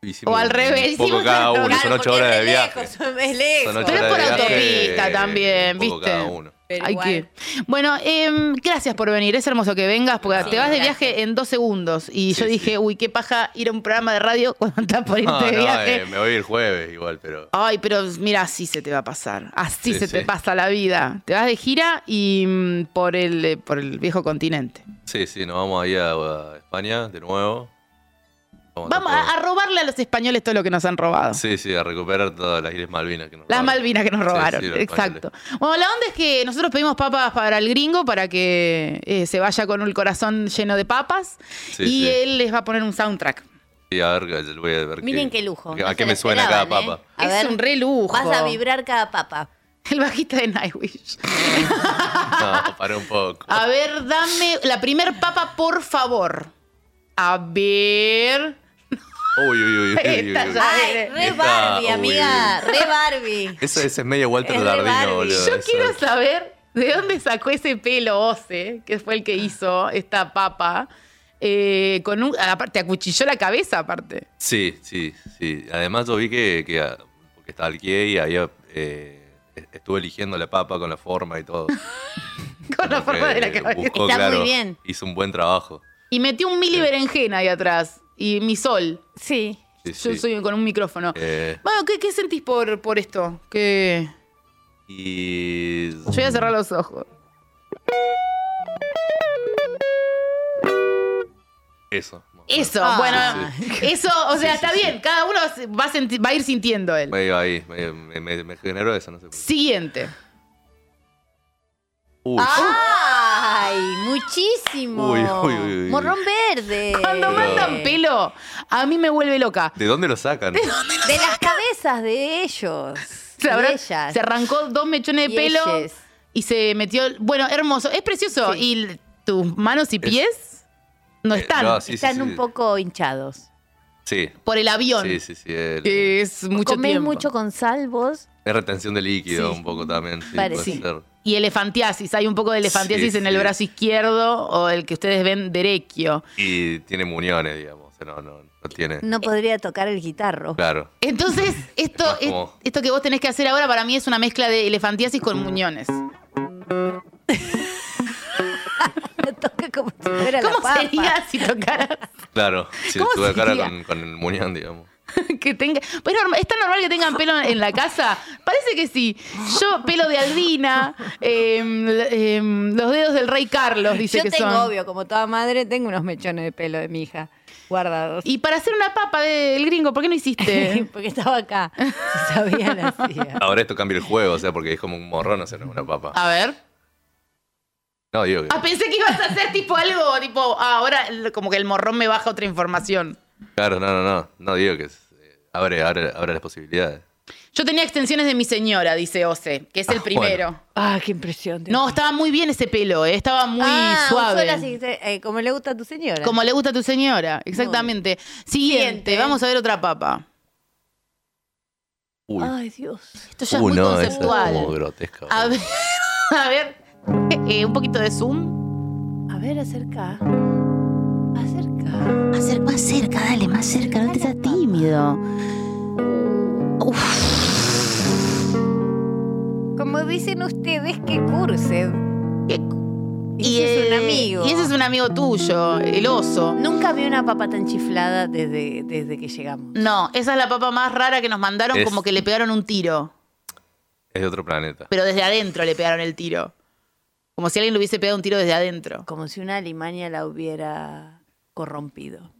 N: Hicimos
A: O al
N: un
A: revés,
N: poco
A: hicimos
N: cada
A: al
N: uno,
A: revés.
N: Ah, son ocho
A: Claro,
N: horas de
A: porque es re
N: viaje.
B: Es lejos.
N: Son ocho
A: Pero es por
N: horas de viaje,
A: autopista también,
N: un poco
A: ¿viste?
N: cada uno.
A: Hay que- Bueno, em, gracias por venir. Es hermoso que vengas porque
N: Sí,
A: te vas de
N: gracias.
A: viaje en dos segundos. Y yo dije, uy, qué paja ir a un programa de radio cuando estás por irte
N: No,
A: de
N: no,
A: viaje.
N: eh, me voy el jueves igual, pero.
A: Ay, pero mira, así se te va a pasar. Así
N: Sí,
A: se te
N: sí.
A: pasa la vida. Te vas de gira y mm, por el eh, por el viejo continente.
N: Sí, sí, nos vamos ahí a, a España de nuevo. Vamos,
A: Vamos a, a robarle a los españoles todo lo que nos han robado.
N: Sí, sí, a recuperar todas las Islas Malvinas que nos
A: Las Malvinas que nos
N: Sí,
A: robaron.
N: sí, los
A: Exacto. Bueno, la onda es que nosotros pedimos papas para el gringo para que eh, se vaya con el corazón lleno de papas
N: Sí,
A: y
N: sí.
A: él les va a poner un soundtrack.
N: Sí, a ver, yo le voy a ver. [laughs]
B: Miren
N: qué,
B: qué lujo.
N: ¿A qué me suena cada papa?
A: Es un re lujo.
B: ¿eh? Vas a vibrar cada papa.
A: [laughs] El bajista de Nightwish.
N: No, paré un poco.
A: A ver, dame la primer papa, por favor. A ver.
N: Uy, uy, uy. uy, uy,
A: Esta
N: uy.
A: ya
B: Ay,
A: es-
B: re
N: Esta-
B: Barbie,
N: uy,
B: amiga.
A: uy, uy.
B: Re Barbie.
N: Eso, ese es medio Walter
A: Es re
N: Dardino,
A: Barbie.
N: boludo.
A: Yo
N: eso.
A: quiero saber de dónde sacó ese pelo Ose, que fue el que hizo esta papa. eh, con un, aparte, acuchilló la cabeza, aparte.
N: Sí, sí, sí. Además yo vi que, que ah, porque estaba alquié y había, eh, estuve eligiendo la papa con la forma y todo.
A: [laughs] Con la forma de la
N: Eh,
A: cabeza.
N: buscó, claro, Hizo un buen trabajo.
A: Y metió un mili berenjena ahí atrás. Y mi sol. Sí.
N: Sí,
A: Yo
N: sí.
A: soy con un micrófono.
N: Eh,
A: Bueno, ¿qué, qué sentís por, por esto? Que
N: y...
A: yo voy a cerrar los ojos.
N: Eso.
A: Eso,
N: Ah.
A: bueno,
N: Sí,
A: [laughs] eso, o sea, está bien, cada uno se- va a, senti- va a ir sintiendo él.
N: Medio ahí. Me, me- me- me generó eso, no sé.
A: Siguiente.
N: Uy,
B: Ay, muchísimo.
N: Uy, uy, uy, uy.
B: Morrón verde.
A: Cuando mandan pelo, a mí me vuelve loca. [laughs]
N: ¿De dónde lo sacan?
B: De las cabezas de ellos.
A: Se, habrá-
B: de ellas.
A: se arrancó dos mechones de
B: Y
A: pelo
B: ellas.
A: y se metió. Bueno, hermoso, es precioso. Y tus manos y pies no
N: Eh,
A: están.
N: no, sí, sí, Están sí. un
A: poco hinchados.
N: Sí.
A: Por el avión.
N: Sí, sí, sí. el-
A: Que es mucho
B: Comés
A: tiempo.
B: mucho con sal vos.
N: Es retención de líquido
A: Sí.
N: un poco también. Sí,
A: Parece.
N: puede
A: Sí.
N: ser.
A: Y elefantiasis, hay un poco de elefantiasis
N: Sí,
A: en el
N: sí.
A: brazo izquierdo o el que ustedes ven derequio.
N: Y tiene muñones, digamos. o sea, No, no, no tiene.
B: No podría tocar el guitarro. [laughs]
N: Claro. [laughs]
A: Entonces, esto, es-
N: como- Mm.
A: esto que vos tenés que hacer ahora para mí es una mezcla de elefantiasis con muñones. ¿Cómo sería si tocaras [laughs]
N: Claro. Si
A: ¿Cómo
N: tuve cara
A: sería?
N: con, con el muñón, digamos.
A: [laughs] que tenga. Pues es, normal, es tan normal que tengan pelo en la casa. Parece que sí. Yo, pelo de albina, [laughs] em, em, los dedos del rey Carlos, dice
B: Yo
A: que
B: tengo,
A: son.
B: obvio, como toda madre, tengo unos mechones de pelo de mi hija guardados.
A: Y para hacer una papa del gringo, ¿por qué no
N: [laughs]
A: hiciste?
B: [laughs] Porque estaba acá. Si sabía la
N: Ahora esto cambia el juego, o sea, porque es como un morrón, o sea, no es una papa.
A: A ver.
N: No, digo que.
A: Ah, pensé que ibas a hacer tipo algo, tipo, ah, ahora el- como que el morrón me baja otra información.
N: Claro, no, no, no. No digo que. es- eh, abre, abre, abre las posibilidades.
A: Yo tenía extensiones de mi señora, dice Ose, que es el primero.
B: Ah, qué impresión.
A: No, estaba muy bien ese pelo, eh, estaba muy
B: Ah,
A: suave.
B: usó las inste- eh, como le gusta a tu señora.
A: Como le gusta a tu señora, exactamente. Siguiente, vamos a ver otra papa.
N: Uy.
B: Ay, Dios.
A: Esto ya
N: Uh,
A: es muy
N: no, esa es
A: conceptual.
N: como grotesca.
A: A ver, [laughs] a ver, eh, eh, un poquito de zoom.
B: A ver, acerca.
G: Hacer más cerca, dale, más cerca, no te seas tímido.
B: Como dicen ustedes, que cursen.
A: Y
B: ese es un
A: eh,
B: amigo.
A: Y ese es un amigo tuyo, el oso.
B: Nunca vi una papa tan chiflada desde, desde que llegamos.
A: No, esa es la papa más rara que nos mandaron,
N: Es-
A: como que le pegaron un tiro.
N: Es de otro planeta.
A: Pero desde adentro le pegaron el tiro. Como si alguien le hubiese pegado un tiro desde adentro.
B: Como si una Alemania la hubiera corrompido.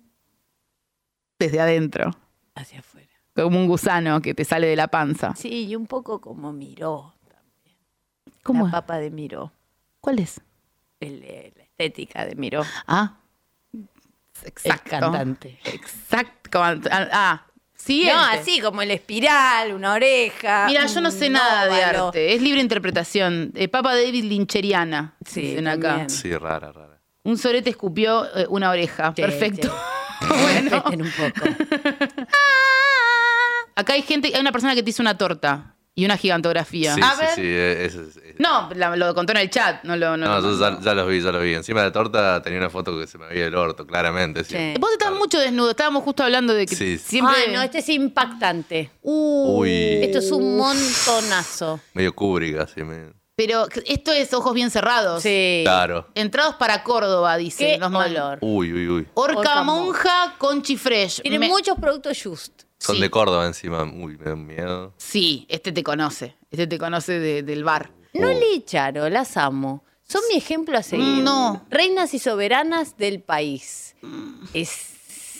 A: Desde adentro.
B: Hacia afuera.
A: Como un gusano que te sale de la panza.
B: Sí, y un poco como miró.
A: ¿Cómo
B: La papa de miró.
A: ¿Cuál es?
B: El- el- la estética de miró.
A: Ah.
B: Exacto. El cantante.
A: Exacto. como ant- Ah, ah, siguiente.
B: No, así como el espiral, una oreja.
A: Mira, yo Mm, no sé
B: un
A: nada de
B: óvalo.
A: arte. Es libre interpretación. Eh, Papa David Lincheriana. dicen acá. [laughs]
N: Sí, rara, rara.
A: Un sorete escupió eh, una oreja.
N: Sí,
A: Perfecto.
B: Respeten un poco. [laughs]
A: Acá hay gente, hay una persona que te hizo una torta y una gigantografía.
N: Sí,
A: A
N: sí,
A: ver.
N: sí. eh, ese es- eh.
A: No, la- lo contó en el chat. No lo. No,
N: No,
A: lo-
N: yo ya, ya los vi, ya los vi. Encima de la torta tenía una foto que se me veía el orto, claramente. sí.
A: Vos estás mucho desnudo. Estábamos justo hablando de que
N: Sí.
A: siempre.
B: Ah, no, este es impactante. Uh,
N: Uy.
B: Esto es un montonazo.
N: Medio Kubrick, así. medio-
A: Pero esto es ojos bien cerrados. Sí.
N: Claro.
A: Entrados para Córdoba, dice.
B: Qué
A: nos olor.
N: Uy, uy, uy.
A: Orca,
B: Orca
A: monja con chifresh.
B: Tiene
A: Me-
B: muchos productos Just.
N: Son de Córdoba encima. Uy, me da un miedo.
A: Sí, este te conoce. Este te conoce de- del bar.
N: Oh.
B: No le Charo, las amo. Son mi ejemplo a seguir.
A: no.
B: Reinas y soberanas del país.
N: Mm.
B: Es.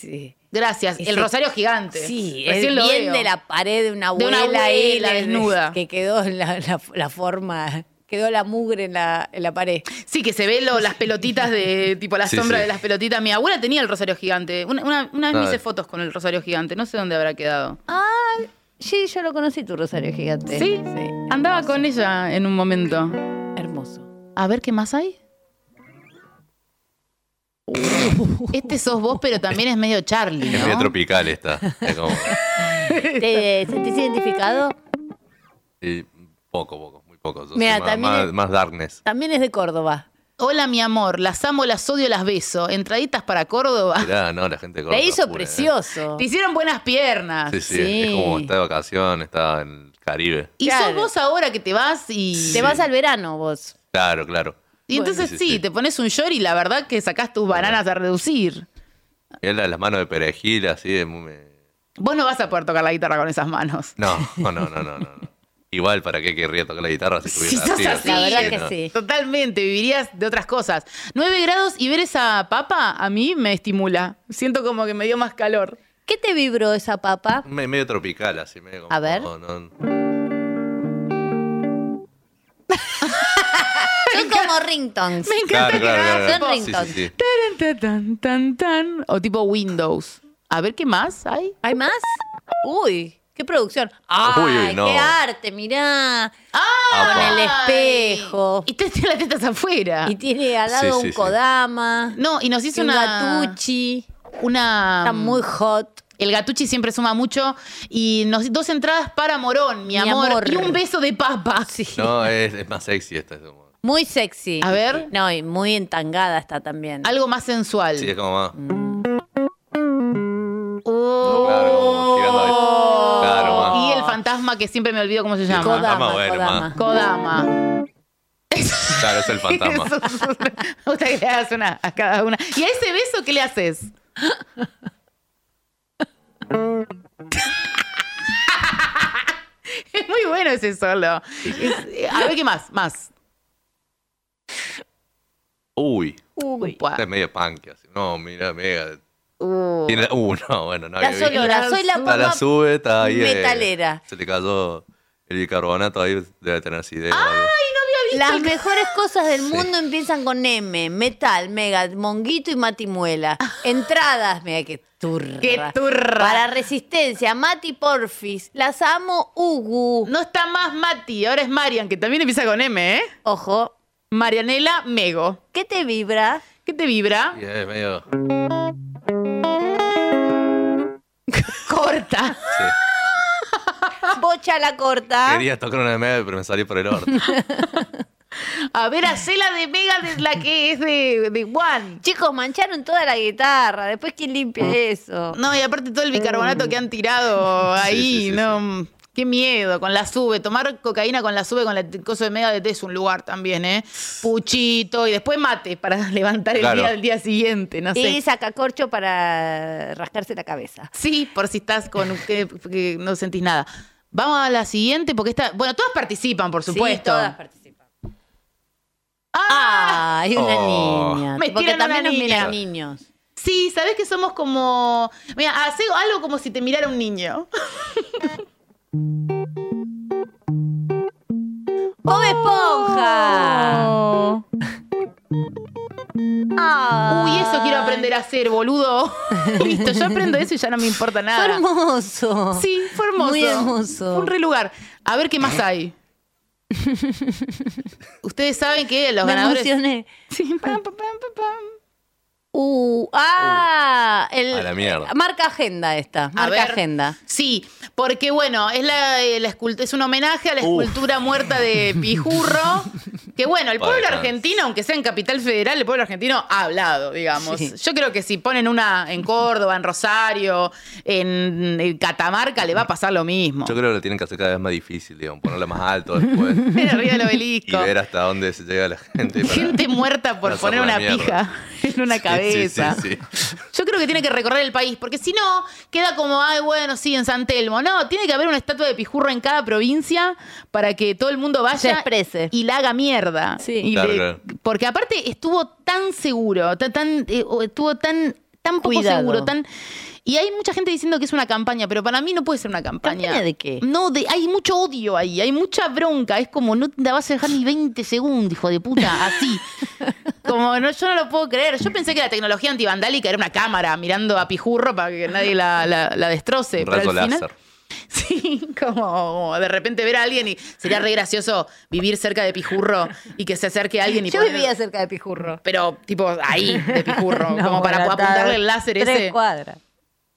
B: sí.
A: Gracias.
B: Ese-
A: el rosario gigante.
B: Sí, es
A: Recién
B: bien
A: lo veo.
B: de la pared de una
A: De
B: abuela,
A: una
B: ahí,
A: abuela
B: de- de-
A: desnuda.
B: Que quedó la, la- la forma, quedó la mugre en la, en la pared.
A: Sí, que se ve lo- las pelotitas de.
N: [laughs]
A: Tipo la
B: Sí,
A: sombra
B: sí.
A: de las pelotitas. Mi abuela tenía el rosario gigante. Una, una- una vez me
B: Ah.
A: hice fotos con el rosario gigante. No sé dónde habrá quedado. Eh,
B: Ah, sí, yo lo conocí tu rosario gigante.
A: Sí, andaba con ella en un momento.
B: Hermoso.
A: A ver qué más hay.
B: Uh.
A: Este sos vos, pero también es medio Charlie.
N: Es medio
A: ¿no?
N: tropical esta. Es como.
B: ¿Te sentís identificado?
N: y poco, poco, muy poco. Yo soy
A: Mira,
N: más,
A: también
N: más-
A: es-
N: más darkness.
B: También es de Córdoba.
A: Hola, mi amor. Las amo, las odio, las beso. Entraditas para Córdoba.
N: Mirá, no, la gente de
A: La
N: Córdoba
A: hizo
N: pura, ¿eh?
A: precioso. Te hicieron buenas piernas.
N: Sí, sí, Es como está de vacación, está en el Caribe.
A: Y sos vos ahora que te vas y.
N: Te vas al
B: verano vos.
N: Claro, claro.
A: Y entonces sí, te pones un short y la verdad que sacás tus bananas a reducir.
N: Mirá la- las manos de perejil, así. es muy- me-
A: Vos no vas a poder tocar la guitarra con esas manos.
N: No, no, no, no, no. no. Igual, ¿para qué querría tocar la guitarra
A: [laughs]
N: si
A: Si
N: estuviera
A: sos
N: así?
A: así,
N: no.
A: Totalmente, vivirías de otras cosas. 9 grados y ver esa papa a mí me estimula. Siento como que me dio más calor.
B: ¿Qué te vibró esa papa?
N: Me- medio tropical, así. Medio como-
B: A ver.
N: no, no.
B: Son como ringtones.
A: Me encanta que
N: Claro, claro, claro,
A: hagas
N: claro.
A: tipo-
N: Sí, sí, sí.
A: Taran, ta, tan, tan, tan. O tipo Windows. A ver qué más hay.
B: ¿Hay más? Uy, qué producción. ¡Ay,
A: Uy, uy, no.
B: qué arte! Mirá. Con el espejo.
A: Y te tiene la teta afuera.
B: Y tiene al lado
A: Sí, sí,
B: un
A: sí.
B: Kodama.
A: No, y nos hizo
B: un
A: una- Mm.
B: Gatucci.
A: Una.
B: Está muy hot.
A: El gatuchi siempre suma mucho. Y nos, dos entradas para Morón, mi,
B: Mi
A: amor,
B: amor.
A: Y un beso de papa.
N: No, es, es más sexy esta. es como-
B: Muy sexy.
A: [laughs] A ver.
B: No, y muy entangada está también.
A: Algo más sensual.
N: Sí, es como más.
A: Claro,
N: como tirando a- Claro, más.
A: Oh. Y el fantasma que siempre me olvido cómo se
N: Sí, el
A: llama.
N: fantasma, bueno, más.
A: Kodama.
N: Claro, es el fantasma.
A: [laughs] Eso es una- Me gusta que le hagas una a cada una. ¿Y a ese beso qué le haces? [laughs] es muy bueno ese solo. Es- eh, a ver qué más, más.
N: Uy.
A: Uy.
N: Esta es medio punk, así. No, mira, mega.
A: Uh.
N: Tiene la- uh, no, bueno, no.
B: La
N: había visto.
B: solora, soy la
N: Está la
B: papa
N: sube, está ahí. eh,
B: metalera.
N: se le cayó el bicarbonato, ahí debe tener acidez. o algo.
B: Las mejores cosas del mundo empiezan con M, metal, mega, monguito y matimuela. Entradas, mira qué turra.
A: Qué turra.
B: Para resistencia, Mati Porfis. Las amo, Ugu.
A: No está más Mati, ahora es Marian, que también empieza con M, ¿eh?
B: Ojo.
A: Marianela Mego.
B: ¿Qué te vibra?
A: ¿Qué te vibra?
N: Y es medio.
A: Corta.
B: Oh, Bocha la corta.
N: Quería tocar una de mega, pero me salió por el orto.
A: A ver, hacela de Mega de la que es de, de Juan.
B: Chicos, mancharon toda la guitarra.
N: Mm.
B: Después, ¿quién limpia eso?
N: [laughs]
A: No, y aparte todo el bicarbonato que han tirado ahí,
N: sí, sí,
A: ¿no? Qué miedo, con la sube. Tomar cocaína con la sube, con la t- cosa de mega DT es un lugar también, ¿eh? Puchito y después mate para [laughs] levantar el
U: Claro.
A: día al día siguiente, no sé.
B: Y sacacorcho para rascarse la cabeza.
A: Sí, por si estás con que, que no sentís nada. Vamos a la siguiente, porque esta. Bueno, todas participan, por supuesto.
B: todas
A: ¡Ah!
B: Hay una
N: Oh.
B: niña.
A: Me
B: Porque
A: tiran
B: también
A: una
B: nos miran
A: niña.
B: niños.
A: Sí, sabés que somos como. Mira, hace algo como si te mirara un niño.
N: Oh.
B: ¡Bob
N: Ah.
B: Esponja!
A: Uy, eso quiero aprender a hacer,
B: [laughs]
A: boludo. Listo, yo aprendo eso y ya no me importa nada.
B: Fue hermoso.
A: Sí, fue hermoso.
B: Muy hermoso. ¿Eh?
A: Fue un re lugar. A ver qué más hay. Ustedes saben que los
B: Me
A: ganadores.
B: emocioné.
A: Sí, pam, pam, pam, pam, pam.
B: Uh, ah, el-
A: a la mierda.
B: Marca agenda esta. Marca
A: ver.
B: agenda.
A: Sí, porque bueno, es, la, eh, la escul- es un homenaje a la escultura muerta de Pijurro. Que bueno, el
B: Para
A: pueblo
B: descanso.
A: argentino, aunque sea en Capital Federal, el pueblo argentino ha hablado, digamos.
B: Sí.
A: Yo creo que si ponen una en Córdoba, en Rosario, en, en Catamarca, le va a pasar lo mismo.
N: Yo creo que lo tienen que hacer cada vez más difícil, digamos, ponerla más alto después.
A: [laughs]
B: [laughs]
A: Pero arriba del
N: y
A: obelisco.
N: ver hasta dónde se llega la gente. para-
A: Gente muerta por
N: para
A: poner
N: hacer
A: una
N: la mierda.
A: pija [laughs] en una cabeza.
N: Sí, sí, sí, sí.
A: Yo creo que tiene que recorrer el país, porque si no, queda como, ay, bueno, sí, en San Telmo. No, tiene que haber una estatua de pijurro en cada provincia para que todo el mundo vaya
B: Se exprese.
A: y la haga mierda. Y
N: Claro,
A: le-
N: claro.
A: Porque aparte estuvo tan seguro, ta- tan, eh, o estuvo tan, tan poco
B: Cuidado.
A: seguro, tan. Y hay mucha gente diciendo que es una campaña, pero para mí no puede ser una campaña.
B: ¿Campaña de qué?
A: No, de, hay mucho odio ahí, hay mucha bronca. Es como, no te la vas a dejar ni 20 segundos, hijo de puta,
B: [laughs]
A: así. Como, no, yo no lo puedo creer. Yo pensé que la tecnología antivandálica era una cámara mirando a pijurro para que nadie la, la- la destroce.
N: Un
A: pero al
N: rayo
A: final-
N: láser.
A: [laughs] Sí, como, como de repente ver a alguien y sería re gracioso vivir cerca de pijurro y que se acerque a alguien y
B: Yo
A: poner-
B: vivía cerca de Pijurro.
A: Pero, tipo, ahí, de pijurro,
B: [laughs] No,
A: como para
B: bueno,
A: apuntarle
B: está-
A: el láser
B: tres
A: ese.
B: cuadras.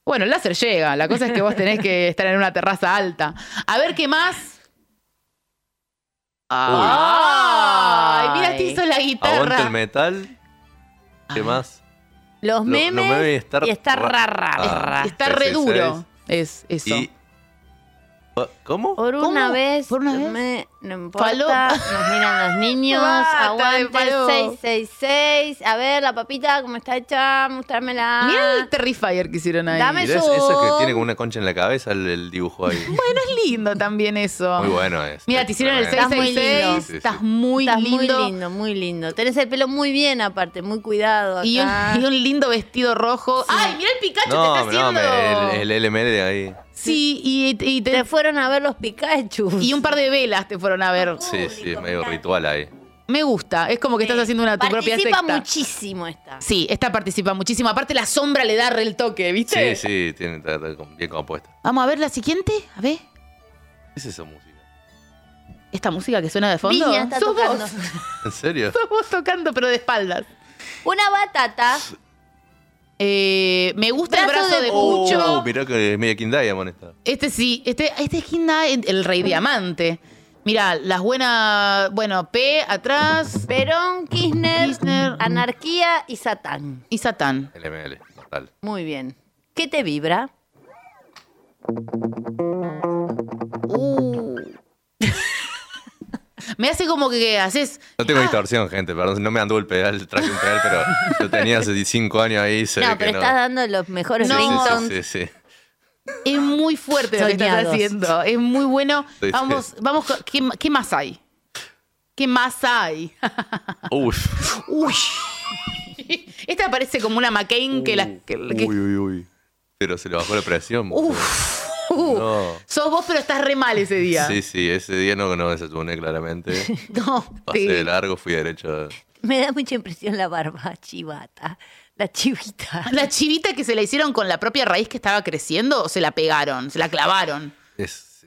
A: Bueno, el láser llega. La cosa es que vos tenés que estar en una terraza alta. A ver qué más. Ay, mira, te hizo la
N: Aguanta el
A: guitarra.
N: metal. ¿Qué más?
B: Los memes
N: y estar,
B: y estar
N: ra-
B: rara,
N: ah,
B: rara.
A: Está re
N: 666.
A: duro. Es eso.
N: Y- ¿Cómo?
B: Por una
A: ¿Cómo?
B: vez,
A: Por una vez.
B: me- no
A: Falopa.
B: importa, nos
A: [laughs]
B: miran los niños,
A: Basta de
B: aguante el
A: falopa.
B: 666. A ver, la papita, ¿cómo está hecha? Mostrármela.
A: Mirá el Terrifier que hicieron ahí.
B: Dame
N: Mirá, es-
B: zoom.
N: eso que tiene como una concha en la cabeza el, el dibujo ahí.
A: Bueno, es lindo también eso.
N: Muy bueno es.
A: Mira, te hicieron el
N: Tremendo.
A: 666.
N: Sí, sí.
A: Estás muy
B: Estás muy
A: lindo.
B: lindo, muy lindo. Tenés el pelo muy bien, aparte, muy cuidado. Acá.
A: Y un, [laughs] y un lindo vestido rojo. ¡Ay, mira el Pikachu
N: No,
A: te está
N: no,
A: haciendo!
N: me- el, el LML de ahí.
A: Sí, y, y te,
B: fueron a ver los Pikachu.
A: Y un par de velas te fueron a ver.
N: Sí, sí, es medio ritual ahí.
A: Me gusta. Es como que estás haciendo una tu propia
B: Participa
A: secta.
B: muchísimo esta.
A: Sí, esta participa muchísimo. Aparte, la sombra le da re el toque,
N: Sí,
A: ¿viste?
N: sí, tiene, está, está como bien compuesta.
A: Vamos a ver la siguiente. A ver.
N: ¿Qué es esa música?
A: Esta música que suena de fondo.
B: Viña está
A: Sos
B: tocando.
A: vos.
N: ¿En serio?
A: Sos vos tocando, pero de espaldas.
B: Una batata.
A: Eh, me gusta
B: Brazo
A: el brazo de,
B: de
A: Pucho.
N: Oh, mirá que es media King Diamond esta.
A: Este sí, este, este es Kinda, el rey diamante. Mira, las buenas. Bueno, P atrás.
B: Perón, Kirchner, Anarquía y Satán.
A: Y Satán.
N: LML, total.
B: Muy bien. ¿Qué te vibra?
A: Me hace como que haces.
N: No tengo distorsión, gente, perdón, no me anduvo el pedal, traje un pedal, pero lo tenía hace 5 años ahí, se ve
B: no,
N: que
B: pero
N: no.
B: estás dando los mejores
N: Sí, sí,
B: ringtones.
N: sí, sí, sí.
A: Es muy fuerte lo que estás
B: Soñados.
A: haciendo. Es muy bueno.
N: Sí, sí.
A: Vamos, vamos. con- ¿Qué, qué más hay? ¿Qué más hay?
N: Uf.
A: Uy. [laughs] Esta parece como una McCain que la. que- que-
N: Uy, uy, uy. Pero se le bajó la presión.
A: Uf. Uh.
N: No.
A: Sos vos, pero estás re mal ese día.
N: Sí, sí, ese día no, no
A: [laughs]
N: desayuné claramente.
B: No,
N: Pasé
B: te-
N: de largo, fui derecho. a-
B: me da mucha impresión la barba chivata. La chivita.
A: La chivita que se la hicieron con la propia raíz que estaba creciendo o se la pegaron, se la clavaron.
N: Es-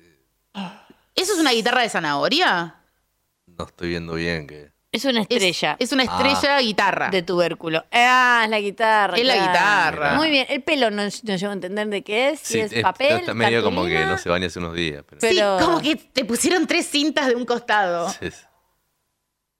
N: eh,
A: ¿Eso es una guitarra de zanahoria?
N: no estoy viendo bien que.
B: Es una estrella.
A: Es, una
N: Ah.
A: estrella guitarra.
B: De tubérculo. Ah, es la guitarra.
A: Es la
B: claro.
N: guitarra.
B: Muy bien. El pelo no, no llego a entender de qué es. Si es,
N: es-
B: papel.
N: Está medio como que
B: cartulina.
N: no se baña hace unos días. Pero,
A: Sí, como que te pusieron tres cintas de un costado.
N: es-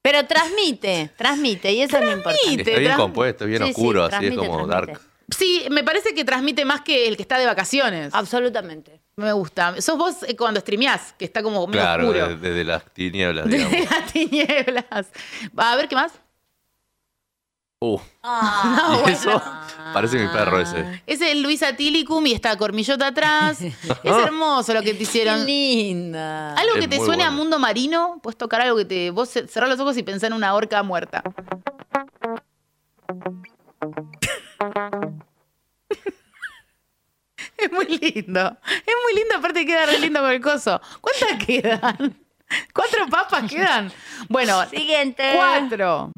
B: Pero transmite, transmite, y eso es lo importante.
N: está bien compuesto, bien
B: Sí, sí,
N: oscuro, así es
B: transmite,
N: como
B: transmite.
N: dark.
A: Sí, me parece que transmite más que el que está de vacaciones.
G: Ah.
B: Absolutamente.
A: Me gusta. Sos vos eh, cuando streameás, que está como medio
V: Claro,
A: oscuro.
V: de- desde las
A: [laughs]
V: tinieblas,
A: Desde
V: digamos.
A: las tinieblas. Va, a ver, ¿qué más?
V: Uh,
A: Ah,
V: y
A: bueno. Ah.
V: eso parece mi perro ese.
A: Ese es Luis Atilicum y está
V: [laughs]
A: Cormillota atrás. es hermoso lo que te hicieron.
B: linda.
A: Algo
V: Es
A: que te
V: muy
A: suene a
V: bueno.
A: mundo marino, puedes tocar algo que te. Vos ce- cerrás los ojos y pensá en una orca muerta. [laughs] Es muy lindo. Es muy lindo, aparte queda re lindo con el coso. ¿Cuántas quedan? [laughs] ¿Cuatro papas quedan? Bueno,
B: [laughs] Siguiente.
A: cuatro.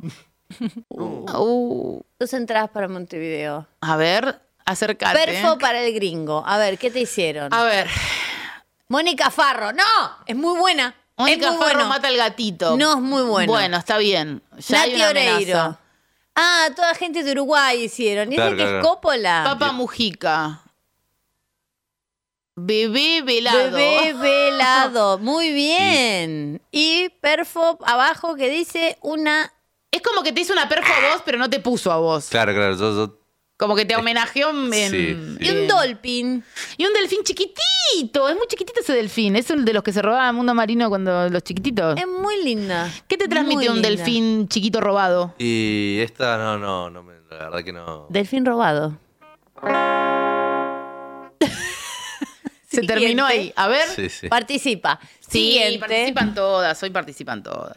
A: Uh.
B: Dos entradas para Montevideo.
A: A ver, acercate.
B: Perfo para el gringo. A ver, ¿qué te hicieron? A
A: ver.
B: Mónica Farro. ¡No! Es muy buena.
A: Mónica
B: es muy
A: Farro
B: bueno.
A: mata al gatito.
B: No, es muy bueno.
A: Bueno, está bien. Ya hay
B: Nati
A: una amenaza.
B: Oreiro. Ah, toda gente de Uruguay hicieron. Dice
A: Claro,
B: que
A: claro.
B: es Coppola.
A: Papa Mujica. Bebé velado.
B: Bebé velado. Muy bien. Y perfo abajo que dice una.
A: Es como que te hizo una perfo a vos, pero no te puso a vos.
V: Claro, claro, yo, yo-
A: Como que te homenajeó en.
V: Sí,
A: Y un
B: dolphin.
A: Y un delfín chiquitito. Es muy chiquitito ese delfín. Es el de los que se robaba el mundo marino cuando los chiquititos.
B: Es muy linda.
A: Eh, ¿Qué te transmite
B: Muy
A: un
B: linda.
A: delfín chiquito robado?
V: y esta no, no, no, me- la verdad que no.
B: Delfín robado.
A: Se terminó ahí. A ver.
V: Sí, sí.
B: Participa.
A: Sí,
B: Siguiente.
A: participan todas. Hoy participan todas.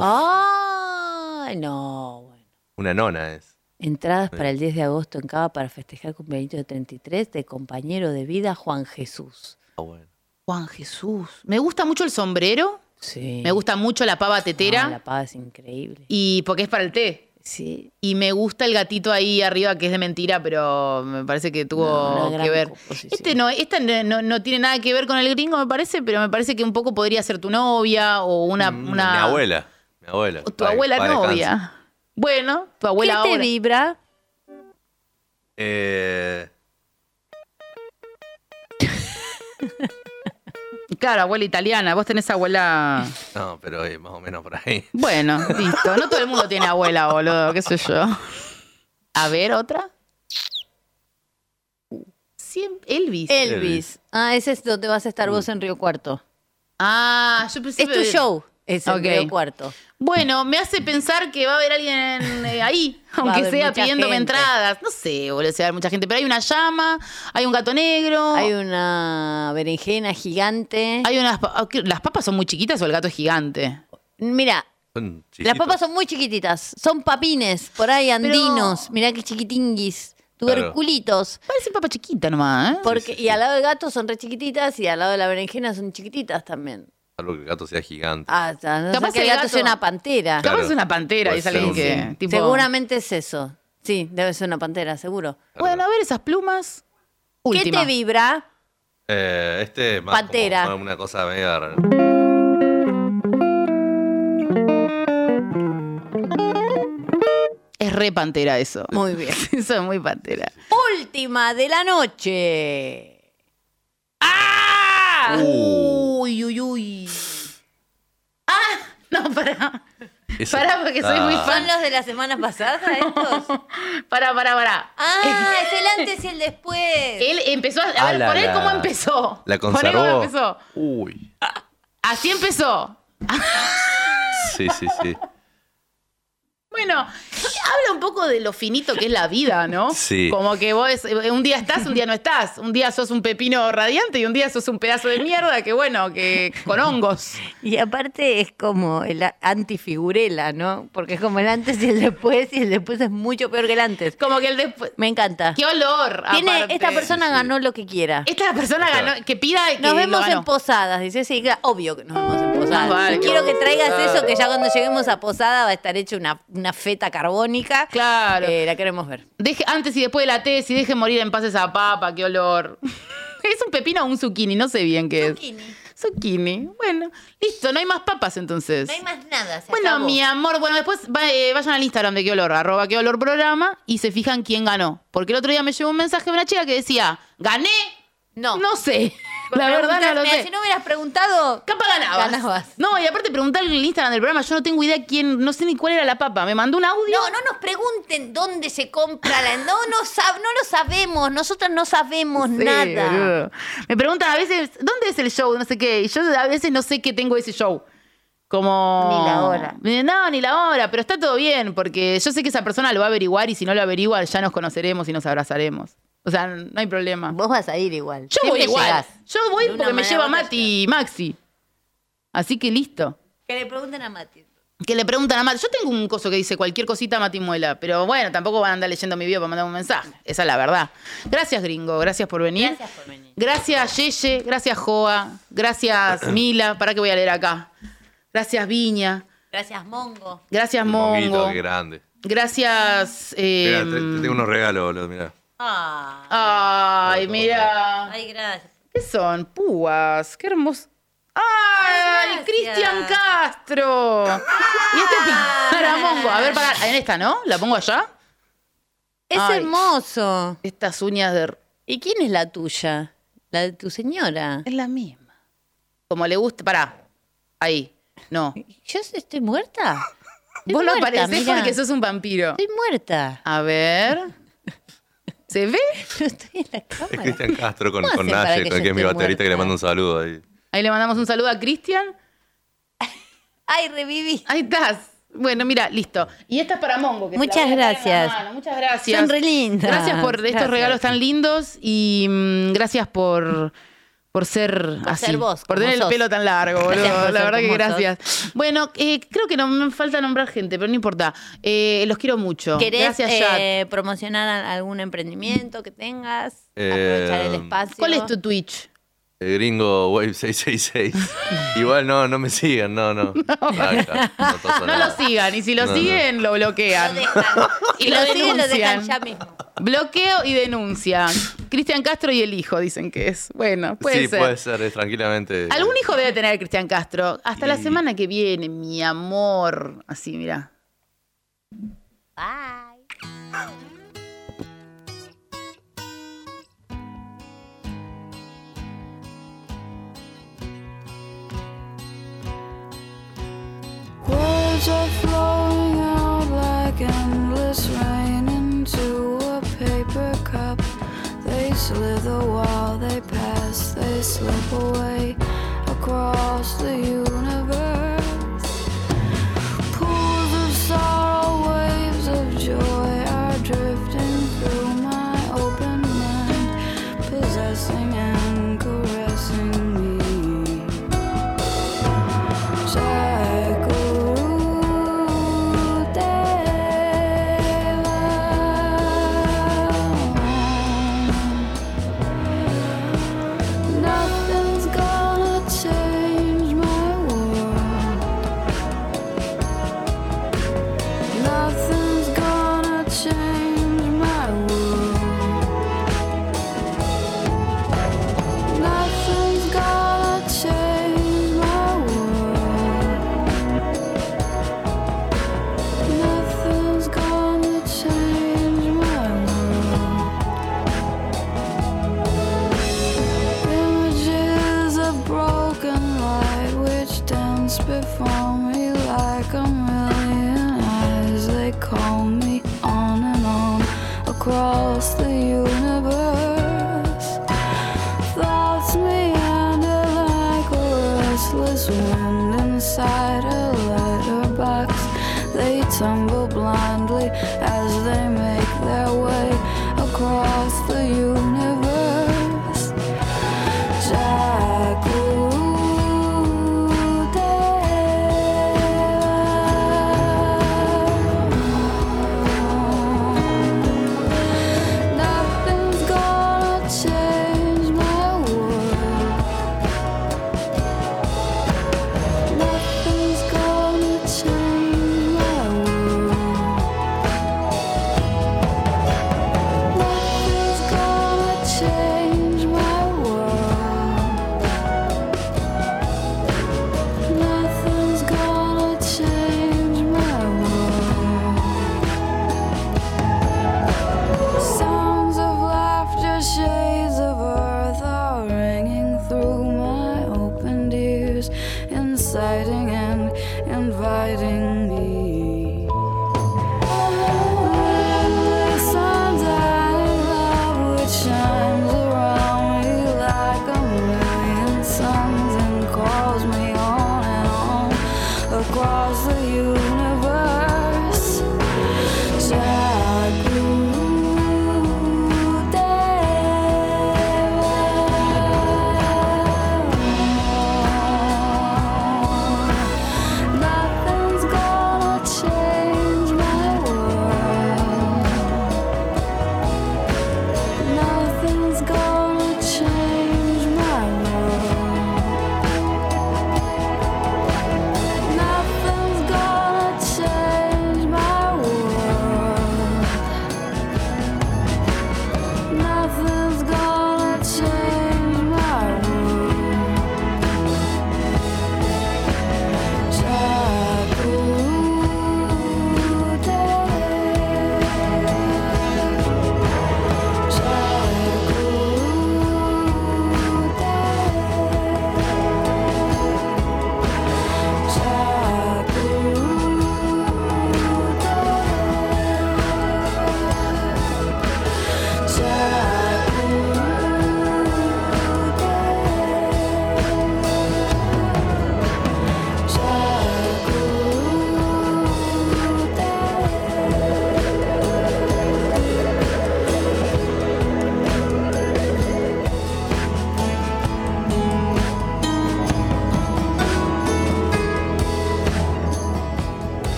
B: Ay, no.
V: Una nona es.
B: Entradas para el 10 de agosto en Cava para festejar cumpleaños de 33 de compañero de vida Juan Jesús.
V: Ah, bueno.
A: Juan Jesús. Me gusta mucho el sombrero.
B: Sí.
A: Me gusta mucho la pava tetera.
B: Ah, la pava es increíble.
A: Y porque es para el té.
B: Sí.
A: Y me gusta el gatito ahí arriba que es de mentira, pero me parece que tuvo
B: No, una gran
A: que Oh, ver. Este no, esta no, no- no tiene nada que ver con el gringo, me parece, pero me parece que un poco podría ser tu novia o una. una
V: Mm, Mi abuela. Mi abuela.
A: Tu abuela novia. Bueno, tu abuela
B: ¿Qué te
A: ahora.
B: vibra?
V: Eh,
A: Claro, abuela italiana. Vos tenés abuela.
V: no, pero eh, más o menos por ahí.
A: Bueno, listo. No todo el mundo tiene abuela, boludo, qué sé yo. A ver, otra. Uh, Siempre, Elvis.
B: Elvis. Ah, ese es donde vas a estar vos en Río Cuarto.
A: Ah, yo pensé
B: Es
A: que-
B: tu show. Es en
A: Ok.
B: Río Cuarto.
A: Bueno, me hace pensar que va a haber alguien eh, ahí,
B: [laughs] Va a
A: aunque
B: haber
A: sea
B: mucha
A: pidiéndome
B: gente.
A: entradas. No sé, boludo, se va a haber mucha gente, pero hay una llama, hay un gato negro.
B: Hay una berenjena gigante.
A: Hay unas. pa- ah, ¿qué? ¿Las papas son muy chiquitas o el gato es gigante?
B: Mira,
V: Son
B: las papas son muy chiquititas. Son papines, por ahí andinos. Mirá qué chiquitinguis. Tuberculitos.
A: Parecen papas chiquitas nomás, ¿eh?
B: Porque, Y al lado del gato son re chiquititas y al lado de la berenjena son chiquititas también.
V: Salvo que el gato sea gigante.
B: Ah, está. No sé
A: Capaz
B: que el
A: el
B: gato,
A: gato-
B: sea una pantera.
A: Capaz Claro. es una pantera y
V: Puede
A: es alguien
V: ser un-
A: que. tipo-
B: Seguramente es eso. Sí, debe ser una pantera, seguro.
A: Bueno, a ver esas plumas. Última.
B: ¿Qué te vibra?
V: Eh, este es más como-
B: Pantera.
V: como una cosa media rara.
A: Es re pantera eso.
B: Muy bien.
A: [laughs] eso es muy pantera.
B: Última de la noche.
A: ¡Ah!
V: Uh.
A: Uy, uy, uy. ¡Ah! No, pará.
V: Eso-
A: Pará, porque soy muy
V: Ah.
A: fan.
B: ¿Son los de la semana [laughs] pasada estos?
A: Pará, pará, pará.
B: Ah, es el antes y el después.
A: Él empezó. A, a
V: Ah,
A: ver,
V: la,
A: poné
V: la.
A: cómo empezó.
V: La
A: Poné cómo
V: conservó.
A: empezó.
V: Uy.
A: Así empezó.
V: Sí, sí, sí.
A: Bueno, habla un poco de lo finito que es la vida, ¿no?
V: Sí.
A: Como que vos eh, un día estás, un día no estás. Un día sos un pepino radiante y un día sos un pedazo de mierda que bueno, que con hongos.
B: Y aparte es como el a- antifigurela, ¿no? Porque es como el antes y el después, y el después es mucho peor que el antes.
A: Como que el después.
B: Me encanta.
A: ¡Qué olor!
B: Tiene-
A: aparte.
B: esta persona ganó lo que quiera.
A: Esta persona ganó, que pida y que
B: Nos
A: lo
B: vemos
A: ganó.
B: en posadas, dice, sí, claro, obvio que nos vemos en posadas.
A: Más vale
B: Y
A: que
B: quiero que
A: vamos a
B: traigas
A: posadas.
B: eso, que ya cuando lleguemos a posada va a estar hecha una, una feta carbónica.
A: Claro.
B: Eh, la queremos ver.
A: Deje, antes y después de la tesis, deje morir en paz esa papa, qué olor. [laughs] ¿Es un pepino o un zucchini? No sé bien qué es. Zucchini. Bueno, listo, no hay más papas entonces.
B: más nada.
A: bueno, mi amor, bueno, después va- eh, vayan al Instagram de qué olor, arroba qué olor programa, y se fijan quién ganó. Porque el otro día me llegó un mensaje de una chica que decía, gané,
B: no,
A: no sé. La verdad no lo
B: Preguntarme, ah,
A: sé.
B: Si no hubieras preguntado,
A: Capaz ganabas.
B: Ganabas.
A: No, y aparte preguntarle en el Instagram del programa, yo no tengo idea quién, no sé ni cuál era la papa. Me mandó un audio.
B: No, no nos pregunten dónde se compra la. No, no, sab- no lo sabemos. Nosotros no sabemos
A: Sí,
B: nada.
A: boludo. Me preguntan a veces, ¿dónde es el show? No sé qué. Y yo a veces no sé qué tengo ese show. Como.
B: Ni la hora.
A: Ni- No, ni la hora, pero está todo bien, porque yo sé que esa persona lo va a averiguar y si no lo averigua, ya nos conoceremos y nos abrazaremos. O sea, no hay problema.
B: Vos vas a ir igual.
A: Yo voy
B: Siempre
A: igual.
B: llegás.
A: Yo voy
B: De una
A: porque me
B: manera
A: lleva
B: u otra
A: Mati y Maxi. Así que listo.
B: Que le pregunten a Mati.
A: Que le preguntan a Mati. Yo tengo un coso que dice cualquier cosita a Mati Muela, pero bueno, tampoco van a andar leyendo mi bio para mandar un mensaje. Esa es la verdad. Gracias, gringo. Gracias por venir. Gracias por venir. Gracias, Yeye. Gracias, Joa. Gracias, Mila. ¿Para qué voy a leer acá? Gracias, Viña.
B: Gracias, Mongo.
A: Gracias,
V: Monguito,
A: Mongo.
V: qué grande.
A: Gracias. eh,
V: Mira, te, te tengo unos regalos, boludo, mirá.
A: Ay, mira.
B: Ah, Ay, gracias.
A: ¿Qué son? Púas. Qué hermoso. ¡Ay, Cristian Castro! Y este es para Mongo. A ver, para, en esta, ¿no? ¿La pongo allá?
B: Es
A: Ay.
B: hermoso.
A: Estas uñas de.
B: ¿Y quién es la tuya? La de tu señora.
A: Es la misma. Como le gusta. Pará. Ahí.
B: [laughs]
A: No.
B: ¿Yo estoy muerta?
A: Vos no
B: muerta,
A: aparecés
B: mirá.
A: porque sos un vampiro.
B: Estoy [laughs] muerta.
A: A ver. ¿Se ve?
V: Es Cristian Castro con,
A: ¿Cómo
V: con
A: hace para
V: Naye,
A: que
V: con
A: yo
V: que es mi
A: esté
V: baterista, que le
A: muerta?
V: mando un saludo ahí.
A: Ahí le mandamos un saludo a Cristian.
B: Ay, reviví.
A: Ahí estás. Bueno, mira, listo. Y esta es para Mongo. que te la voy
B: Muchas
A: a dar en la
B: gracias.
A: mano. Muchas gracias.
B: Son re lindas.
A: Gracias por
B: Gracias.
A: estos regalos tan lindos y mm, gracias por, por ser así.
B: ser vos,
A: por
B: como
A: tener
B: sos.
A: el pelo tan largo, boludo.
B: Gracias por
A: La
B: ser
A: verdad que
B: como
A: gracias. Bueno, eh, creo que no me falta nombrar gente, pero no importa. Eh, los quiero mucho.
B: ¿Querés
A: gracias, Yat.
B: eh, promocionar a- algún emprendimiento que tengas? Aprovechar el
V: Eh,
B: espacio.
A: ¿Cuál es tu Twitch?
V: el gringo Wave 666. Igual no, no me sigan, no, no. Ah, ya, no pasa
A: No
V: nada.
A: lo sigan, y si lo
V: No, no.
A: siguen, lo
B: [laughs]
A: bloquean.
B: Si lo siguen, lo dejan
A: denuncian.
B: ya mismo.
A: Bloqueo y denuncia. Cristian Castro y el hijo, dicen que es. Bueno, puede
V: sí,
A: ser.
V: puede ser, eh, tranquilamente.
A: Algún hijo debe tener Cristian Castro. Hasta la semana que viene, mi amor. Así, mira.
F: Words are flowing out like endless rain into a paper cup. They slither while they pass, they slip away across the universe. Pools of sorrow, waves of joy are drifting through my open mind, possessing and caressing me. Nothing's gonna change my world. Nothing's gonna change my world. Images of broken light which dance before me like a million eyes. They call me on and on across the universe. Thoughts meander like a restless wind inside a letter box. They tumble blindly as they